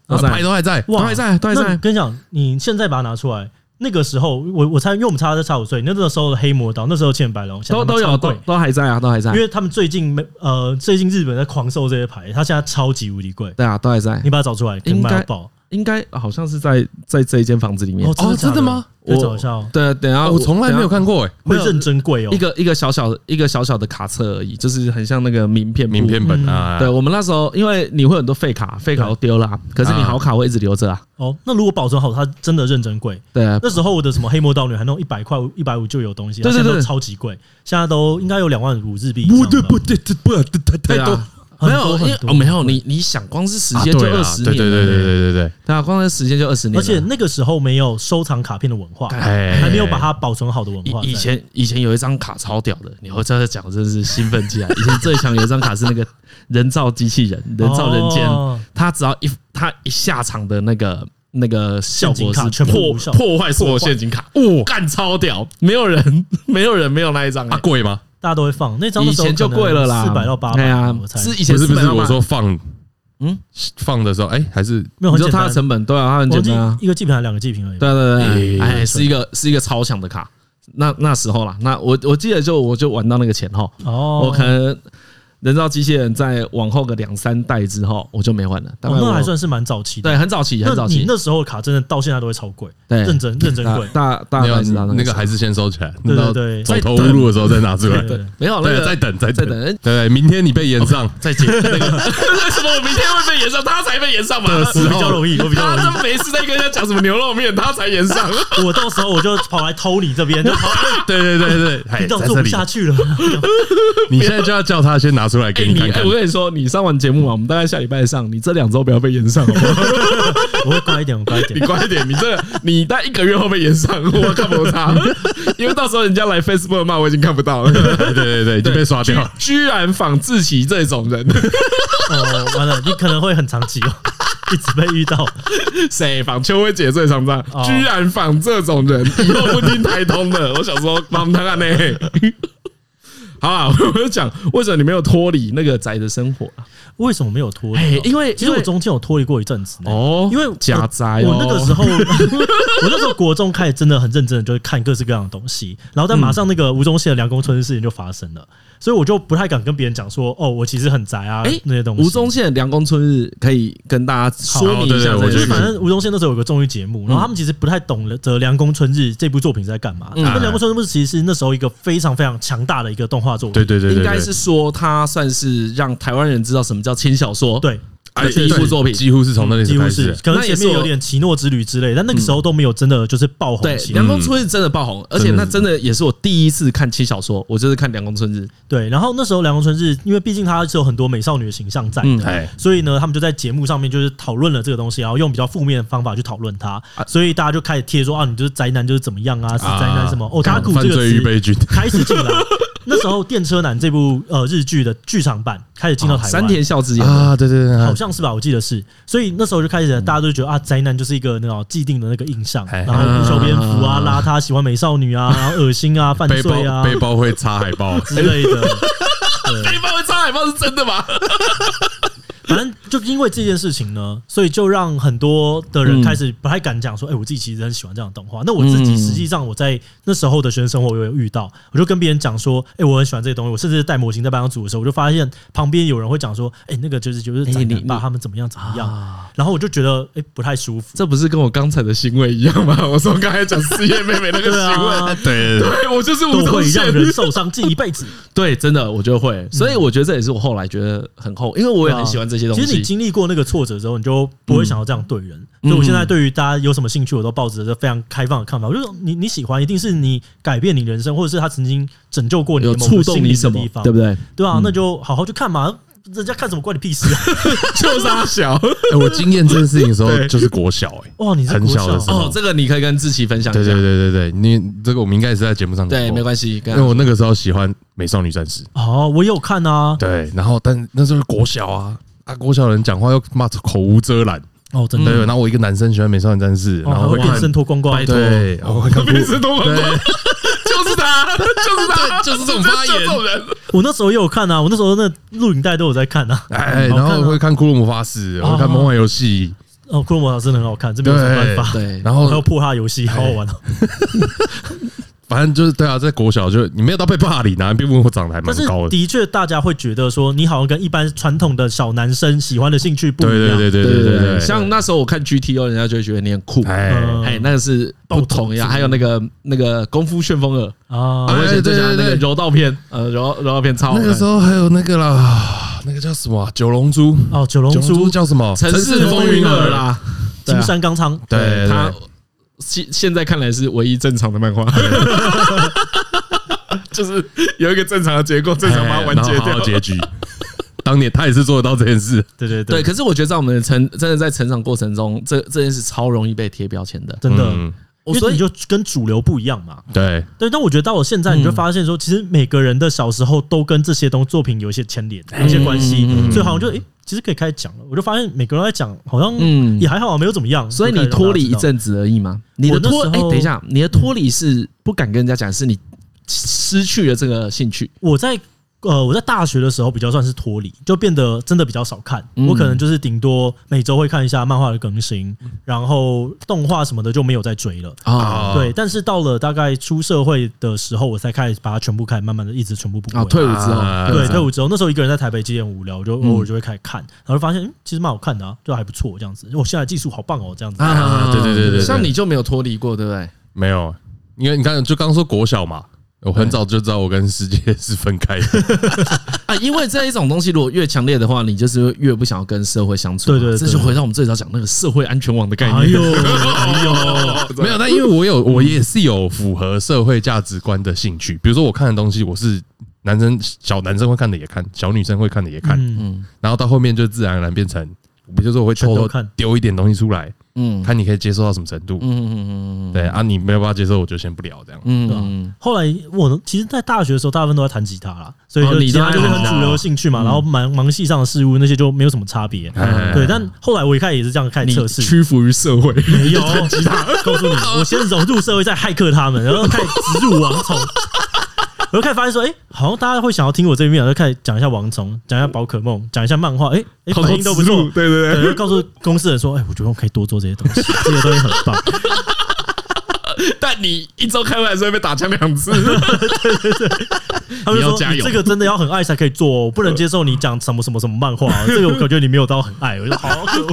[SPEAKER 3] 都
[SPEAKER 1] 啊
[SPEAKER 3] 在
[SPEAKER 1] 牌都还在，
[SPEAKER 3] 都还在，都还
[SPEAKER 4] 那
[SPEAKER 3] 在。
[SPEAKER 4] 跟你讲，你现在把它拿出来，那个时候我我猜，因为我们差的差五岁，那那个时候的黑魔导，那时候欠白龙，
[SPEAKER 3] 都
[SPEAKER 4] 想他
[SPEAKER 3] 都
[SPEAKER 4] 们
[SPEAKER 3] 有
[SPEAKER 4] 超
[SPEAKER 3] 都
[SPEAKER 4] 贵
[SPEAKER 3] 都还在啊，都还在
[SPEAKER 4] 因，为他们最近没呃，最近日本在狂售这些牌，它现在超级无敌贵，
[SPEAKER 3] 对啊，都还在
[SPEAKER 4] 你。把它找出来，可能
[SPEAKER 3] 应
[SPEAKER 4] 卖到
[SPEAKER 3] 该
[SPEAKER 4] 爆。
[SPEAKER 3] 应该好像是在在这一间房子里面。
[SPEAKER 1] 哦真的吗？
[SPEAKER 4] 我
[SPEAKER 3] 我
[SPEAKER 4] 找一下哦，
[SPEAKER 3] 对，等一下
[SPEAKER 1] 哦我从来没有看过哎，
[SPEAKER 3] 没
[SPEAKER 4] 会
[SPEAKER 3] 有
[SPEAKER 4] 认真贵哦
[SPEAKER 3] 一。个一个小小的一个小小的卡册而已，就是很像那个名片簿
[SPEAKER 1] 名片。本
[SPEAKER 4] 嗯
[SPEAKER 1] 啊，
[SPEAKER 3] 对我们那时候，因为你会有很多废卡，废卡都丢了啊，可是你
[SPEAKER 1] 啊
[SPEAKER 3] 好卡会一直留着啊。
[SPEAKER 4] 哦，那如果保存好，它真的认真贵。
[SPEAKER 3] 对啊，
[SPEAKER 4] 那时候我的什么黑魔道女还弄一百块、一百五就有东西，啊
[SPEAKER 3] 对对
[SPEAKER 4] 它现在
[SPEAKER 3] 对
[SPEAKER 4] 都超级贵，现在都应该有两万五日币以上吧。
[SPEAKER 1] 对对不对，
[SPEAKER 3] 对
[SPEAKER 1] 太多
[SPEAKER 3] 啊，没有，
[SPEAKER 4] 很
[SPEAKER 3] 因
[SPEAKER 4] 多
[SPEAKER 3] 为
[SPEAKER 4] 很多
[SPEAKER 3] 哦没有你你想，光是时
[SPEAKER 1] 啊
[SPEAKER 3] 间就
[SPEAKER 1] 对
[SPEAKER 3] 二
[SPEAKER 1] 啦
[SPEAKER 3] 十
[SPEAKER 1] 对
[SPEAKER 3] 年，
[SPEAKER 1] 对对对，对对对，
[SPEAKER 3] 对啊，光是时间就二十年
[SPEAKER 4] 而
[SPEAKER 3] 了，
[SPEAKER 4] 且那个时候没有收藏卡片的文化，
[SPEAKER 1] 哎
[SPEAKER 4] 还没有把它保存好的文化在。
[SPEAKER 3] 以以前以前有一张卡超屌的，你会这样讲，真是兴奋起来。 以前最强有一张卡是那个人造机器人，人造人间，
[SPEAKER 4] 哦
[SPEAKER 3] 它只要一它一下场的那个那个效果
[SPEAKER 4] 陷阱卡
[SPEAKER 3] 是
[SPEAKER 4] 全部
[SPEAKER 3] 破
[SPEAKER 4] 无效
[SPEAKER 3] 破坏所有陷阱卡，哦，干超屌，没有人 没有人没有那一张、欸
[SPEAKER 1] 啊贵吗？
[SPEAKER 4] 大家都会放，那张
[SPEAKER 3] 以前就贵了啦，
[SPEAKER 4] 四百到八百，
[SPEAKER 3] 对啊
[SPEAKER 4] 我，猜。
[SPEAKER 3] 是以前
[SPEAKER 1] 不是不
[SPEAKER 3] 400
[SPEAKER 1] 是，
[SPEAKER 3] 到800
[SPEAKER 1] 我说放，
[SPEAKER 3] 嗯
[SPEAKER 1] 嗯，放的时候，哎，还是
[SPEAKER 4] 没
[SPEAKER 3] 你
[SPEAKER 4] 有很
[SPEAKER 3] 说
[SPEAKER 4] 简
[SPEAKER 3] 它
[SPEAKER 4] 单
[SPEAKER 3] 的，成本对啊，它很
[SPEAKER 4] 我
[SPEAKER 3] 简
[SPEAKER 4] 记
[SPEAKER 3] 单啊，
[SPEAKER 4] 一个祭品还是两个祭品而已吧。
[SPEAKER 3] 对对对，哎，
[SPEAKER 4] 哎
[SPEAKER 3] 是一个是一个超强的卡。那那时候啦，那我我记得就我就玩到那个前后，
[SPEAKER 4] 哦，
[SPEAKER 3] 我可能人造机器人在往后个两三代之后，我就没玩了。大概
[SPEAKER 4] 哦那
[SPEAKER 3] 我
[SPEAKER 4] 还算是蛮早期的。
[SPEAKER 3] 对，很早期，很
[SPEAKER 4] 那
[SPEAKER 3] 早
[SPEAKER 4] 你
[SPEAKER 3] 期，
[SPEAKER 4] 那时候的卡真的到现在都会超贵，
[SPEAKER 3] 对，啊
[SPEAKER 4] 认真认 真
[SPEAKER 3] 大
[SPEAKER 4] 贵。
[SPEAKER 3] 大大
[SPEAKER 1] 没有
[SPEAKER 3] 概知道
[SPEAKER 1] 那个还
[SPEAKER 3] 是
[SPEAKER 1] 是先收起来，
[SPEAKER 4] 对
[SPEAKER 1] 到
[SPEAKER 4] 对
[SPEAKER 1] 走投无路的时候再拿出来。
[SPEAKER 4] 对
[SPEAKER 1] 对，
[SPEAKER 3] 没有哦那
[SPEAKER 1] 对
[SPEAKER 3] 个
[SPEAKER 1] 再等再
[SPEAKER 3] 再
[SPEAKER 1] 等，
[SPEAKER 3] 等。
[SPEAKER 1] 对，明天你被延上，
[SPEAKER 3] 再 解那个，为什么我明天会被延上，他才被延上嘛？
[SPEAKER 4] 我比较容易，我比较
[SPEAKER 3] 他
[SPEAKER 4] 容
[SPEAKER 3] 他每次在跟人家讲什么牛肉面，他才延 上。
[SPEAKER 4] 易。 我到时候我就跑来偷你这边，就跑
[SPEAKER 1] 对对对对，哎
[SPEAKER 4] 频道
[SPEAKER 1] 在
[SPEAKER 4] 做
[SPEAKER 1] 这
[SPEAKER 4] 不
[SPEAKER 1] 里
[SPEAKER 4] 下，去 了。
[SPEAKER 1] 你现在就要叫他先拿出来
[SPEAKER 3] 哎，
[SPEAKER 1] 给你
[SPEAKER 3] 你
[SPEAKER 1] 看
[SPEAKER 3] 哎
[SPEAKER 1] 看
[SPEAKER 3] 我。跟你说，你上完节目啊，我们大概下礼拜上， 你这两周不要被延上，好不好？
[SPEAKER 4] 我会乖一点，我乖一
[SPEAKER 3] 你
[SPEAKER 4] 点。
[SPEAKER 3] 乖一点，你这你大概一个月后被延上， 我看不差，因为到时候人家来 Facebook 骂我已经看不到 了。
[SPEAKER 1] 对对对，已经被刷掉了。
[SPEAKER 3] 居然仿志奇这种人，
[SPEAKER 4] 哦，完了，你可能会很长期哦， 一直被遇到。
[SPEAKER 3] 谁仿秋薇姐最常这样
[SPEAKER 4] 哦
[SPEAKER 3] 居然 仿这种人，以后不听台通的。我想说，帮他呢。
[SPEAKER 2] 好啊，我就讲为什么你没有脱离那个宅的生活啊？
[SPEAKER 4] 为什么没有脱离
[SPEAKER 2] 哎
[SPEAKER 4] 啊？
[SPEAKER 2] 因为
[SPEAKER 4] 其实我中间有脱离过一阵子呢
[SPEAKER 2] 哦，
[SPEAKER 4] 因为我
[SPEAKER 2] 假宅哦，
[SPEAKER 4] 我那个时候， 我那时候国中开始真的很认真的，就是看各式各样的东西，然后但马上那个吴宗宪的梁公村的事情就发生了，所以我就不太敢跟别人讲说，哦，我其实很宅啊
[SPEAKER 2] 哎，
[SPEAKER 4] 那些东西。
[SPEAKER 3] 吴宗宪的梁公春日可以跟大家说明一下
[SPEAKER 1] 好对
[SPEAKER 3] 这
[SPEAKER 1] 对我
[SPEAKER 4] 就
[SPEAKER 1] 觉得嗯
[SPEAKER 4] 是
[SPEAKER 3] 件
[SPEAKER 4] 反
[SPEAKER 3] 事。
[SPEAKER 4] 正吴宗宪那时候有个综艺节目，然后他们其实不太懂《得梁公春日》这部作品是在干嘛。
[SPEAKER 3] 嗯
[SPEAKER 4] 那《梁公春日》其实是那时候一个非常非常强大的一个动画作品，
[SPEAKER 1] 对对对对，
[SPEAKER 3] 应该是说他算是让台湾人知道什么叫轻小说，，
[SPEAKER 4] 对，
[SPEAKER 1] 哎
[SPEAKER 3] 第一部作品
[SPEAKER 1] 几乎是从那嗯里
[SPEAKER 4] 几
[SPEAKER 1] 才
[SPEAKER 4] 乎
[SPEAKER 1] 开
[SPEAKER 4] 是
[SPEAKER 1] 始。
[SPEAKER 4] 可能
[SPEAKER 3] 那也
[SPEAKER 4] 前
[SPEAKER 3] 是
[SPEAKER 4] 面
[SPEAKER 3] 我
[SPEAKER 4] 有点《奇诺之旅》之类，但那个时候都没有真的就是爆红
[SPEAKER 3] 对，
[SPEAKER 4] 起来。
[SPEAKER 3] 梁公春日真的爆红，而且那嗯真的也是我第一次看轻小说，我就是看梁公春日。
[SPEAKER 4] 对，然后那时候《梁公春日》，因为毕竟它是有很多美少女的形象在的，
[SPEAKER 3] 嗯
[SPEAKER 1] 哎，
[SPEAKER 4] 所以呢，他们就在节目上面就是讨论了这个东西，然后用比较负面的方法去讨论它，
[SPEAKER 1] 啊
[SPEAKER 4] 所以大家就开始贴说啊，你就是宅男，就是怎么样啊，是宅男什么，哦，他
[SPEAKER 1] 干
[SPEAKER 4] 古
[SPEAKER 1] 犯
[SPEAKER 4] 这个
[SPEAKER 1] 罪预备
[SPEAKER 4] 词
[SPEAKER 1] 军，
[SPEAKER 4] 开始进来。 那时候《电车男》这部呃日剧的剧场版开始进到台湾，
[SPEAKER 3] 山啊田孝之演的，
[SPEAKER 1] 啊，对对对，
[SPEAKER 4] 好像是吧，我记得是。所以那时候就开始，大家都觉得啊，宅男就是一个那种既定的那个印象，
[SPEAKER 1] 哎
[SPEAKER 4] 然后不修边幅啊、邋遢、喜欢美少女啊、然后恶心啊、犯
[SPEAKER 1] 背
[SPEAKER 4] 罪
[SPEAKER 1] 包
[SPEAKER 4] 啊
[SPEAKER 1] 背包会插海报，
[SPEAKER 4] 之类的。
[SPEAKER 2] 背包会插海报是真的 吗？
[SPEAKER 4] 反正就因为这件事情呢，所以就让很多的人开
[SPEAKER 3] 嗯
[SPEAKER 4] 始不太敢讲说，哎、我自己其实很喜欢这样的动画。那我自己实际上我在那时候的学生生活，我有遇到，我就跟别人讲说，哎、我很喜欢这些东西。我甚至带模型在班上组的时候，我就发现旁边有人会讲说，哎、那个就是就是宅
[SPEAKER 3] 哎你
[SPEAKER 4] 男吧，
[SPEAKER 3] 你啊
[SPEAKER 4] 他们怎么样怎么样。然后我就觉得，哎、不太舒服。
[SPEAKER 2] 这不是跟我刚才的行为一样吗？ 我说刚才讲四叶妹妹那个
[SPEAKER 4] 对
[SPEAKER 2] 行为，
[SPEAKER 4] 啊，
[SPEAKER 1] 对对对，
[SPEAKER 2] 对我就是吴
[SPEAKER 4] 都
[SPEAKER 2] 宗
[SPEAKER 4] 会让
[SPEAKER 2] 宪。
[SPEAKER 4] 人受伤记一辈子。
[SPEAKER 3] 对，真的我觉得会，所以我觉得这也是我后来觉得很后，因为我也很喜欢这些东
[SPEAKER 4] 嗯其实你
[SPEAKER 3] 西。
[SPEAKER 4] 经历过那个挫折之后，你就不会想要这样对人。
[SPEAKER 3] 嗯
[SPEAKER 4] 所以我现在对于大家有什么兴趣，我都抱着非常开放的看法。我就是你你喜欢，一定是你改变你人生，或者是他曾经拯救过你
[SPEAKER 3] 有
[SPEAKER 4] 的某
[SPEAKER 3] 触
[SPEAKER 4] 个
[SPEAKER 3] 动
[SPEAKER 4] 心
[SPEAKER 3] 你
[SPEAKER 4] 灵
[SPEAKER 3] 什
[SPEAKER 4] 的
[SPEAKER 3] 么
[SPEAKER 4] 地方，，
[SPEAKER 3] 对嗯不对？
[SPEAKER 4] 对啊，那就好好去看嘛。人家看什么关你屁 事啊！
[SPEAKER 2] 就是阿小，
[SPEAKER 1] 哎我经验这件事情的时候就是国小，哎，
[SPEAKER 4] 哇，你是
[SPEAKER 1] 很
[SPEAKER 4] 国
[SPEAKER 1] 小的时候
[SPEAKER 3] 哦，这个你可以跟志奇分享一下。
[SPEAKER 1] 对对对对对，你这个我们应该也是在节目上讲
[SPEAKER 3] 对，
[SPEAKER 1] 过
[SPEAKER 3] 没关系，跟
[SPEAKER 1] 因为我那个时候喜欢美少女战士，
[SPEAKER 4] 哦，我有看啊，
[SPEAKER 1] 对，然后但那时候国小啊，啊国小人讲话又骂口无遮拦，
[SPEAKER 4] 哦，真
[SPEAKER 1] 对，
[SPEAKER 4] 的，
[SPEAKER 1] 然后我一个男生喜欢美少女战士，
[SPEAKER 4] 哦
[SPEAKER 1] 然
[SPEAKER 4] 还
[SPEAKER 1] 后嗯
[SPEAKER 4] 会
[SPEAKER 1] 会
[SPEAKER 4] 变
[SPEAKER 1] 看，
[SPEAKER 4] 身脱光光，
[SPEAKER 1] 对，然后会 看
[SPEAKER 2] 每次都很
[SPEAKER 1] 对，
[SPEAKER 2] 就是他，就是他，
[SPEAKER 1] 就是这种发
[SPEAKER 2] 就
[SPEAKER 1] 言
[SPEAKER 2] 是这种人。
[SPEAKER 4] 我那时候也有看啊，我那时候那录影带都有在看啊。
[SPEAKER 1] 哎，
[SPEAKER 4] 好看
[SPEAKER 1] 然
[SPEAKER 4] 啊
[SPEAKER 1] 后会看哦《骷髅魔法使》，我会看《梦幻游戏
[SPEAKER 4] 哦，骷髅魔法真的很好看，这没有什么办 法。
[SPEAKER 3] 对》，，
[SPEAKER 1] 然
[SPEAKER 4] 还有
[SPEAKER 1] 后
[SPEAKER 4] 破哈游戏，好好玩哦。
[SPEAKER 1] 反正就是对啊，在国小就你没有到被霸凌啊，并不我长得还蛮
[SPEAKER 4] 但是
[SPEAKER 1] 高的，
[SPEAKER 4] 的确，大家会觉得说，你好像跟一般传统的小男生喜欢的兴趣不
[SPEAKER 1] 对
[SPEAKER 4] 一样。
[SPEAKER 1] 对对对
[SPEAKER 3] 对
[SPEAKER 1] 对对对，
[SPEAKER 3] 像那时候我看 GTO，人家就会觉得你很酷，哎，
[SPEAKER 1] 哎。
[SPEAKER 4] 嗯
[SPEAKER 3] 那个是不同呀。还有那个那个功夫旋风耳，
[SPEAKER 4] 啊，
[SPEAKER 3] 我以前最喜欢那
[SPEAKER 1] 对
[SPEAKER 3] 个
[SPEAKER 1] 对对
[SPEAKER 3] 柔道片，呃，柔柔道片超好
[SPEAKER 1] 那个时
[SPEAKER 3] 看。
[SPEAKER 1] 候还有那个啦，那个叫什么啊九龙珠？
[SPEAKER 4] 哦，九龙
[SPEAKER 1] 九龙珠
[SPEAKER 4] 珠、
[SPEAKER 1] 叫什么？
[SPEAKER 3] 城市风云耳啦，对啊
[SPEAKER 4] 金山刚昌，
[SPEAKER 1] 对对
[SPEAKER 3] 他
[SPEAKER 1] 对
[SPEAKER 3] 现现在看来是唯一正常的漫 画，
[SPEAKER 2] 就是有一个正常的结构，正常
[SPEAKER 3] 哎
[SPEAKER 2] 把它完
[SPEAKER 1] 然后
[SPEAKER 2] 结
[SPEAKER 1] 好好
[SPEAKER 2] 掉。
[SPEAKER 1] 结局。当年他也是做得到这件事，
[SPEAKER 4] 对对
[SPEAKER 3] 对。，可是我觉得在我们的成真的在成长过程中，这这件事超容易被贴标签的。
[SPEAKER 4] 真的，
[SPEAKER 1] 嗯
[SPEAKER 4] 因
[SPEAKER 3] 所
[SPEAKER 4] 为
[SPEAKER 3] 以
[SPEAKER 4] 你就跟主流不一样嘛。
[SPEAKER 1] 对，
[SPEAKER 4] 对，但我觉得到我现在，你就发现说，其实每个人的小时候都跟这些东作品有一些牵连，有一些关系，所以好像就诶，其实可以开始讲了。我就发现每个人都在讲，好像
[SPEAKER 3] 嗯
[SPEAKER 4] 也还好啊，没有怎么样。
[SPEAKER 3] 所以
[SPEAKER 4] 就开
[SPEAKER 3] 你
[SPEAKER 4] 始让大家
[SPEAKER 3] 脱离一
[SPEAKER 4] 知道，
[SPEAKER 3] 阵子而已嘛。你的
[SPEAKER 4] 我那
[SPEAKER 3] 脱
[SPEAKER 4] 时候
[SPEAKER 3] 哎，等一下，你的脱离是不敢跟人家讲，是你失去了这个兴趣。
[SPEAKER 4] 我在呃，我在大学的时候比较算是脱离，就变得真的比较少看。
[SPEAKER 3] 嗯
[SPEAKER 4] 我可能就是顶多每周会看一下漫画的更新，然后动画什么的就没有再追了。
[SPEAKER 3] 啊
[SPEAKER 4] 对，但是到了大概出社会的时候，我才开始把它全部看，慢慢的一直全部不
[SPEAKER 3] 啊，
[SPEAKER 4] 归。
[SPEAKER 3] 退伍之后，
[SPEAKER 1] 啊
[SPEAKER 4] 对，退伍之后，那时候一个人在台北，其实很无聊，我
[SPEAKER 3] 嗯
[SPEAKER 4] 就偶尔就会开始看，然后就发现，嗯，其实蛮好看的啊，就还不错这样子。我现在技术好棒哦，这样子。
[SPEAKER 1] 啊对对对对对
[SPEAKER 3] 像你就没有脱离过，对不对？
[SPEAKER 1] 没有，因为你看，就刚说国小嘛，我很早就知道我跟世界是分开 的，
[SPEAKER 3] 啊，因为这一种东西如果越强烈的话，你就是会越不想要跟社会相处嘛。
[SPEAKER 4] 对对对
[SPEAKER 3] 这就回到我们最早讲那个社会安全网的概
[SPEAKER 4] 哎
[SPEAKER 3] 念。
[SPEAKER 4] 呦，哎呦，
[SPEAKER 1] 没有。但因为我有，我也是有符合社会价值观的兴趣，比如说我看的东西，我是男生小男生会看的也看，小女生会看的也看，
[SPEAKER 4] 嗯，
[SPEAKER 1] 然后到后面就自然而然变成，比如说我会
[SPEAKER 4] 全
[SPEAKER 1] 偷
[SPEAKER 4] 都
[SPEAKER 1] 偷
[SPEAKER 4] 看
[SPEAKER 1] 丢一点东西出来，
[SPEAKER 3] 嗯
[SPEAKER 1] 看你可以接受到什么程度。
[SPEAKER 3] 嗯嗯嗯
[SPEAKER 1] 对啊，你没有办法接受，我就先不聊这样。
[SPEAKER 3] 嗯
[SPEAKER 4] 对啊
[SPEAKER 3] 嗯，
[SPEAKER 4] 后来我其实，在大学的时候，大部分都在弹吉他啦，所以
[SPEAKER 3] 哦
[SPEAKER 4] 就
[SPEAKER 3] 你
[SPEAKER 4] 其他
[SPEAKER 3] 都在
[SPEAKER 4] 就是
[SPEAKER 3] 弹吉
[SPEAKER 4] 很
[SPEAKER 3] 他嗯
[SPEAKER 4] 主流的兴趣嘛，然后忙忙系上的事物那些就没有什么差别。
[SPEAKER 1] 哎
[SPEAKER 4] 对，但后来我一开始也是这样开
[SPEAKER 3] 你
[SPEAKER 4] 始测试，
[SPEAKER 3] 屈服于社会。
[SPEAKER 4] 没有哦 吉他，告诉你，我先融入社会，再骇客他们，然后开始植入网宠。我就开始发现说，哎、好像大家会想要听我这一面，我就开始讲一下王虫，讲一下宝可梦，讲一下漫画，哎、哎、
[SPEAKER 2] 偷
[SPEAKER 4] 反
[SPEAKER 2] 偷
[SPEAKER 4] 应都
[SPEAKER 2] 植
[SPEAKER 4] 不错
[SPEAKER 2] 入，，对对
[SPEAKER 4] 对，
[SPEAKER 2] 对，
[SPEAKER 4] 就告诉公司人说，哎、我觉得我可以多做这些东西，这些东西很棒。
[SPEAKER 2] 但你一周开会的时候被打枪两 次，
[SPEAKER 4] 他们
[SPEAKER 2] 你
[SPEAKER 4] 就
[SPEAKER 2] 要
[SPEAKER 4] 说
[SPEAKER 2] 加
[SPEAKER 4] 你
[SPEAKER 2] 油
[SPEAKER 4] 这个真的要很爱才可以做、哦，我不能接受你讲什么什么什么漫 画、啊这个我感觉你没有到很爱。我就说好啊可恶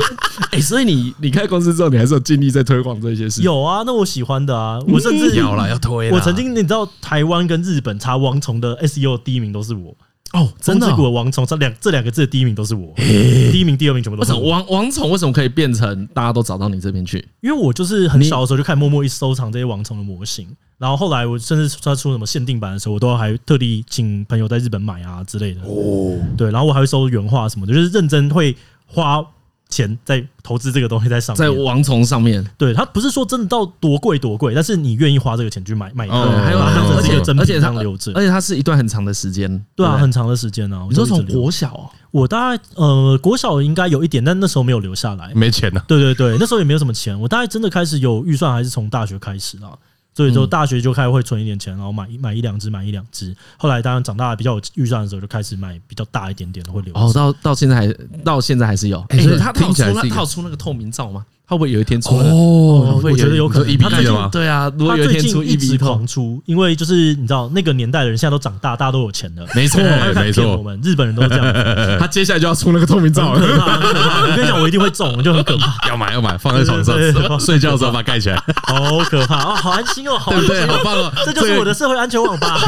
[SPEAKER 2] 哎，所以你你开公司之后，你还是有尽力在推广这些事。
[SPEAKER 4] 有啊，那我喜欢的啊，我甚至
[SPEAKER 1] 要啦，要推啦。
[SPEAKER 4] 我曾经你知道台湾跟日本查王虫的 SEO 第一名都是我，
[SPEAKER 2] 哦，
[SPEAKER 4] 风
[SPEAKER 2] 真的
[SPEAKER 3] 啊
[SPEAKER 4] 之
[SPEAKER 2] 哦
[SPEAKER 4] 谷的王虫这两这两个字的第一名都是我，第一名第二名全部都
[SPEAKER 3] 为
[SPEAKER 4] 是
[SPEAKER 3] 什么
[SPEAKER 4] 我，
[SPEAKER 3] 王王宠为什么可以变成大家都找到你这边去？
[SPEAKER 4] 因为我就是很小的时候就开始默默一直收藏这些王虫的模型。然后后来我甚至他出什么限定版的时候，我都还特地请朋友在日本买啊之类的。
[SPEAKER 2] 哦，
[SPEAKER 4] 对，然后我还会收原画什么的，就是认真会花钱在投资这个东西在上
[SPEAKER 3] 在
[SPEAKER 4] 面。
[SPEAKER 3] 王虫上面，
[SPEAKER 4] 对，它不是说真的到多贵多贵，但是你愿意花这个钱去买买它，
[SPEAKER 1] 哦
[SPEAKER 4] 嗯还
[SPEAKER 3] 还有
[SPEAKER 4] 有
[SPEAKER 1] 它
[SPEAKER 4] 它当
[SPEAKER 3] 而
[SPEAKER 4] 成是一
[SPEAKER 3] 且
[SPEAKER 4] 个真
[SPEAKER 3] 而且
[SPEAKER 4] 品
[SPEAKER 3] 它
[SPEAKER 4] 这样留着
[SPEAKER 3] 而。且它是一段很长的时间，
[SPEAKER 4] 对啊，
[SPEAKER 3] 不
[SPEAKER 4] 很长的时间啊。我
[SPEAKER 3] 你说
[SPEAKER 4] 就一直
[SPEAKER 3] 从
[SPEAKER 4] 留
[SPEAKER 3] 国小哦，
[SPEAKER 4] 我大概呃国小应该有一点，但那时候没有留下来。
[SPEAKER 1] 没钱啊呢，
[SPEAKER 4] 对对对，那时候也没有什么钱，我大概真的开始有预算，还是从大学开始啊。所以就
[SPEAKER 3] 嗯
[SPEAKER 4] 大学就开始会存一点钱，然后买一买一两只，买一两只。后来当然长大比较有预算的时候，就开始买比较大一点点的会留着。
[SPEAKER 3] 哦，到到现在还到现在还是有。
[SPEAKER 1] 哎所以
[SPEAKER 3] 他他有
[SPEAKER 1] 听起
[SPEAKER 3] 出
[SPEAKER 1] 来
[SPEAKER 3] 那
[SPEAKER 1] 是一个
[SPEAKER 3] 他有出那个透明罩吗？他会不会有一天出了？
[SPEAKER 1] 哦
[SPEAKER 4] 我
[SPEAKER 3] 会
[SPEAKER 4] 觉得有可能
[SPEAKER 1] 你说
[SPEAKER 4] 他
[SPEAKER 1] 1B
[SPEAKER 4] 最近
[SPEAKER 1] 的吗
[SPEAKER 3] 对啊，如果
[SPEAKER 4] 他
[SPEAKER 3] 有一
[SPEAKER 4] 最
[SPEAKER 3] 天
[SPEAKER 4] 近
[SPEAKER 3] 出
[SPEAKER 4] 一直
[SPEAKER 3] 笔透
[SPEAKER 4] 狂，出，因为就是你知道那个年代的人现在都长大，大家都有钱 了。
[SPEAKER 1] 没错，
[SPEAKER 4] 他
[SPEAKER 1] 没
[SPEAKER 4] 骗我
[SPEAKER 1] 错，
[SPEAKER 4] 们日本人都是这样子，
[SPEAKER 2] 他接下来就要出那个透明罩
[SPEAKER 4] 很
[SPEAKER 2] 了。
[SPEAKER 4] 可怕，很可怕。我跟你讲，我一定会中，就很可怕，
[SPEAKER 1] 要买要买，放在床上
[SPEAKER 4] 对对对对，
[SPEAKER 1] 睡觉的时候把它盖起来，
[SPEAKER 4] 好可怕啊！好安心哦，好
[SPEAKER 1] 对
[SPEAKER 4] 安
[SPEAKER 1] 不对？
[SPEAKER 4] 心
[SPEAKER 1] 好
[SPEAKER 4] 哦，
[SPEAKER 1] 棒哦！
[SPEAKER 4] 这就是我的社会安全网吧。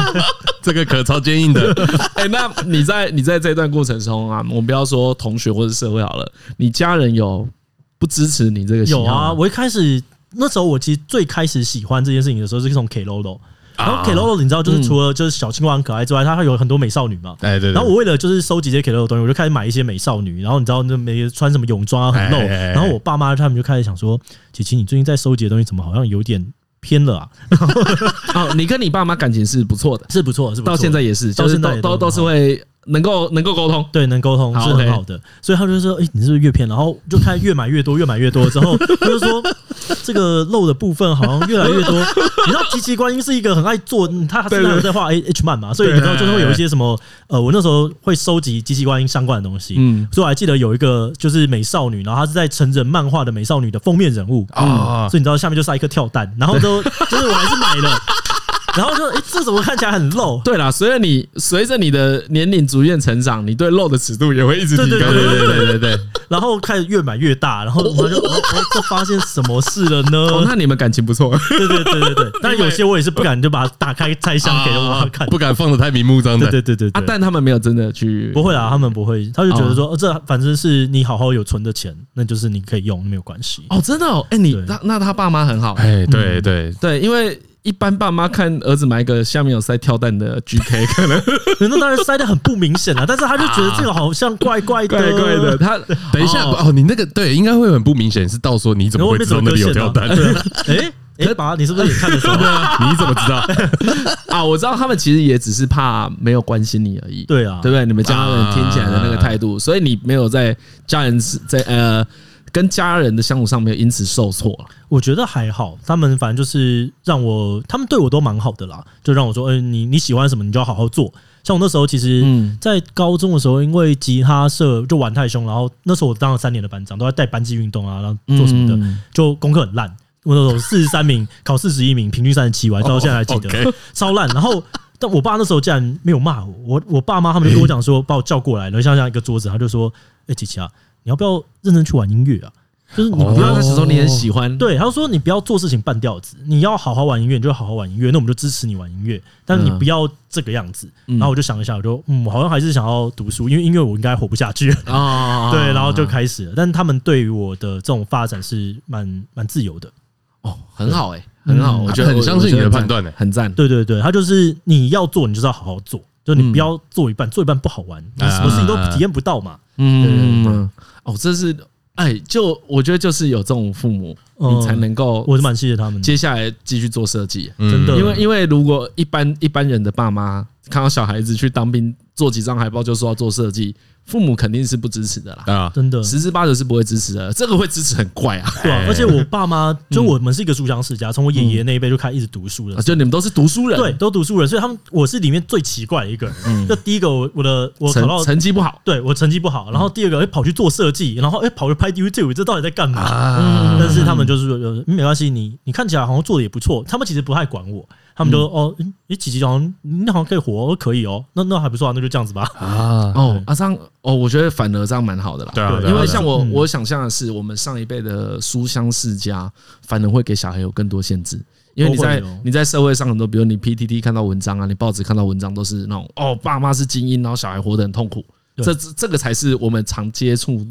[SPEAKER 1] 这个壳超坚硬的，
[SPEAKER 3] 哎、那你在你在这段过程中啊，我们不要说同学或者社会好了，你家人有不支持你这个喜好
[SPEAKER 4] 有
[SPEAKER 3] 吗
[SPEAKER 4] 啊，我一开始那时候我其实最开始喜欢这件事情的时候是从 K Lolo，然后 K Lolo 你知道就是啊嗯除了就是小青蛙很可爱之外，它还有很多美少女嘛。
[SPEAKER 1] 哎对，对
[SPEAKER 4] 然后我为了就是收集这些 K Lolo 的东西，我就开始买一些美少女，然后你知道那每穿什么泳装啊很露，
[SPEAKER 1] 哎哎哎哎
[SPEAKER 4] 然后我爸妈他们就开始想说，姐姐你最近在收集的东西怎么好像有点偏了啊？
[SPEAKER 3] 哦，你跟你爸妈感情是不错的，
[SPEAKER 4] 是不错，是不错
[SPEAKER 3] 到现在也是，
[SPEAKER 4] 到
[SPEAKER 3] 就是
[SPEAKER 4] 现在
[SPEAKER 3] 都
[SPEAKER 4] 也
[SPEAKER 3] 都
[SPEAKER 4] 都
[SPEAKER 3] 都
[SPEAKER 4] 很
[SPEAKER 3] 是
[SPEAKER 4] 好
[SPEAKER 3] 会能够能够沟通。
[SPEAKER 4] 对，能沟通
[SPEAKER 3] 好
[SPEAKER 4] 是很
[SPEAKER 3] OK
[SPEAKER 4] 好的，所以他们就说：“哎、你是不是阅片？”然后就看越买越多，越买越多之后，他就说：“这个漏的部分好像越来越多。”你知道，极其观音是一个很爱做，嗯他他
[SPEAKER 2] 对
[SPEAKER 4] 真的还有在画 H 漫嘛，所以你知道就会有一些什么呃，我那时候会收集极其观音相关的东西，
[SPEAKER 3] 嗯，
[SPEAKER 4] 所以我还记得有一个就是美少女，然后她是在成人漫画的美少女的封面人物
[SPEAKER 1] 啊
[SPEAKER 4] 所以你知道下面就塞一颗跳蛋，然后都就是我还是买了，然后就哎、这怎么看起来很漏？
[SPEAKER 3] 对啦，随着你随着你的年龄逐渐成长，你对肉的尺度也会一直提
[SPEAKER 1] 对
[SPEAKER 4] 对
[SPEAKER 3] 高。
[SPEAKER 1] 对对对对对，
[SPEAKER 4] 然后开始越买越大，然后我就我我就发现什么事了
[SPEAKER 3] 哦，
[SPEAKER 4] 呢？
[SPEAKER 3] 那你们感情不 错，
[SPEAKER 4] 对对对对对， 但是有些我也是不敢就把它打开拆箱给我妈啊看。
[SPEAKER 1] 不敢放的太明目张
[SPEAKER 4] 对
[SPEAKER 1] 胆。
[SPEAKER 4] 对对对
[SPEAKER 3] 啊
[SPEAKER 4] 对，，
[SPEAKER 3] 但他哦们没有真的去，
[SPEAKER 4] 不会啦，他们不会，他就觉得说，呃，这反正是你好好有存的钱，那就是你可以用，没有关系。
[SPEAKER 3] 哦，真的哦，哎，你
[SPEAKER 4] 对
[SPEAKER 3] 那那他爸妈很好，
[SPEAKER 1] 哎，对对，
[SPEAKER 3] 对，因为一般爸妈看儿子买一个下面有塞跳蛋的 GK，可能
[SPEAKER 4] 那当然塞的很不明显啦，啊但是他就觉得这个好像怪怪的，
[SPEAKER 3] 怪怪的。。他
[SPEAKER 1] 等一下
[SPEAKER 3] 哦
[SPEAKER 1] 哦，你那个对，应该会很不明显，是到说你怎
[SPEAKER 4] 然
[SPEAKER 1] 么
[SPEAKER 4] 后
[SPEAKER 1] 会
[SPEAKER 4] 外面
[SPEAKER 1] 知
[SPEAKER 4] 怎
[SPEAKER 1] 道
[SPEAKER 4] 么
[SPEAKER 1] 那
[SPEAKER 4] 割
[SPEAKER 1] 里有
[SPEAKER 4] 线
[SPEAKER 1] 跳
[SPEAKER 4] 呢？
[SPEAKER 1] 蛋？
[SPEAKER 4] 对哎哎，爸，你是不是也看得出 来？
[SPEAKER 1] 你怎么知道？
[SPEAKER 3] 啊，我知道他们其实也只是怕没有关心你而已，
[SPEAKER 4] 对啊
[SPEAKER 3] 对，不对？你们家人听起来的那个态度，所以你没有在家人是在呃跟家人的相处上面因此受挫了。
[SPEAKER 4] 我觉得还好，他们反正就是让我，他们对我都蛮好的啦，就让我说，嗯、你你喜欢什么，你就要好好做。像我那时候其实
[SPEAKER 3] 嗯，
[SPEAKER 4] 在高中的时候，因为吉他社就玩太凶，然后那时候我当了三年的班长，都在带班级运动啊，然后做什么的，
[SPEAKER 3] 嗯
[SPEAKER 4] 就功课很烂。我那时候四十三名，考四十一名，平均三十七，我还
[SPEAKER 3] 哦
[SPEAKER 4] 到现在还记得，
[SPEAKER 1] OK
[SPEAKER 4] 超烂。然后， 但我爸那时候竟然没有骂我，我我爸妈他们就跟我讲说，把我叫过来，然后像像一个桌子，他就说：“哎、琪琪啊，你要不要认真去玩音乐啊？就是你不
[SPEAKER 3] 不
[SPEAKER 4] 要
[SPEAKER 3] 要开始说你很喜欢，，
[SPEAKER 4] 对，他就说你不要做事情半吊子，你要好好玩音乐，你就好好玩音乐，那我们就支持你玩音乐，但是你
[SPEAKER 3] 嗯
[SPEAKER 4] 不要这个样子。
[SPEAKER 3] 嗯
[SPEAKER 4] 然后我就想一下，我就嗯，我好像还是想要读书，因为音乐我应该活不下去。
[SPEAKER 3] 啊
[SPEAKER 4] 对，然后就开始了。但他们对于我的这种发展是蛮蛮自由的。
[SPEAKER 3] 哦，很好哎、很好，
[SPEAKER 4] 嗯
[SPEAKER 3] 我觉得
[SPEAKER 1] 很相信你的
[SPEAKER 3] 我觉得很赞
[SPEAKER 1] 判断欸
[SPEAKER 3] 很赞。
[SPEAKER 4] 对对对，他就是你要做，你就是要好好做，就你
[SPEAKER 3] 嗯
[SPEAKER 4] 不要做一半，做一半不好玩，你什么事情都
[SPEAKER 3] 啊
[SPEAKER 4] 体验不到嘛。
[SPEAKER 3] 嗯，
[SPEAKER 4] 对对
[SPEAKER 3] 哦，这是哎，就我觉得就是有这种父母，
[SPEAKER 4] 嗯
[SPEAKER 3] 你才能够
[SPEAKER 4] 我是蛮谢谢他们的，
[SPEAKER 3] 接下来继续做设计。
[SPEAKER 1] 嗯
[SPEAKER 4] 真的，
[SPEAKER 3] 因为因为如果一般一般人的爸妈看到小孩子去当兵做几张海报就说要做设计，父母肯定是不支持的啦，
[SPEAKER 1] 啊，
[SPEAKER 4] 真的，
[SPEAKER 3] 十之八九是不会支持的。这个会支持很怪啊，
[SPEAKER 4] 对啊。而且我爸妈
[SPEAKER 3] 嗯
[SPEAKER 4] 就我们是一个书香世家，从我爷爷那一辈就开始一直读书
[SPEAKER 3] 啊
[SPEAKER 4] 了。
[SPEAKER 3] 就你们都是读书人，
[SPEAKER 4] 对，，都读书人，所以他们我是里面最奇怪的一个人。就第一个，我我的我考到
[SPEAKER 3] 成成绩不好，
[SPEAKER 4] 对我成绩不好，然后第二个哎跑去做设计，然后哎跑去拍 YouTube，这到底在干嘛？嗯
[SPEAKER 1] 啊
[SPEAKER 4] 但是他们就是呃没关系，你你看起来好像做的也不错，他们其实不太管我，他们就哦，嗯你几级好像你好像可以活，哦可以哦，那那还不错啊，那就这样子吧。
[SPEAKER 1] 啊，
[SPEAKER 3] 哦，啊，这样哦，我觉得反而这样蛮好的啦。
[SPEAKER 1] 对啊，
[SPEAKER 4] 对
[SPEAKER 1] 对啊
[SPEAKER 3] 因为像我，
[SPEAKER 4] 嗯
[SPEAKER 3] 我想象的是，我们上一辈的书香世家，反而会给小孩有更多限制。因为你在
[SPEAKER 4] 都会哦
[SPEAKER 3] 你在社会上很多，比如你 PTT 看到文章啊，你报纸看到文章，都是那种哦，爸妈是精英，然后小孩活得很痛苦。
[SPEAKER 4] 对
[SPEAKER 3] 这这这个才是我们常接触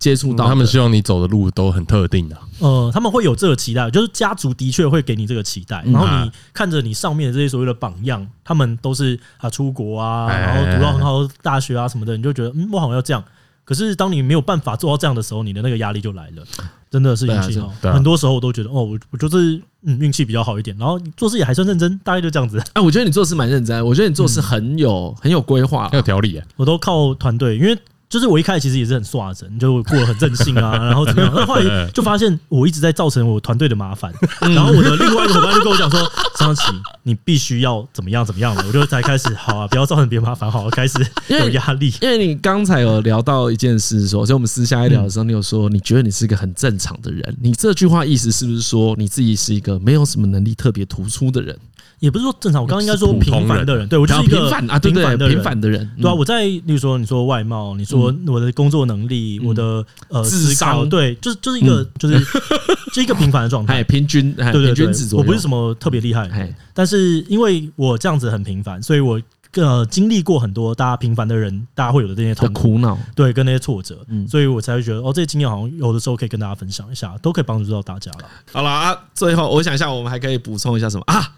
[SPEAKER 3] 接触到的
[SPEAKER 1] 他们希望你走的路都很特定啊，
[SPEAKER 4] 呃，他们会有这个期待，就是家族的确会给你这个期
[SPEAKER 1] 嗯
[SPEAKER 4] 待，然后你看着你上面的这些所谓的榜样，他们都是啊出国啊，
[SPEAKER 1] 哎
[SPEAKER 4] 然后读到很好的大学啊什么的，你就觉得嗯，我好像要这样。可是当你没有办法做到这样的时候，你的那个压力就来了，真的是运气
[SPEAKER 3] 对啊
[SPEAKER 4] 好。
[SPEAKER 1] 对啊
[SPEAKER 4] 很多时候我都觉得哦，我我就是嗯运气比较好一点，然后做事也还算认真，大概就这样子。
[SPEAKER 3] 哎，我觉得你做事蛮认真的，我觉得你做
[SPEAKER 4] 嗯
[SPEAKER 3] 事很有很有规划啦
[SPEAKER 1] 很有条理啊，
[SPEAKER 4] 我都靠团队，因为就是我一开始其实也是很刷人，就我过得很任性啊， 然后怎么样，然后后来就发现我一直在造成我团队的麻烦，然后我的另外一个伙伴就跟我讲说，张琪，你必须要怎么样怎么样了，我就才开始好啊，不要造成别人麻烦，好、啊，开始
[SPEAKER 3] 因为
[SPEAKER 4] 有压力。
[SPEAKER 3] 因为你刚才有聊到一件事说就我们私下一聊的时候，
[SPEAKER 4] 嗯
[SPEAKER 3] 你有说你觉得你是一个很正常的人，你这句话意思是不是说你自己是一个没有什么能力特别突出的人？
[SPEAKER 4] 也不是说正常，我刚刚应该说
[SPEAKER 1] 普通
[SPEAKER 4] 平凡的人，对我就是一
[SPEAKER 3] 平
[SPEAKER 4] 个
[SPEAKER 3] 凡啊，对不
[SPEAKER 4] 平
[SPEAKER 3] 对？
[SPEAKER 4] 凡的
[SPEAKER 3] 平
[SPEAKER 4] 人。嗯
[SPEAKER 3] 凡的人，
[SPEAKER 4] 对啊，
[SPEAKER 3] 嗯
[SPEAKER 4] 我在，例如说，你说外貌，你说我的工作能力，我的呃
[SPEAKER 3] 智
[SPEAKER 4] 思考
[SPEAKER 3] 商
[SPEAKER 4] 对，就是就是一个就是就一个平凡的状态
[SPEAKER 3] 哎，，平均哎，
[SPEAKER 4] 对对
[SPEAKER 3] 平
[SPEAKER 4] 对
[SPEAKER 3] 均值，左
[SPEAKER 4] 我
[SPEAKER 3] 右。
[SPEAKER 4] 不是什么特别厉害的人，
[SPEAKER 3] 哎，
[SPEAKER 4] 但是因为我这样子很平凡，所以我呃经历过很多大家平凡的人，大家会有的这些
[SPEAKER 3] 的
[SPEAKER 4] 痛苦，
[SPEAKER 3] 苦恼，
[SPEAKER 4] 对，跟那些挫折，
[SPEAKER 3] 嗯
[SPEAKER 4] 所以我才会觉得哦，这些经验好像有的时候可以跟大家分享一下，都可以帮助到大家了。
[SPEAKER 3] 好了啊，最后我想一下，我们还可以补充一下什么啊？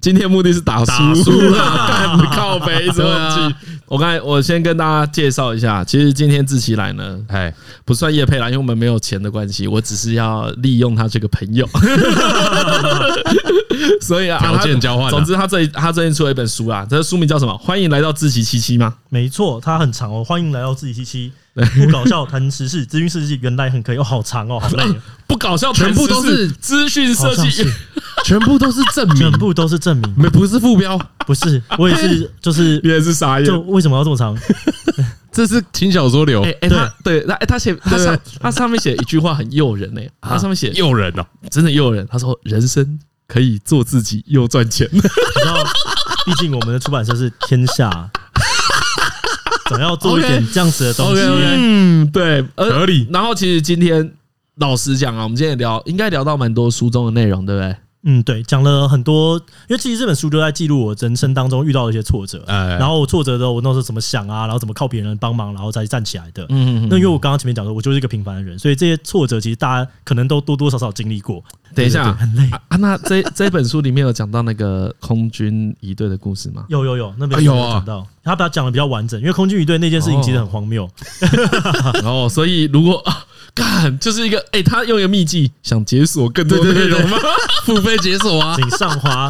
[SPEAKER 3] 今天目的是打输
[SPEAKER 1] 打输
[SPEAKER 3] 啦， 干靠背
[SPEAKER 1] 对啊
[SPEAKER 3] 忘记。 我刚才我先跟大家介绍一下，其实今天志奇来呢
[SPEAKER 1] 哎，
[SPEAKER 3] 不算叶配啦，因为我们没有钱的关系，我只是要利用他这个朋友， 所以啊，
[SPEAKER 1] 条件交换啊
[SPEAKER 3] 他总之，他最他最近出了一本书啊，这书名叫什么？欢迎来到志奇七七吗？
[SPEAKER 4] 没错，它很长哦，欢迎来到自己七七，不搞笑谈时事，资讯设计原来很可以哦，好长哦，好累 哦，
[SPEAKER 3] 不搞笑，
[SPEAKER 1] 全部都
[SPEAKER 3] 谈时
[SPEAKER 1] 是
[SPEAKER 3] 事资讯设
[SPEAKER 4] 好像
[SPEAKER 3] 计嗯
[SPEAKER 4] 是。
[SPEAKER 1] 全部都是证明
[SPEAKER 4] 全，部都是证明，
[SPEAKER 1] 没不是副标，
[SPEAKER 4] 不是我也是，就是
[SPEAKER 3] 你也是傻眼
[SPEAKER 4] 就为什么要这么长？
[SPEAKER 1] 这是轻小说流
[SPEAKER 3] 哎、哎、他对啊他哎、他写他上他上面写一句话很诱人呢、他上面写
[SPEAKER 1] 诱人哦，
[SPEAKER 3] 真的诱人，他说人生可以做自己又赚 钱，
[SPEAKER 4] 你知道，毕竟我们的出版社是天 下，总要做一点这样子的东西。
[SPEAKER 3] 嗯对，呃，
[SPEAKER 1] 合理
[SPEAKER 3] 然后其实今天老实讲啊，我们今天也聊应该聊到蛮多书中的内容，对不对？
[SPEAKER 4] 嗯，对，讲了很多，因为其实这本书就在记录我人生当中遇到的一些挫折，
[SPEAKER 1] 哎
[SPEAKER 4] 然后我挫折的我那时候怎么想啊，然后怎么靠别人帮忙，然后再站起来的。
[SPEAKER 3] 嗯
[SPEAKER 4] 那因为我刚刚前面讲的，我就是一个平凡的人，所以这些挫折其实大家可能都多多少少经历过。
[SPEAKER 3] 等一下
[SPEAKER 4] 对对对很累。
[SPEAKER 3] 啊，啊那这这本书里面有讲到那个空军一队的故事吗？
[SPEAKER 4] 有有有，那边
[SPEAKER 1] 哎有
[SPEAKER 4] 有
[SPEAKER 1] 啊
[SPEAKER 4] 讲到，他把它讲的比较完整，因为空军一队那件事情其实很荒谬。
[SPEAKER 3] 哦，所以如果啊干就是一个哎、他用一个秘技想解锁更多
[SPEAKER 1] 对对
[SPEAKER 3] 内
[SPEAKER 1] 对对
[SPEAKER 3] 容 吗？
[SPEAKER 1] 付费解锁啊，
[SPEAKER 4] 请上滑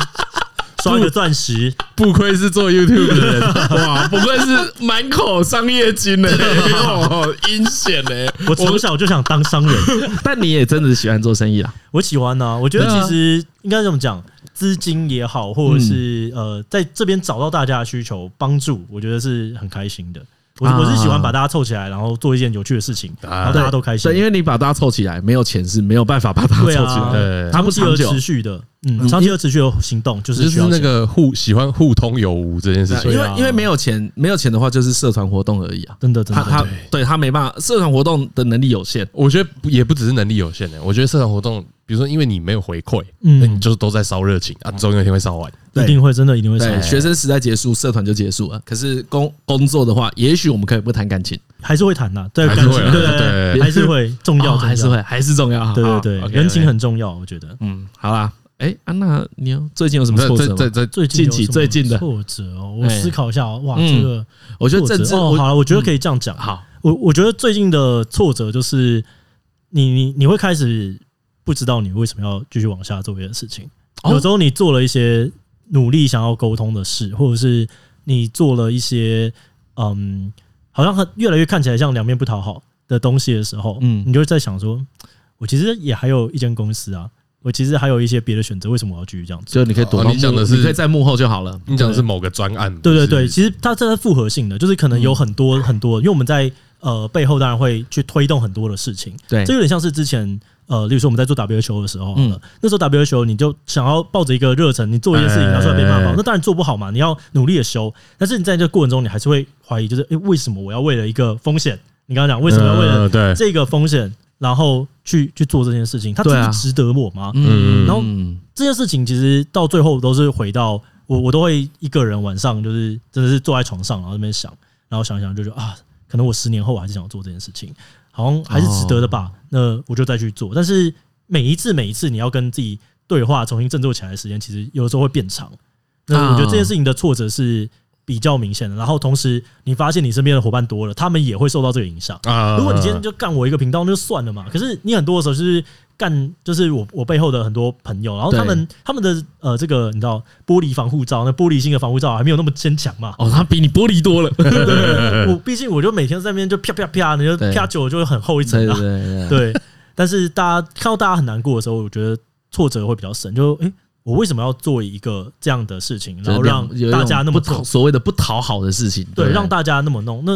[SPEAKER 4] 刷一个钻石，
[SPEAKER 1] 不愧是做 YouTube 的人，
[SPEAKER 3] 哇，不愧是满口商业金呢、哦，阴险呢。
[SPEAKER 4] 我从小就想当商人。
[SPEAKER 3] 但你也真的喜欢做生意啊啦，
[SPEAKER 4] 我喜欢呐、我觉得
[SPEAKER 3] 对啊
[SPEAKER 4] 其实应该这么讲，资金也好，或者是、
[SPEAKER 3] 嗯
[SPEAKER 4] 呃，在这边找到大家的需求帮助，我觉得是很开心的。我、
[SPEAKER 3] 啊
[SPEAKER 4] 我是喜欢把大家凑起来，然后做一件有趣的事情，然后大家都开心。
[SPEAKER 3] 对，因为你把大家凑起来，没有钱是没有办法把大家凑
[SPEAKER 4] 对
[SPEAKER 3] 起
[SPEAKER 4] 啊，
[SPEAKER 3] 来。
[SPEAKER 1] 对
[SPEAKER 3] 它不
[SPEAKER 4] 长期
[SPEAKER 3] 长
[SPEAKER 4] 而
[SPEAKER 3] 久
[SPEAKER 4] 持续的，嗯，长期而持续的行动就是
[SPEAKER 1] 就
[SPEAKER 4] 需
[SPEAKER 1] 是
[SPEAKER 4] 要
[SPEAKER 1] 那
[SPEAKER 4] 钱
[SPEAKER 1] 个互喜欢互通有无这件事
[SPEAKER 3] 啊因
[SPEAKER 1] 情，
[SPEAKER 3] 为因为没有钱，没有钱的话就是社团活动而已啊。
[SPEAKER 4] 真的真
[SPEAKER 3] 他
[SPEAKER 4] 的
[SPEAKER 3] 他对他没办法，社团活动的能力有限。
[SPEAKER 1] 我觉得不也不只是能力有限欸的，我觉得社团活动，比如说因为你没有回馈，
[SPEAKER 4] 嗯
[SPEAKER 1] 那你就是都在烧热情啊，总有一天会烧完。
[SPEAKER 4] 一定会真的一定会
[SPEAKER 3] 对，
[SPEAKER 4] 成，
[SPEAKER 3] 学生时代结束，社团就结束了。可是工工作的话，也许我们可以不谈感情，
[SPEAKER 4] 还是会谈呐，对
[SPEAKER 1] 还
[SPEAKER 4] 感
[SPEAKER 1] 是会
[SPEAKER 4] 情
[SPEAKER 1] 啊
[SPEAKER 4] 对对
[SPEAKER 1] 对
[SPEAKER 4] 对，还是会重
[SPEAKER 3] 哦
[SPEAKER 4] 要，重要
[SPEAKER 3] 还是会哦还是重要。
[SPEAKER 4] 对
[SPEAKER 3] 好
[SPEAKER 4] 对对，
[SPEAKER 3] OK，
[SPEAKER 4] 人情
[SPEAKER 3] OK
[SPEAKER 4] 很重要，我觉得。
[SPEAKER 3] 嗯，好啦。哎，安娜，你有最近有什么
[SPEAKER 1] 这
[SPEAKER 3] 挫折
[SPEAKER 1] 这
[SPEAKER 3] 吗？
[SPEAKER 1] 这这
[SPEAKER 4] 最近有
[SPEAKER 3] 近期
[SPEAKER 4] 什么
[SPEAKER 3] 最近的
[SPEAKER 4] 挫折哦，我
[SPEAKER 3] 哎
[SPEAKER 4] 思考一下哦，哇，
[SPEAKER 3] 嗯
[SPEAKER 4] 这个
[SPEAKER 3] 我觉得政治，
[SPEAKER 4] 挫折哦，
[SPEAKER 3] 我
[SPEAKER 4] 好了，我觉得可以这样讲。
[SPEAKER 3] 好，
[SPEAKER 4] 我我觉得最近的挫折就是你你你会开始不知道你为什么要继续往下做这件事情。
[SPEAKER 3] 哦
[SPEAKER 4] 有时候你做了一些努力想要沟通的事，或者是你做了一些嗯，好像很越来越看起来像两面不讨好的东西的时候，
[SPEAKER 5] 嗯
[SPEAKER 4] 嗯，你就会在想说，我其实也还有一间公司啊，我其实还有一些别的选择，为什么我要继续这样做？
[SPEAKER 3] 就你可以躲
[SPEAKER 1] 哦
[SPEAKER 3] 到
[SPEAKER 1] 你讲
[SPEAKER 3] 幕
[SPEAKER 1] 的是
[SPEAKER 3] 你可以在幕后就好了。
[SPEAKER 1] 你讲的是某个专案，
[SPEAKER 4] 对对
[SPEAKER 1] 不是
[SPEAKER 4] 对，
[SPEAKER 1] 嗯
[SPEAKER 4] 其实它这是复合性的，就是可能有很多很多，因为我们在呃背后当然会去推动很多的事情，
[SPEAKER 5] 对
[SPEAKER 4] 这有点像是之前呃，例如说我们在做 WHO 的时候好了，
[SPEAKER 5] 嗯
[SPEAKER 4] 那时候 WHO 你就想要抱着一个热忱，你做一件事情，
[SPEAKER 1] 哎
[SPEAKER 4] 然后突然被骂爆，那当然做不好嘛，你要努力的修，但是你在这个过程中，你还是会怀疑，就是诶，为什么我要为了一个风险？你刚刚讲为什么要为了
[SPEAKER 1] 嗯对
[SPEAKER 4] 这个风险，然后去去做这件事情，它
[SPEAKER 3] 对啊
[SPEAKER 4] 真的值得我吗？
[SPEAKER 1] 嗯
[SPEAKER 4] 然后
[SPEAKER 3] 嗯，
[SPEAKER 4] 这件事情其实到最后都是回到我，我都会一个人晚上就是真的是坐在床上，然后在那边想，然后想一想就觉得啊，可能我十年后我还是想做这件事情，好像还是值得的吧。那我就再去做。但是每一次每一次你要跟自己对话，重新振作起来的时间，其实有的时候会变长。那我觉得这件事情的挫折是比较明显的。然后同时你发现你身边的伙伴多了，他们也会受到这个影响。
[SPEAKER 1] 啊，
[SPEAKER 4] 如果你今天就干我一个频道，那就算了嘛。可是你很多的时候就是干，就是我我背后的很多朋友，然后他们他们的呃这个你知道玻璃防护罩，那玻璃性的防护罩还没有那么坚强嘛。
[SPEAKER 3] 哦，他比你玻璃多了， 对
[SPEAKER 4] 对对对我毕竟我就每天在那边就啪啪啪，你就
[SPEAKER 5] 对
[SPEAKER 4] 啪久了就会很厚一层
[SPEAKER 5] 对对
[SPEAKER 4] 啊。
[SPEAKER 5] 对对，
[SPEAKER 4] 对，但是大家看到大家很难过的时候，我觉得挫折会比较深。就诶、我为什么要做一个这样的事情，然后让
[SPEAKER 3] 就是两有一种
[SPEAKER 4] 大家那么
[SPEAKER 3] 不讨
[SPEAKER 4] 做？
[SPEAKER 3] 所谓的不讨好的事情，
[SPEAKER 4] 对，让大家那么弄，那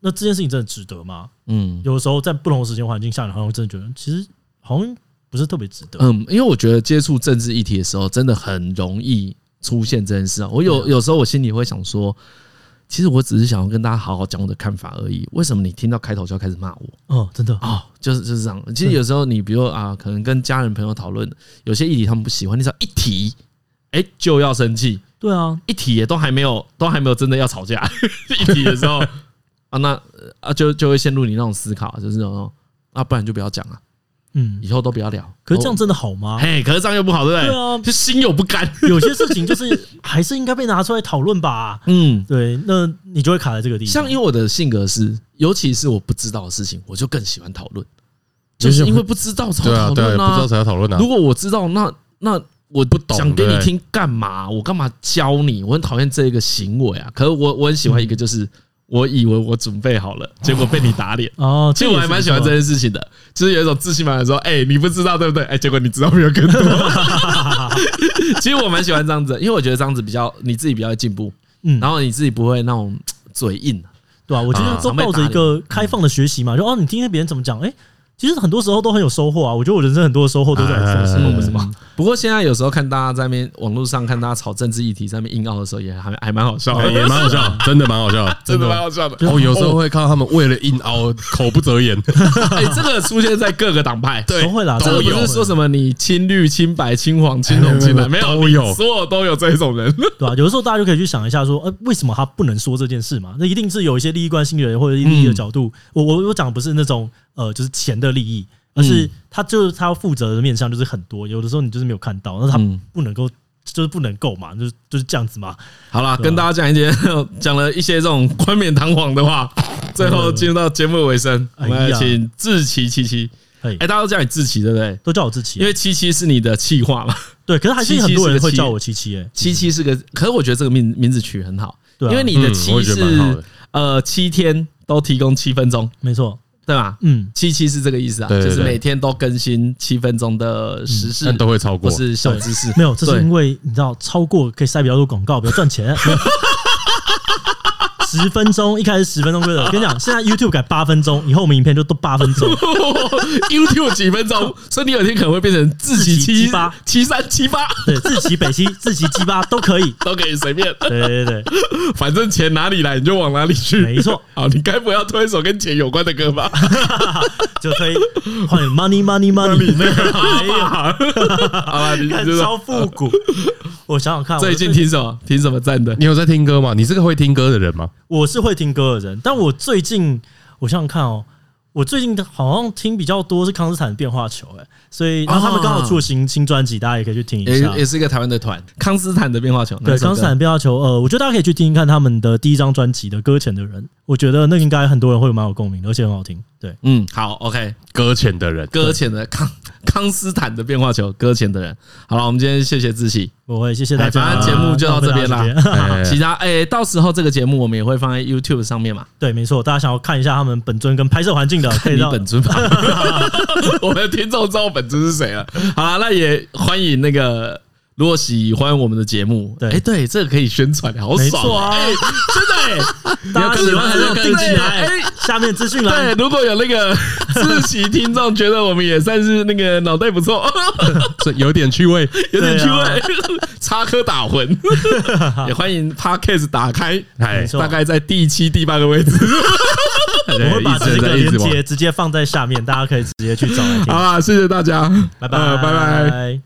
[SPEAKER 4] 那这件事情真的值得吗？
[SPEAKER 5] 嗯，
[SPEAKER 4] 有的时候在不同的时间环境下，你好像真的觉得其实好像不是特别值得。
[SPEAKER 3] 嗯，因为我觉得接触政治议题的时候，真的很容易出现这件事啊。我有有时候我心里会想说，其实我只是想要跟大家好好讲我的看法而已。为什么你听到开头就要开始骂我？
[SPEAKER 4] 哦，真的，
[SPEAKER 3] 哦，就是就是这样。其实有时候你比如啊，可能跟家人朋友讨论有些议题，他们不喜欢，你只要一提，哎、就要生气。
[SPEAKER 4] 对啊，
[SPEAKER 3] 一提也都还没有，都还没有真的要吵架。 一提的时候啊，那啊就就会陷入你那种思考，就是那种啊，不然就不要讲啊，
[SPEAKER 4] 嗯。
[SPEAKER 3] 以后都不要聊。
[SPEAKER 4] 可是这样
[SPEAKER 3] 子，
[SPEAKER 4] 真的好吗？
[SPEAKER 3] 嘿，可是这样又不好，对不对？
[SPEAKER 4] 对啊
[SPEAKER 3] 就心有不甘。
[SPEAKER 4] 有些事情就是 还是应该被拿出来讨论吧。
[SPEAKER 3] 嗯，
[SPEAKER 4] 对，那你就会卡在这个地方。
[SPEAKER 3] 像因为我的性格是，尤其是我不知道的事情，我就更喜欢讨论，就
[SPEAKER 1] 就是
[SPEAKER 3] 是因为不知道才
[SPEAKER 1] 对啊
[SPEAKER 3] 讨
[SPEAKER 1] 对啊，
[SPEAKER 3] 论
[SPEAKER 1] 不知道
[SPEAKER 3] 啊。
[SPEAKER 1] 才要讨论啊
[SPEAKER 3] 如。果我知道，那那我不
[SPEAKER 1] 懂
[SPEAKER 3] 讲给
[SPEAKER 1] 对
[SPEAKER 3] 你
[SPEAKER 1] 不对
[SPEAKER 3] 听干嘛？我干嘛教你？我很讨厌这个行为啊。可是我我很喜欢一个，就是我以为我准备好了，结果被你打脸。
[SPEAKER 4] 哦，
[SPEAKER 3] 其实我还蛮喜欢这
[SPEAKER 4] 个也
[SPEAKER 3] 件事情的，就是有一种自信满满地说：“哎、你不知道对不对？哎、结果你知道没有更多。” 其实我蛮喜欢这样子的，因为我觉得这样子比较你自己比较会进步，
[SPEAKER 4] 是不错，嗯，
[SPEAKER 3] 然后你自己不会那种嘴硬。
[SPEAKER 4] 对啊，我觉得都抱着一个开放的学习嘛，就哦，你听听别人怎么讲，哎，其实很多时候都很有收获啊。我觉得我人生很多的收获都在
[SPEAKER 3] 哎
[SPEAKER 4] 我这种时候，
[SPEAKER 1] 嗯
[SPEAKER 4] 不是吗？
[SPEAKER 3] 不过现在有时候看大家在那边网络上看大家吵政治议题在那边硬拗的时候，也还还蛮好笑
[SPEAKER 4] 啊
[SPEAKER 1] 哎
[SPEAKER 3] 的，
[SPEAKER 1] 也蛮好 笑，真的蛮好笑，
[SPEAKER 3] 真的蛮好笑的。
[SPEAKER 1] 哦，有时候会看到他们为了硬 凹，口不择言。
[SPEAKER 3] 哎、这个出现在各个党派，
[SPEAKER 1] 对
[SPEAKER 4] 都会啦，
[SPEAKER 3] 这个
[SPEAKER 1] 都
[SPEAKER 3] 不
[SPEAKER 1] 有
[SPEAKER 3] 是说什么你青绿、青白、青黄、青
[SPEAKER 1] 哎
[SPEAKER 3] 红、
[SPEAKER 1] 没有
[SPEAKER 3] 青蓝，
[SPEAKER 1] 没
[SPEAKER 3] 没
[SPEAKER 1] 有都
[SPEAKER 3] 有，
[SPEAKER 1] 有
[SPEAKER 3] 你所有都有这一种人。
[SPEAKER 4] 对吧、有的时候大家就可以去想一下说，呃，为什么他不能说这件事嘛？那一定是有一些利益关系人或者利
[SPEAKER 3] 嗯
[SPEAKER 4] 益的角度。我我我讲的不是那种呃，就是钱的利益，而是
[SPEAKER 3] 嗯
[SPEAKER 4] 他就是他要负责的面向就是很多，有的时候你就是没有看到，那他
[SPEAKER 3] 嗯
[SPEAKER 4] 不能够。就是不能够嘛，就是就是这样子嘛。
[SPEAKER 3] 好啦，
[SPEAKER 4] 对啊
[SPEAKER 3] 跟大家讲一些讲了一些这种冠冕堂皇的 话，最后进入到节目尾声，我
[SPEAKER 4] 哎呀
[SPEAKER 3] 们来请志奇七七。
[SPEAKER 4] 哎
[SPEAKER 3] 哎，，大家都叫你志奇对不对？
[SPEAKER 4] 都叫我自己、
[SPEAKER 3] 因为七七是你的气话嘛，
[SPEAKER 4] 对，可是还是很多人会叫我七七哎、
[SPEAKER 3] 七七是个，可是我觉得这个名名字取很好，
[SPEAKER 4] 对啊
[SPEAKER 3] 因为你的
[SPEAKER 1] 嗯我
[SPEAKER 3] 七
[SPEAKER 1] 也觉
[SPEAKER 3] 是
[SPEAKER 1] 得蛮好的
[SPEAKER 3] 呃七天都提供七分钟，
[SPEAKER 4] 没错，
[SPEAKER 3] 对吧？
[SPEAKER 4] 嗯，
[SPEAKER 3] 七七是这个意思啊，
[SPEAKER 1] 对对对
[SPEAKER 3] 就
[SPEAKER 1] 嗯
[SPEAKER 3] 是每天都更新七分钟的时事
[SPEAKER 1] 但，都会超过
[SPEAKER 3] 或。是小知识。
[SPEAKER 4] 没有，这是
[SPEAKER 3] 对
[SPEAKER 4] 因为你知道超过可以塞比较多广告，比较赚钱。 十分钟一开始十分钟规则，我跟你讲，现在 YouTube 改八分钟，以后我们影片就都八分钟。
[SPEAKER 3] YouTube 几分钟，所以你有一天可能会变成自己
[SPEAKER 4] 志奇
[SPEAKER 3] 七
[SPEAKER 4] 七八
[SPEAKER 3] 七三七八
[SPEAKER 4] 对，自己北西、自己鸡巴都可以。
[SPEAKER 3] 都可以随便。
[SPEAKER 4] 对对对对，
[SPEAKER 3] 反正钱哪里来你就往哪里去，
[SPEAKER 4] 没错。
[SPEAKER 3] 好，你该不要推一首跟钱有关的歌 吧？
[SPEAKER 4] 就推换 money money money，没有，哎
[SPEAKER 3] 好了，你
[SPEAKER 4] 看
[SPEAKER 3] 知道
[SPEAKER 4] 超复古。我想想看，我
[SPEAKER 3] 最近听什么？听什么站的？
[SPEAKER 1] 你有在听歌吗？你是个会听歌的人吗？
[SPEAKER 4] 我是会听歌的人，但我最近我想想看哦，我最近好像听比较多是康斯坦的变化球，哎，所以然后他们
[SPEAKER 3] 啊
[SPEAKER 4] 刚好出了新新专辑，大家也可以去听一下。
[SPEAKER 3] 是一个台湾的团，康斯坦的变化球。
[SPEAKER 4] 对，
[SPEAKER 3] 哪首歌
[SPEAKER 4] 康斯坦的变化球，呃，我觉得大家可以去听一看他们的第一张专辑的《搁浅的人》，我觉得那个应该很多人会蛮有共鸣的，而且很好听。
[SPEAKER 3] 嗯，好，OK，
[SPEAKER 1] 搁浅的人，
[SPEAKER 3] 搁浅的康康斯坦的变化球，搁浅的人。好了，我们今天谢谢志喜，
[SPEAKER 4] 我会谢谢大家。
[SPEAKER 3] 哎反正节目就到这边啦
[SPEAKER 4] 浪费大
[SPEAKER 1] 哎
[SPEAKER 4] 家时间
[SPEAKER 3] 其 他哎、到时候这个节目我们也会放在 YouTube 上面嘛。
[SPEAKER 4] 对，没错，大家想要看一下他们本尊跟拍摄环境的，可以
[SPEAKER 3] 你
[SPEAKER 4] 让
[SPEAKER 3] 本尊吧，我们的听众知道本尊是谁了。啊好了，那也欢迎那个。如果喜欢我们的节目，
[SPEAKER 4] 对
[SPEAKER 3] 哎，对，这个可以宣传，好
[SPEAKER 4] 没
[SPEAKER 3] 爽
[SPEAKER 4] 错
[SPEAKER 3] 啊！
[SPEAKER 4] 啊
[SPEAKER 3] 哎真的哎，
[SPEAKER 4] 大家喜欢还是要
[SPEAKER 3] 对
[SPEAKER 4] 订起来
[SPEAKER 3] 哎，
[SPEAKER 4] 下面资讯
[SPEAKER 3] 对，
[SPEAKER 4] 栏
[SPEAKER 3] 如果有那 个自习听众觉得我们也算是那个脑袋不 错，
[SPEAKER 1] 这有点趣味。
[SPEAKER 3] 有点趣
[SPEAKER 4] 对啊
[SPEAKER 3] 味， 插科打 诨，也欢迎 podcast 打开，
[SPEAKER 1] 哎
[SPEAKER 4] 没，错
[SPEAKER 3] 大概在第七、第八个位置。
[SPEAKER 1] 我
[SPEAKER 4] 我会把这
[SPEAKER 1] 在
[SPEAKER 4] 个
[SPEAKER 1] 一
[SPEAKER 4] 链
[SPEAKER 1] 直往
[SPEAKER 4] 接直接放在下面，大家可以直接去找来听
[SPEAKER 2] 好。啦，谢谢大家，
[SPEAKER 4] 拜拜
[SPEAKER 2] 呃拜拜。
[SPEAKER 4] 拜。